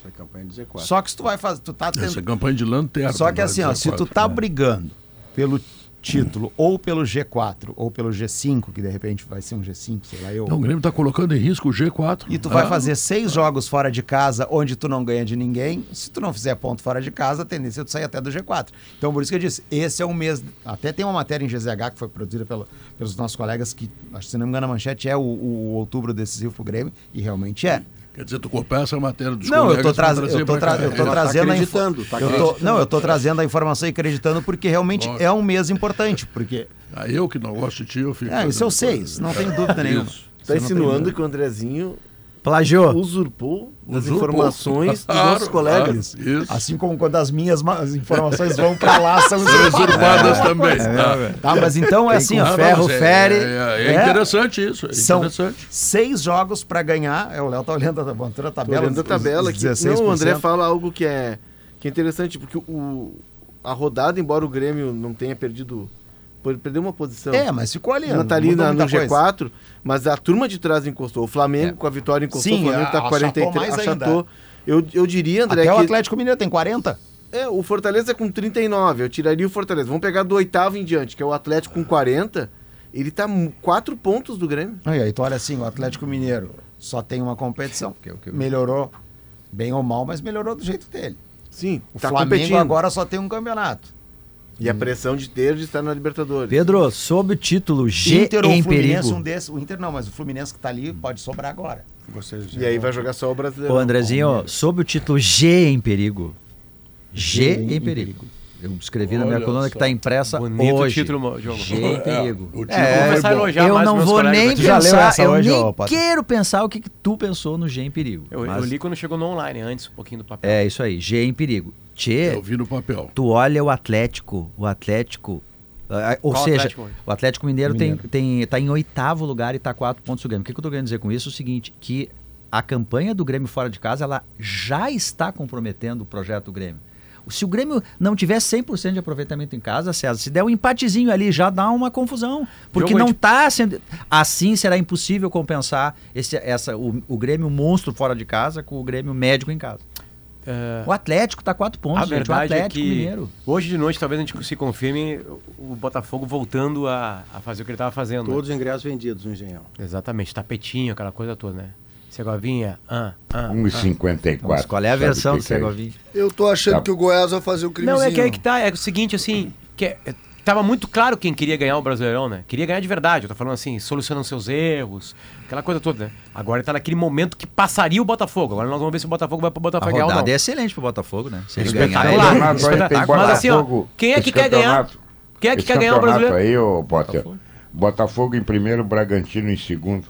Speaker 8: Essa campanha é de Z4.
Speaker 13: Só que se tu vai fazer, tu
Speaker 8: é.
Speaker 13: tá
Speaker 6: é
Speaker 1: Essa campanha de lanterna.
Speaker 13: Só que
Speaker 1: vai
Speaker 13: assim, ó,
Speaker 1: dizer
Speaker 13: se tu
Speaker 1: quatro. É.
Speaker 13: tá brigando pelo título ou pelo G4 ou pelo G5, que de repente vai ser um G5, sei lá eu.
Speaker 1: Não, o Grêmio tá colocando em risco o G4.
Speaker 13: E tu vai
Speaker 1: Ah.
Speaker 13: fazer seis jogos fora de casa, onde tu não ganha de ninguém. Se tu não fizer ponto fora de casa, a tendência é tu sair até do G4. Então, por isso que eu disse, esse é um mês... Até tem uma matéria em GZH que foi produzida pelo- pelos nossos colegas, que, acho que se não me engano, a manchete é o, o outubro decisivo pro Grêmio, e realmente é.
Speaker 1: Quer dizer, tu copiar essa matéria dos
Speaker 13: Não, eu
Speaker 1: colegas
Speaker 13: tô,
Speaker 1: pra
Speaker 13: traz,
Speaker 1: trazer
Speaker 13: eu tô,
Speaker 1: pra
Speaker 13: tra
Speaker 1: cá.
Speaker 13: eu tô
Speaker 1: Ela tá
Speaker 13: trazendo a
Speaker 1: acreditando,
Speaker 13: informação.
Speaker 1: tá
Speaker 13: não, eu tô trazendo a informação e acreditando porque realmente é um mês importante, porque.
Speaker 1: Ah, eu que não gosto de ti, eu fico.
Speaker 13: É, isso eu sei, isso não tenho dúvida nenhuma.
Speaker 1: *laughs* Isso.
Speaker 13: Isso
Speaker 4: Tá
Speaker 13: eu não tenho
Speaker 4: insinuando
Speaker 13: dúvida.
Speaker 4: que o Andrezinho
Speaker 13: Plagiou.
Speaker 4: usurpou as
Speaker 13: Usurpou.
Speaker 4: informações dos
Speaker 13: Claro,
Speaker 4: nossos colegas.
Speaker 1: Ah,
Speaker 13: claro, isso. Assim como quando as minhas ma- as informações vão pra lá, são
Speaker 1: São usurpadas também, É, tá? é, é.
Speaker 13: Tá, mas então é
Speaker 1: Quem
Speaker 13: assim,
Speaker 1: com
Speaker 13: ó,
Speaker 1: ferro
Speaker 13: ferro
Speaker 1: fere.
Speaker 13: fere.
Speaker 1: É, é, é interessante isso, é
Speaker 13: são
Speaker 1: interessante.
Speaker 13: seis jogos pra ganhar. É, O Léo tá olhando a, mostrando a
Speaker 4: Tô
Speaker 13: tabela.
Speaker 4: olhando a
Speaker 13: os-
Speaker 4: tabela
Speaker 13: os
Speaker 4: aqui. Não, o André
Speaker 13: 16%.
Speaker 4: fala algo que é, que é interessante, porque o, a rodada, embora o Grêmio não tenha perdido. pode- Perdeu uma posição.
Speaker 13: É, mas ficou ali,
Speaker 4: Não
Speaker 13: não
Speaker 4: tá ali
Speaker 13: mudou
Speaker 4: na- no
Speaker 13: muita coisa. É.
Speaker 4: G4, mas a turma de trás encostou. O Flamengo com a vitória encostou.
Speaker 13: Sim,
Speaker 4: o Flamengo tá
Speaker 13: a-
Speaker 4: com 43,
Speaker 13: achatou mais ainda.
Speaker 4: achatou. Eu, eu diria, André,
Speaker 13: Até o
Speaker 4: que-
Speaker 13: Atlético Mineiro tem 40.
Speaker 4: É, o Fortaleza com 39, eu tiraria o Fortaleza. Vamos pegar do oitavo em diante, que é o Atlético com 40. Ele tá 4 pontos do Grêmio.
Speaker 13: Aí, aí tu olha assim, o Atlético Mineiro só tem uma competição. Melhorou bem ou mal, mas melhorou do jeito dele.
Speaker 4: Sim,
Speaker 13: o
Speaker 4: tá
Speaker 13: Flamengo
Speaker 4: competindo.
Speaker 13: agora só tem um campeonato.
Speaker 4: E a pressão de ter de estar na Libertadores.
Speaker 14: Pedro, sob o título G
Speaker 13: Inter ou
Speaker 14: em
Speaker 13: Fluminense, um
Speaker 14: perigo.
Speaker 13: desses. O Inter não, mas o Fluminense que tá ali pode sobrar agora.
Speaker 4: E aí vai jogar só o brasileiro.
Speaker 14: Ô Andrezinho, sob o título G em perigo. G,
Speaker 13: G
Speaker 14: em perigo.
Speaker 2: Eu escrevi na
Speaker 3: Olha
Speaker 2: minha coluna que
Speaker 3: só.
Speaker 2: está impressa
Speaker 3: Bonito
Speaker 2: hoje.
Speaker 3: título, Mo- Diogo.
Speaker 2: G,
Speaker 3: É,
Speaker 2: perigo.
Speaker 3: o título
Speaker 2: É,
Speaker 3: começa a elogiar
Speaker 2: eu
Speaker 3: mais
Speaker 2: não
Speaker 3: os meus
Speaker 2: vou
Speaker 3: colegas
Speaker 2: nem
Speaker 3: aqui. Já leu
Speaker 2: pensar,
Speaker 3: essa
Speaker 2: eu
Speaker 3: hoje,
Speaker 2: nem
Speaker 3: ô, Patrick?
Speaker 2: quero pensar Ah, o que, que tu pensou no G em perigo.
Speaker 3: Eu, eu
Speaker 2: mas-
Speaker 3: li quando chegou no online, antes um pouquinho do papel.
Speaker 2: É isso aí, G em perigo. Tchê,
Speaker 3: Eu
Speaker 1: vi no papel.
Speaker 2: Tu olha o Atlético, o Atlético. ah, ah, Ou
Speaker 3: Qual
Speaker 2: seja,
Speaker 3: Atlético hoje?
Speaker 2: o Atlético Mineiro,
Speaker 3: Mineiro.
Speaker 2: Tem, tem, tá em oitavo lugar e tá quatro pontos do Grêmio. O que, que eu tô querendo dizer com isso? É o seguinte, que a campanha do Grêmio fora de casa, ela já está comprometendo o projeto do Grêmio. Se o Grêmio não tiver 100% de aproveitamento em casa, César, se der um empatezinho ali, já dá uma confusão. Porque
Speaker 14: Jogo
Speaker 3: é
Speaker 2: não
Speaker 14: de-
Speaker 2: tá sendo... Assim será impossível compensar esse, essa, o, o Grêmio monstro fora de casa com o Grêmio médico em casa. O Atlético tá quatro
Speaker 3: a
Speaker 2: pontos, gente.
Speaker 3: verdade
Speaker 2: o Atlético
Speaker 3: é que
Speaker 2: Mineiro.
Speaker 3: hoje de noite talvez a gente se confirme o o Botafogo voltando a, a fazer o que ele estava fazendo.
Speaker 8: Todos
Speaker 3: né?
Speaker 8: os ingressos vendidos no Engenhão.
Speaker 3: Exatamente, tapetinho, aquela coisa toda, né? Segovinha, ah, ah. Então,
Speaker 5: 1,54.
Speaker 3: Mas
Speaker 5: Mas qual é a Sabe versão que do que é Segovinha?
Speaker 6: Eu tô achando
Speaker 5: Tá.
Speaker 6: que o Goiás vai fazer um crimezinho.
Speaker 3: Não, é que aí que tá, é o seguinte, assim, que é- é- tava muito claro quem queria ganhar o Brasileirão, né? Queria ganhar de verdade, eu tô falando assim, solucionando seus erros, aquela coisa toda, né? Agora tá naquele momento que passaria o Botafogo, agora nós vamos ver se o Botafogo vai pro
Speaker 2: A
Speaker 3: Botafogo
Speaker 2: rodada é
Speaker 3: não.
Speaker 2: excelente pro Botafogo, né? Se é ele ganhar, ele-
Speaker 3: Espetacular, espetacular. Mas assim, ó,
Speaker 5: Botafogo,
Speaker 3: quem é que
Speaker 5: esse
Speaker 3: quer ganhar?
Speaker 5: campeonato-
Speaker 3: Quem é que
Speaker 5: esse
Speaker 3: quer ganhar o
Speaker 5: campeonato
Speaker 3: Brasileiro?
Speaker 5: Aí, ô, Potter. Botafogo em primeiro, Bragantino em segundo.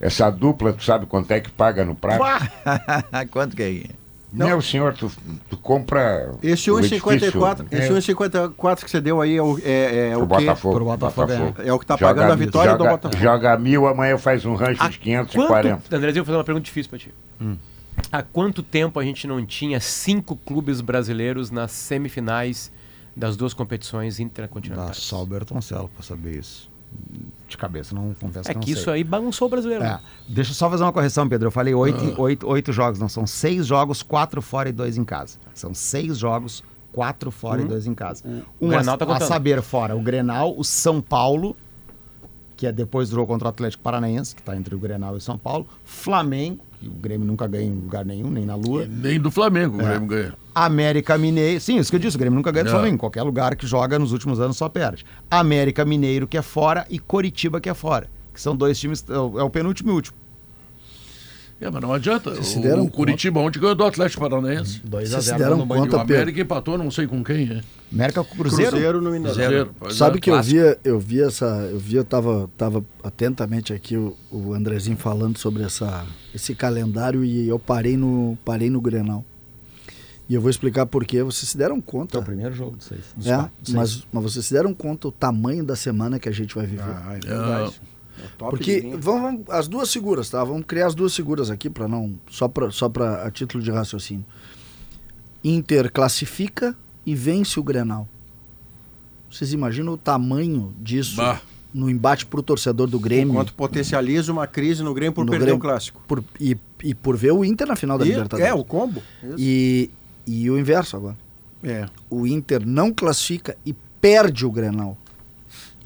Speaker 5: Essa dupla, tu sabe quanto é que paga no prato?
Speaker 2: Quanto que é?
Speaker 5: Meu senhor, tu, tu compra.
Speaker 8: Esse
Speaker 5: o edifício,
Speaker 8: 1,54
Speaker 5: né?
Speaker 8: esse 1,54 que você deu aí é o, é, é
Speaker 5: Pro
Speaker 8: o que?
Speaker 5: Botafogo.
Speaker 8: É o que tá pagando a vitória
Speaker 5: joga,
Speaker 8: do Botafogo.
Speaker 5: Joga mil, amanhã faz um rancho de 540.
Speaker 3: Ah, Quanto, Andrezinho, eu vou fazer uma pergunta difícil pra ti. Há quanto tempo a gente não tinha cinco clubes brasileiros nas semifinais das duas competições
Speaker 13: Dá
Speaker 3: intercontinentais?
Speaker 13: só o Bertoncello pra saber isso. De cabeça, não confesso
Speaker 3: É
Speaker 13: que não
Speaker 3: que isso
Speaker 13: sei.
Speaker 3: aí bagunçou o brasileiro. Ah.
Speaker 13: É.
Speaker 3: né?
Speaker 13: Deixa eu só fazer uma correção, Pedro. Eu falei oito, em- oito, oito jogos, não. São seis jogos, quatro fora e dois em casa. São seis jogos, quatro fora
Speaker 3: Hum.
Speaker 13: e dois em casa.
Speaker 3: O
Speaker 13: Um a,
Speaker 3: Grenal tá
Speaker 13: a
Speaker 3: contando.
Speaker 13: saber fora o Grenal, o São Paulo, que é depois do jogo contra o Atlético Paranaense, que tá entre o Grenal e o São Paulo, Flamengo, que o Grêmio nunca ganha em lugar nenhum, nem na
Speaker 3: É,
Speaker 13: Lua.
Speaker 1: Nem do Flamengo, o
Speaker 13: É.
Speaker 1: Grêmio ganha.
Speaker 13: América Mineiro. Sim, isso que eu disse, o Grêmio nunca ganha
Speaker 1: É.
Speaker 13: do Flamengo. Qualquer lugar que joga nos últimos anos só perde. América Mineiro que é fora e Coritiba que é fora. Que são dois times, é o é o penúltimo e último.
Speaker 1: É, mas não adianta.
Speaker 13: Vocês se
Speaker 1: O-
Speaker 13: deram
Speaker 1: o Curitiba ontem ganhou do Atlético Paranaense.
Speaker 13: 2
Speaker 1: 2
Speaker 13: a Vocês se 0 deram no Bangu.
Speaker 1: O
Speaker 13: conta, Pedro?
Speaker 1: América empatou, não sei com quem, é.
Speaker 13: América com o Cruzeiro?
Speaker 1: Cruzeiro
Speaker 13: no Mineirão.
Speaker 1: Cruzeiro, pois
Speaker 13: é,
Speaker 6: Sabe que eu
Speaker 13: clássico.
Speaker 6: via, eu via essa, eu via, eu tava, tava atentamente aqui o, o Andrezinho falando sobre essa, esse calendário e eu parei no, parei no Grenal. E eu vou explicar por quê. Vocês se deram conta.
Speaker 13: É o primeiro jogo dos seis. dos
Speaker 6: É,
Speaker 13: quatro, dos seis.
Speaker 6: mas, mas vocês se deram conta o tamanho da semana que a gente vai viver.
Speaker 13: Ah, é
Speaker 8: verdade. É top
Speaker 6: Porque
Speaker 8: de linha.
Speaker 6: vamos, vamos- as duas figuras, tá? Vamos criar as duas figuras aqui para não só para só para a título de raciocínio. Inter classifica e vence o Grenal. Vocês imaginam o tamanho disso
Speaker 8: Bah.
Speaker 6: no embate pro torcedor do Grêmio?
Speaker 8: Enquanto potencializa uma crise no Grêmio por
Speaker 6: No
Speaker 8: perder
Speaker 6: Grêmio.
Speaker 8: um o clássico.
Speaker 6: Por- e, e por ver o Inter na final da
Speaker 8: E-
Speaker 6: Libertadores.
Speaker 8: é, o combo. Isso.
Speaker 6: E, e o inverso agora. O Inter não classifica e perde o Grenal.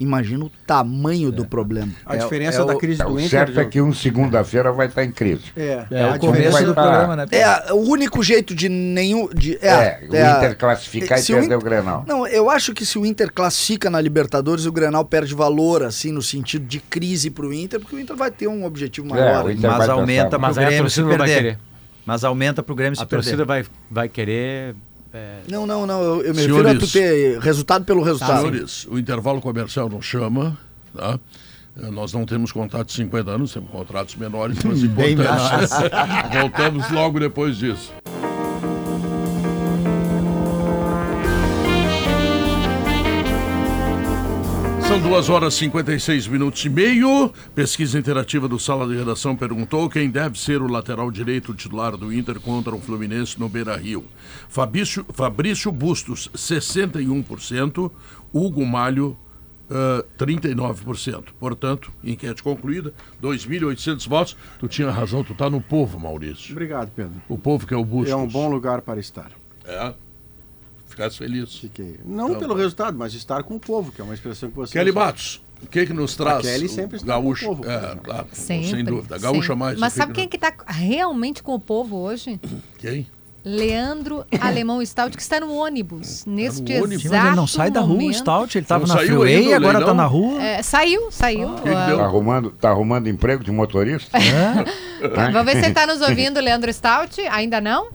Speaker 6: Imagina o tamanho
Speaker 5: É.
Speaker 6: do problema.
Speaker 8: A diferença da crise
Speaker 5: Tá,
Speaker 8: do
Speaker 5: o
Speaker 8: Inter.
Speaker 5: certo é
Speaker 8: Diogo.
Speaker 5: que um segunda-feira vai estar em crise.
Speaker 8: É,
Speaker 6: É,
Speaker 5: a
Speaker 6: o começo
Speaker 5: vai
Speaker 6: do
Speaker 5: tá-
Speaker 6: programa, né? É, o único jeito de nenhum. De,
Speaker 5: É, o
Speaker 6: a-
Speaker 5: Inter classificar e
Speaker 6: se o
Speaker 5: perder
Speaker 6: Inter-
Speaker 5: o Grenal.
Speaker 6: Não, eu acho que se o Inter classifica na Libertadores, o Grenal perde valor, assim, no sentido de crise pro Inter, porque o Inter vai ter um objetivo
Speaker 5: É,
Speaker 6: maior.
Speaker 2: mas aumenta pro
Speaker 3: Mas aí a
Speaker 2: Grêmio se
Speaker 3: torcida não vai
Speaker 2: perder.
Speaker 3: querer.
Speaker 2: Mas aumenta pro Grêmio se
Speaker 3: A torcida
Speaker 2: perder.
Speaker 3: vai, vai querer. é,
Speaker 6: Não, não, não, eu, eu me refiro a tu
Speaker 1: Senhores.
Speaker 6: ter resultado pelo resultado.
Speaker 1: Senhores, o intervalo comercial não chama, tá? Eh, Nós não temos contrato de 50 anos, temos contratos menores, mas
Speaker 13: *laughs* Bem
Speaker 1: importantes.
Speaker 13: menores.
Speaker 1: *laughs* Voltamos logo depois disso. São duas horas e 56 minutos e meio. Pesquisa interativa do Sala de Redação perguntou quem deve ser o lateral direito titular do Inter contra o Fluminense no Beira Rio. Fabrício, Fabrício Bustos, 61%. Hugo Malho, ah, 39%. Portanto, enquete concluída, 2.800 votos. Tu tinha razão, tu tá no povo, Maurício.
Speaker 8: Obrigado, Pedro.
Speaker 1: O povo que é o Bustos.
Speaker 8: É um bom lugar para estar.
Speaker 1: É. Ficasse feliz. Tá
Speaker 8: Fiquei. Não pelo resultado, mas estar com o povo, que é uma expressão que você.
Speaker 1: Kelly
Speaker 8: usa.
Speaker 1: Matos, o que que nos traz?
Speaker 8: A Kelly
Speaker 1: o
Speaker 8: sempre está com o
Speaker 1: gaúcho,
Speaker 8: povo,
Speaker 1: é,
Speaker 8: né?
Speaker 1: claro,
Speaker 15: Sempre.
Speaker 1: sem dúvida. Gaúcha
Speaker 15: sempre.
Speaker 1: mais. né?
Speaker 15: Mas
Speaker 1: o que
Speaker 15: sabe
Speaker 1: que
Speaker 15: quem que tá realmente com o povo hoje?
Speaker 1: Quem? *coughs*
Speaker 15: Leandro Alemão Stout, que está no ônibus.
Speaker 1: Tá
Speaker 15: Neste
Speaker 2: ônibus?
Speaker 15: exato
Speaker 2: Mas ele não sai da rua, o
Speaker 15: momento.
Speaker 2: Tá Stout, ele tava
Speaker 5: Não na saiu freeway, ainda o agora leilão? tá na rua.
Speaker 15: É, saiu, saiu. Ah,
Speaker 5: Tá arrumando, tá arrumando emprego
Speaker 15: É?
Speaker 5: de motorista? Tá?
Speaker 15: tá
Speaker 1: *laughs*
Speaker 15: Vamos ver se ele está nos ouvindo, Leandro Stout. Ainda não?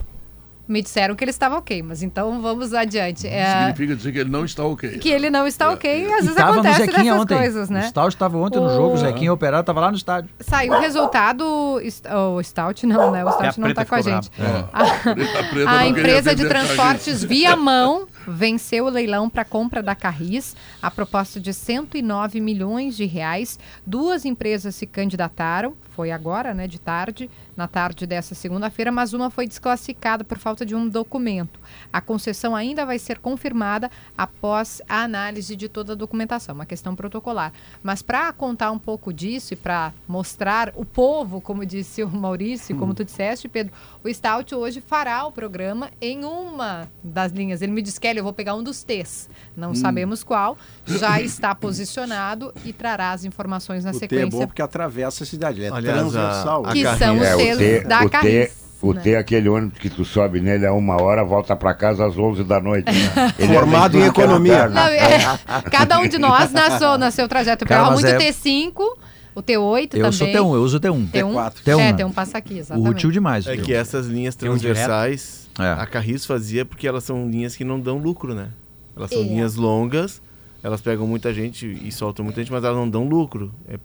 Speaker 15: Me disseram que ele estava ok, mas então vamos adiante. É,
Speaker 1: Significa É. dizer que ele não está ok.
Speaker 15: que ele não está ok, às
Speaker 2: E
Speaker 15: vezes
Speaker 2: tava no
Speaker 15: acontece
Speaker 2: Zequinha
Speaker 15: dessas
Speaker 2: ontem.
Speaker 15: coisas,
Speaker 2: O
Speaker 15: né?
Speaker 2: Stout estava ontem no
Speaker 1: É.
Speaker 2: jogo, o
Speaker 15: O-
Speaker 2: Zequinha operado, tava lá no estádio.
Speaker 15: Saiu o resultado, est- o Stout não, né? O
Speaker 2: É, a
Speaker 15: Stout não
Speaker 2: preta
Speaker 15: está com a
Speaker 2: ficou
Speaker 15: gente. Ah.
Speaker 2: brava.
Speaker 15: A-
Speaker 1: É. A preta
Speaker 15: A,
Speaker 1: não queria
Speaker 15: empresa de
Speaker 1: vender pra
Speaker 15: transportes
Speaker 1: gente.
Speaker 15: Viamão venceu o leilão para compra da Carris a proposta de 109 milhões de reais. Duas empresas se candidataram, foi agora, né, de tarde, na tarde dessa segunda-feira, mas uma foi desclassificada por falta de um documento. A concessão ainda vai ser confirmada após a análise de toda a documentação, uma questão protocolar. Mas para contar um pouco disso e para mostrar o povo, como disse o Maurício, como
Speaker 16: Hum.
Speaker 15: tu disseste, Pedro, o Stout hoje fará o programa em uma das linhas. Ele me disse, Kelly, eu vou pegar um dos T's. Não
Speaker 8: Hum.
Speaker 15: sabemos qual.
Speaker 2: *coughs*
Speaker 15: Já está posicionado e trará as informações na
Speaker 8: O T é
Speaker 15: sequência.
Speaker 8: bom porque atravessa a cidade, ele é
Speaker 4: Aliás, a-
Speaker 8: transversal.
Speaker 15: a Que carrinha- são os
Speaker 5: É, o
Speaker 15: selos
Speaker 5: T,
Speaker 15: da
Speaker 5: o T,
Speaker 15: Carris,
Speaker 5: o
Speaker 15: né?
Speaker 5: T é aquele ônibus que tu sobe nele a uma hora, volta pra casa às 11 da noite.
Speaker 15: *laughs*
Speaker 5: né? Ele é
Speaker 8: Formado
Speaker 5: bem
Speaker 8: em economia.
Speaker 5: aquela
Speaker 2: *laughs*
Speaker 15: Não,
Speaker 5: perna.
Speaker 15: é- cada um de nós na sua, no seu trajeto. um Eu
Speaker 2: Cara,
Speaker 15: pegava
Speaker 2: mas
Speaker 15: muito
Speaker 2: é-
Speaker 15: T5, o T8
Speaker 2: Eu
Speaker 15: também.
Speaker 2: sou T1, eu uso T1.
Speaker 15: T1,
Speaker 2: T1.
Speaker 15: É,
Speaker 2: né?
Speaker 15: T1 passa aqui, exatamente.
Speaker 2: O útil demais.
Speaker 4: É
Speaker 2: viu?
Speaker 4: que essas linhas
Speaker 2: Tem um direto?
Speaker 4: transversais, a Carris fazia porque elas são linhas que não dão lucro, né? Elas são
Speaker 15: É.
Speaker 4: linhas longas, elas pegam muita gente e soltam muita gente, mas elas não dão lucro. É-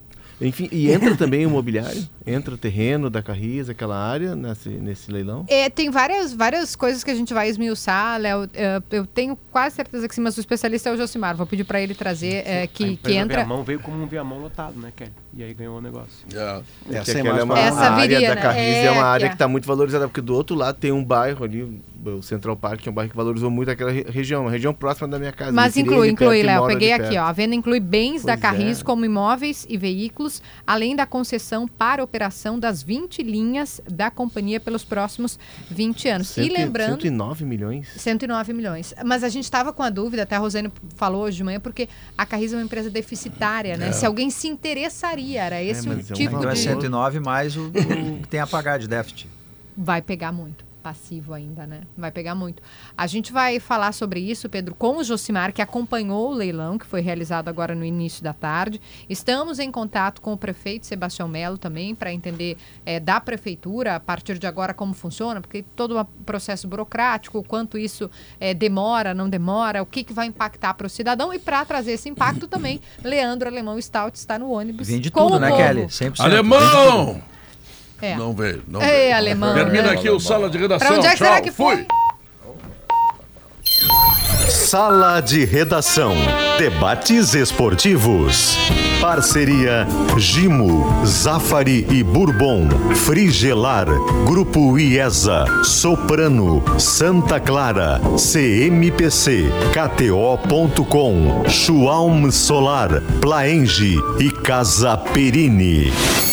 Speaker 4: Enfim, e entra também o imobiliário, entra o terreno da Carris, aquela área, nesse, nesse leilão.
Speaker 15: É, tem várias, várias coisas que a gente vai esmiuçar, Léo. É, Eu tenho quase certeza que sim, mas o especialista é o Josimar. Vou pedir para ele trazer é, que, que entra.
Speaker 3: Viamão veio como um Viamão lotado, né, Kelly? E aí ganhou o negócio.
Speaker 4: É
Speaker 3: Essa
Speaker 4: que
Speaker 3: é
Speaker 4: aquela
Speaker 3: mais
Speaker 4: é uma
Speaker 3: pra-
Speaker 4: a
Speaker 3: Essa
Speaker 4: área
Speaker 3: viria,
Speaker 4: da
Speaker 3: né?
Speaker 4: Carris é,
Speaker 3: É,
Speaker 4: uma área
Speaker 3: é.
Speaker 4: que está muito valorizada, porque do outro lado tem um bairro ali, o Central Park, que é um bairro que valorizou muito aquela re- região, uma região próxima da minha casa.
Speaker 15: Mas
Speaker 4: minha
Speaker 15: inclui,
Speaker 4: querida, de perto,
Speaker 15: inclui,
Speaker 4: que
Speaker 15: Léo.
Speaker 4: mora
Speaker 15: Peguei
Speaker 4: de
Speaker 15: aqui,
Speaker 4: perto.
Speaker 15: ó. A venda inclui bens da
Speaker 4: Pois
Speaker 15: Carris,
Speaker 4: é.
Speaker 15: como imóveis e veículos, além da concessão para operação das 20 linhas da companhia pelos próximos 20 anos.
Speaker 4: Cento
Speaker 15: e lembrando.
Speaker 4: 109 milhões?
Speaker 15: 109 milhões. Mas a gente estava com a dúvida, até a Rosane falou hoje de manhã, porque a Carris é uma empresa deficitária, né?
Speaker 2: É.
Speaker 15: Se alguém se interessaria, era esse o
Speaker 2: mas
Speaker 15: tipo
Speaker 2: é
Speaker 15: de.
Speaker 2: 109 mais o, o *laughs* que tem a pagar de déficit.
Speaker 15: Vai pegar muito. Passivo ainda, né? Vai pegar muito. A gente vai falar sobre isso, Pedro, com o Josimar, que acompanhou o leilão, que foi realizado agora no início da tarde. Estamos em contato com o prefeito Sebastião Melo também, para entender eh, da prefeitura, a partir de agora, como funciona, porque todo um processo burocrático, o quanto isso eh, demora, não demora, o que, que vai impactar para o cidadão. E para trazer esse impacto também, Leandro Alemão Stout está no ônibus.
Speaker 2: Vende
Speaker 15: com
Speaker 2: tudo,
Speaker 15: o
Speaker 2: né,
Speaker 15: povo.
Speaker 2: Kelly? 100%.
Speaker 1: Alemão!
Speaker 15: É.
Speaker 1: Não veio, não
Speaker 15: Ei,
Speaker 1: veio.
Speaker 15: alemão,
Speaker 1: Termina
Speaker 15: né?
Speaker 1: aqui o Sala de Redação.
Speaker 15: Para onde é que
Speaker 1: Tchau.
Speaker 15: será que foi?
Speaker 11: Sala de redação. Debates esportivos. Parceria Gimo, Zafari e Bourbon, Frigelar, Grupo IESA, Soprano, Santa Clara, CMPC, KTO.com, Schwalm Solar, Plaenge e Casa Perini.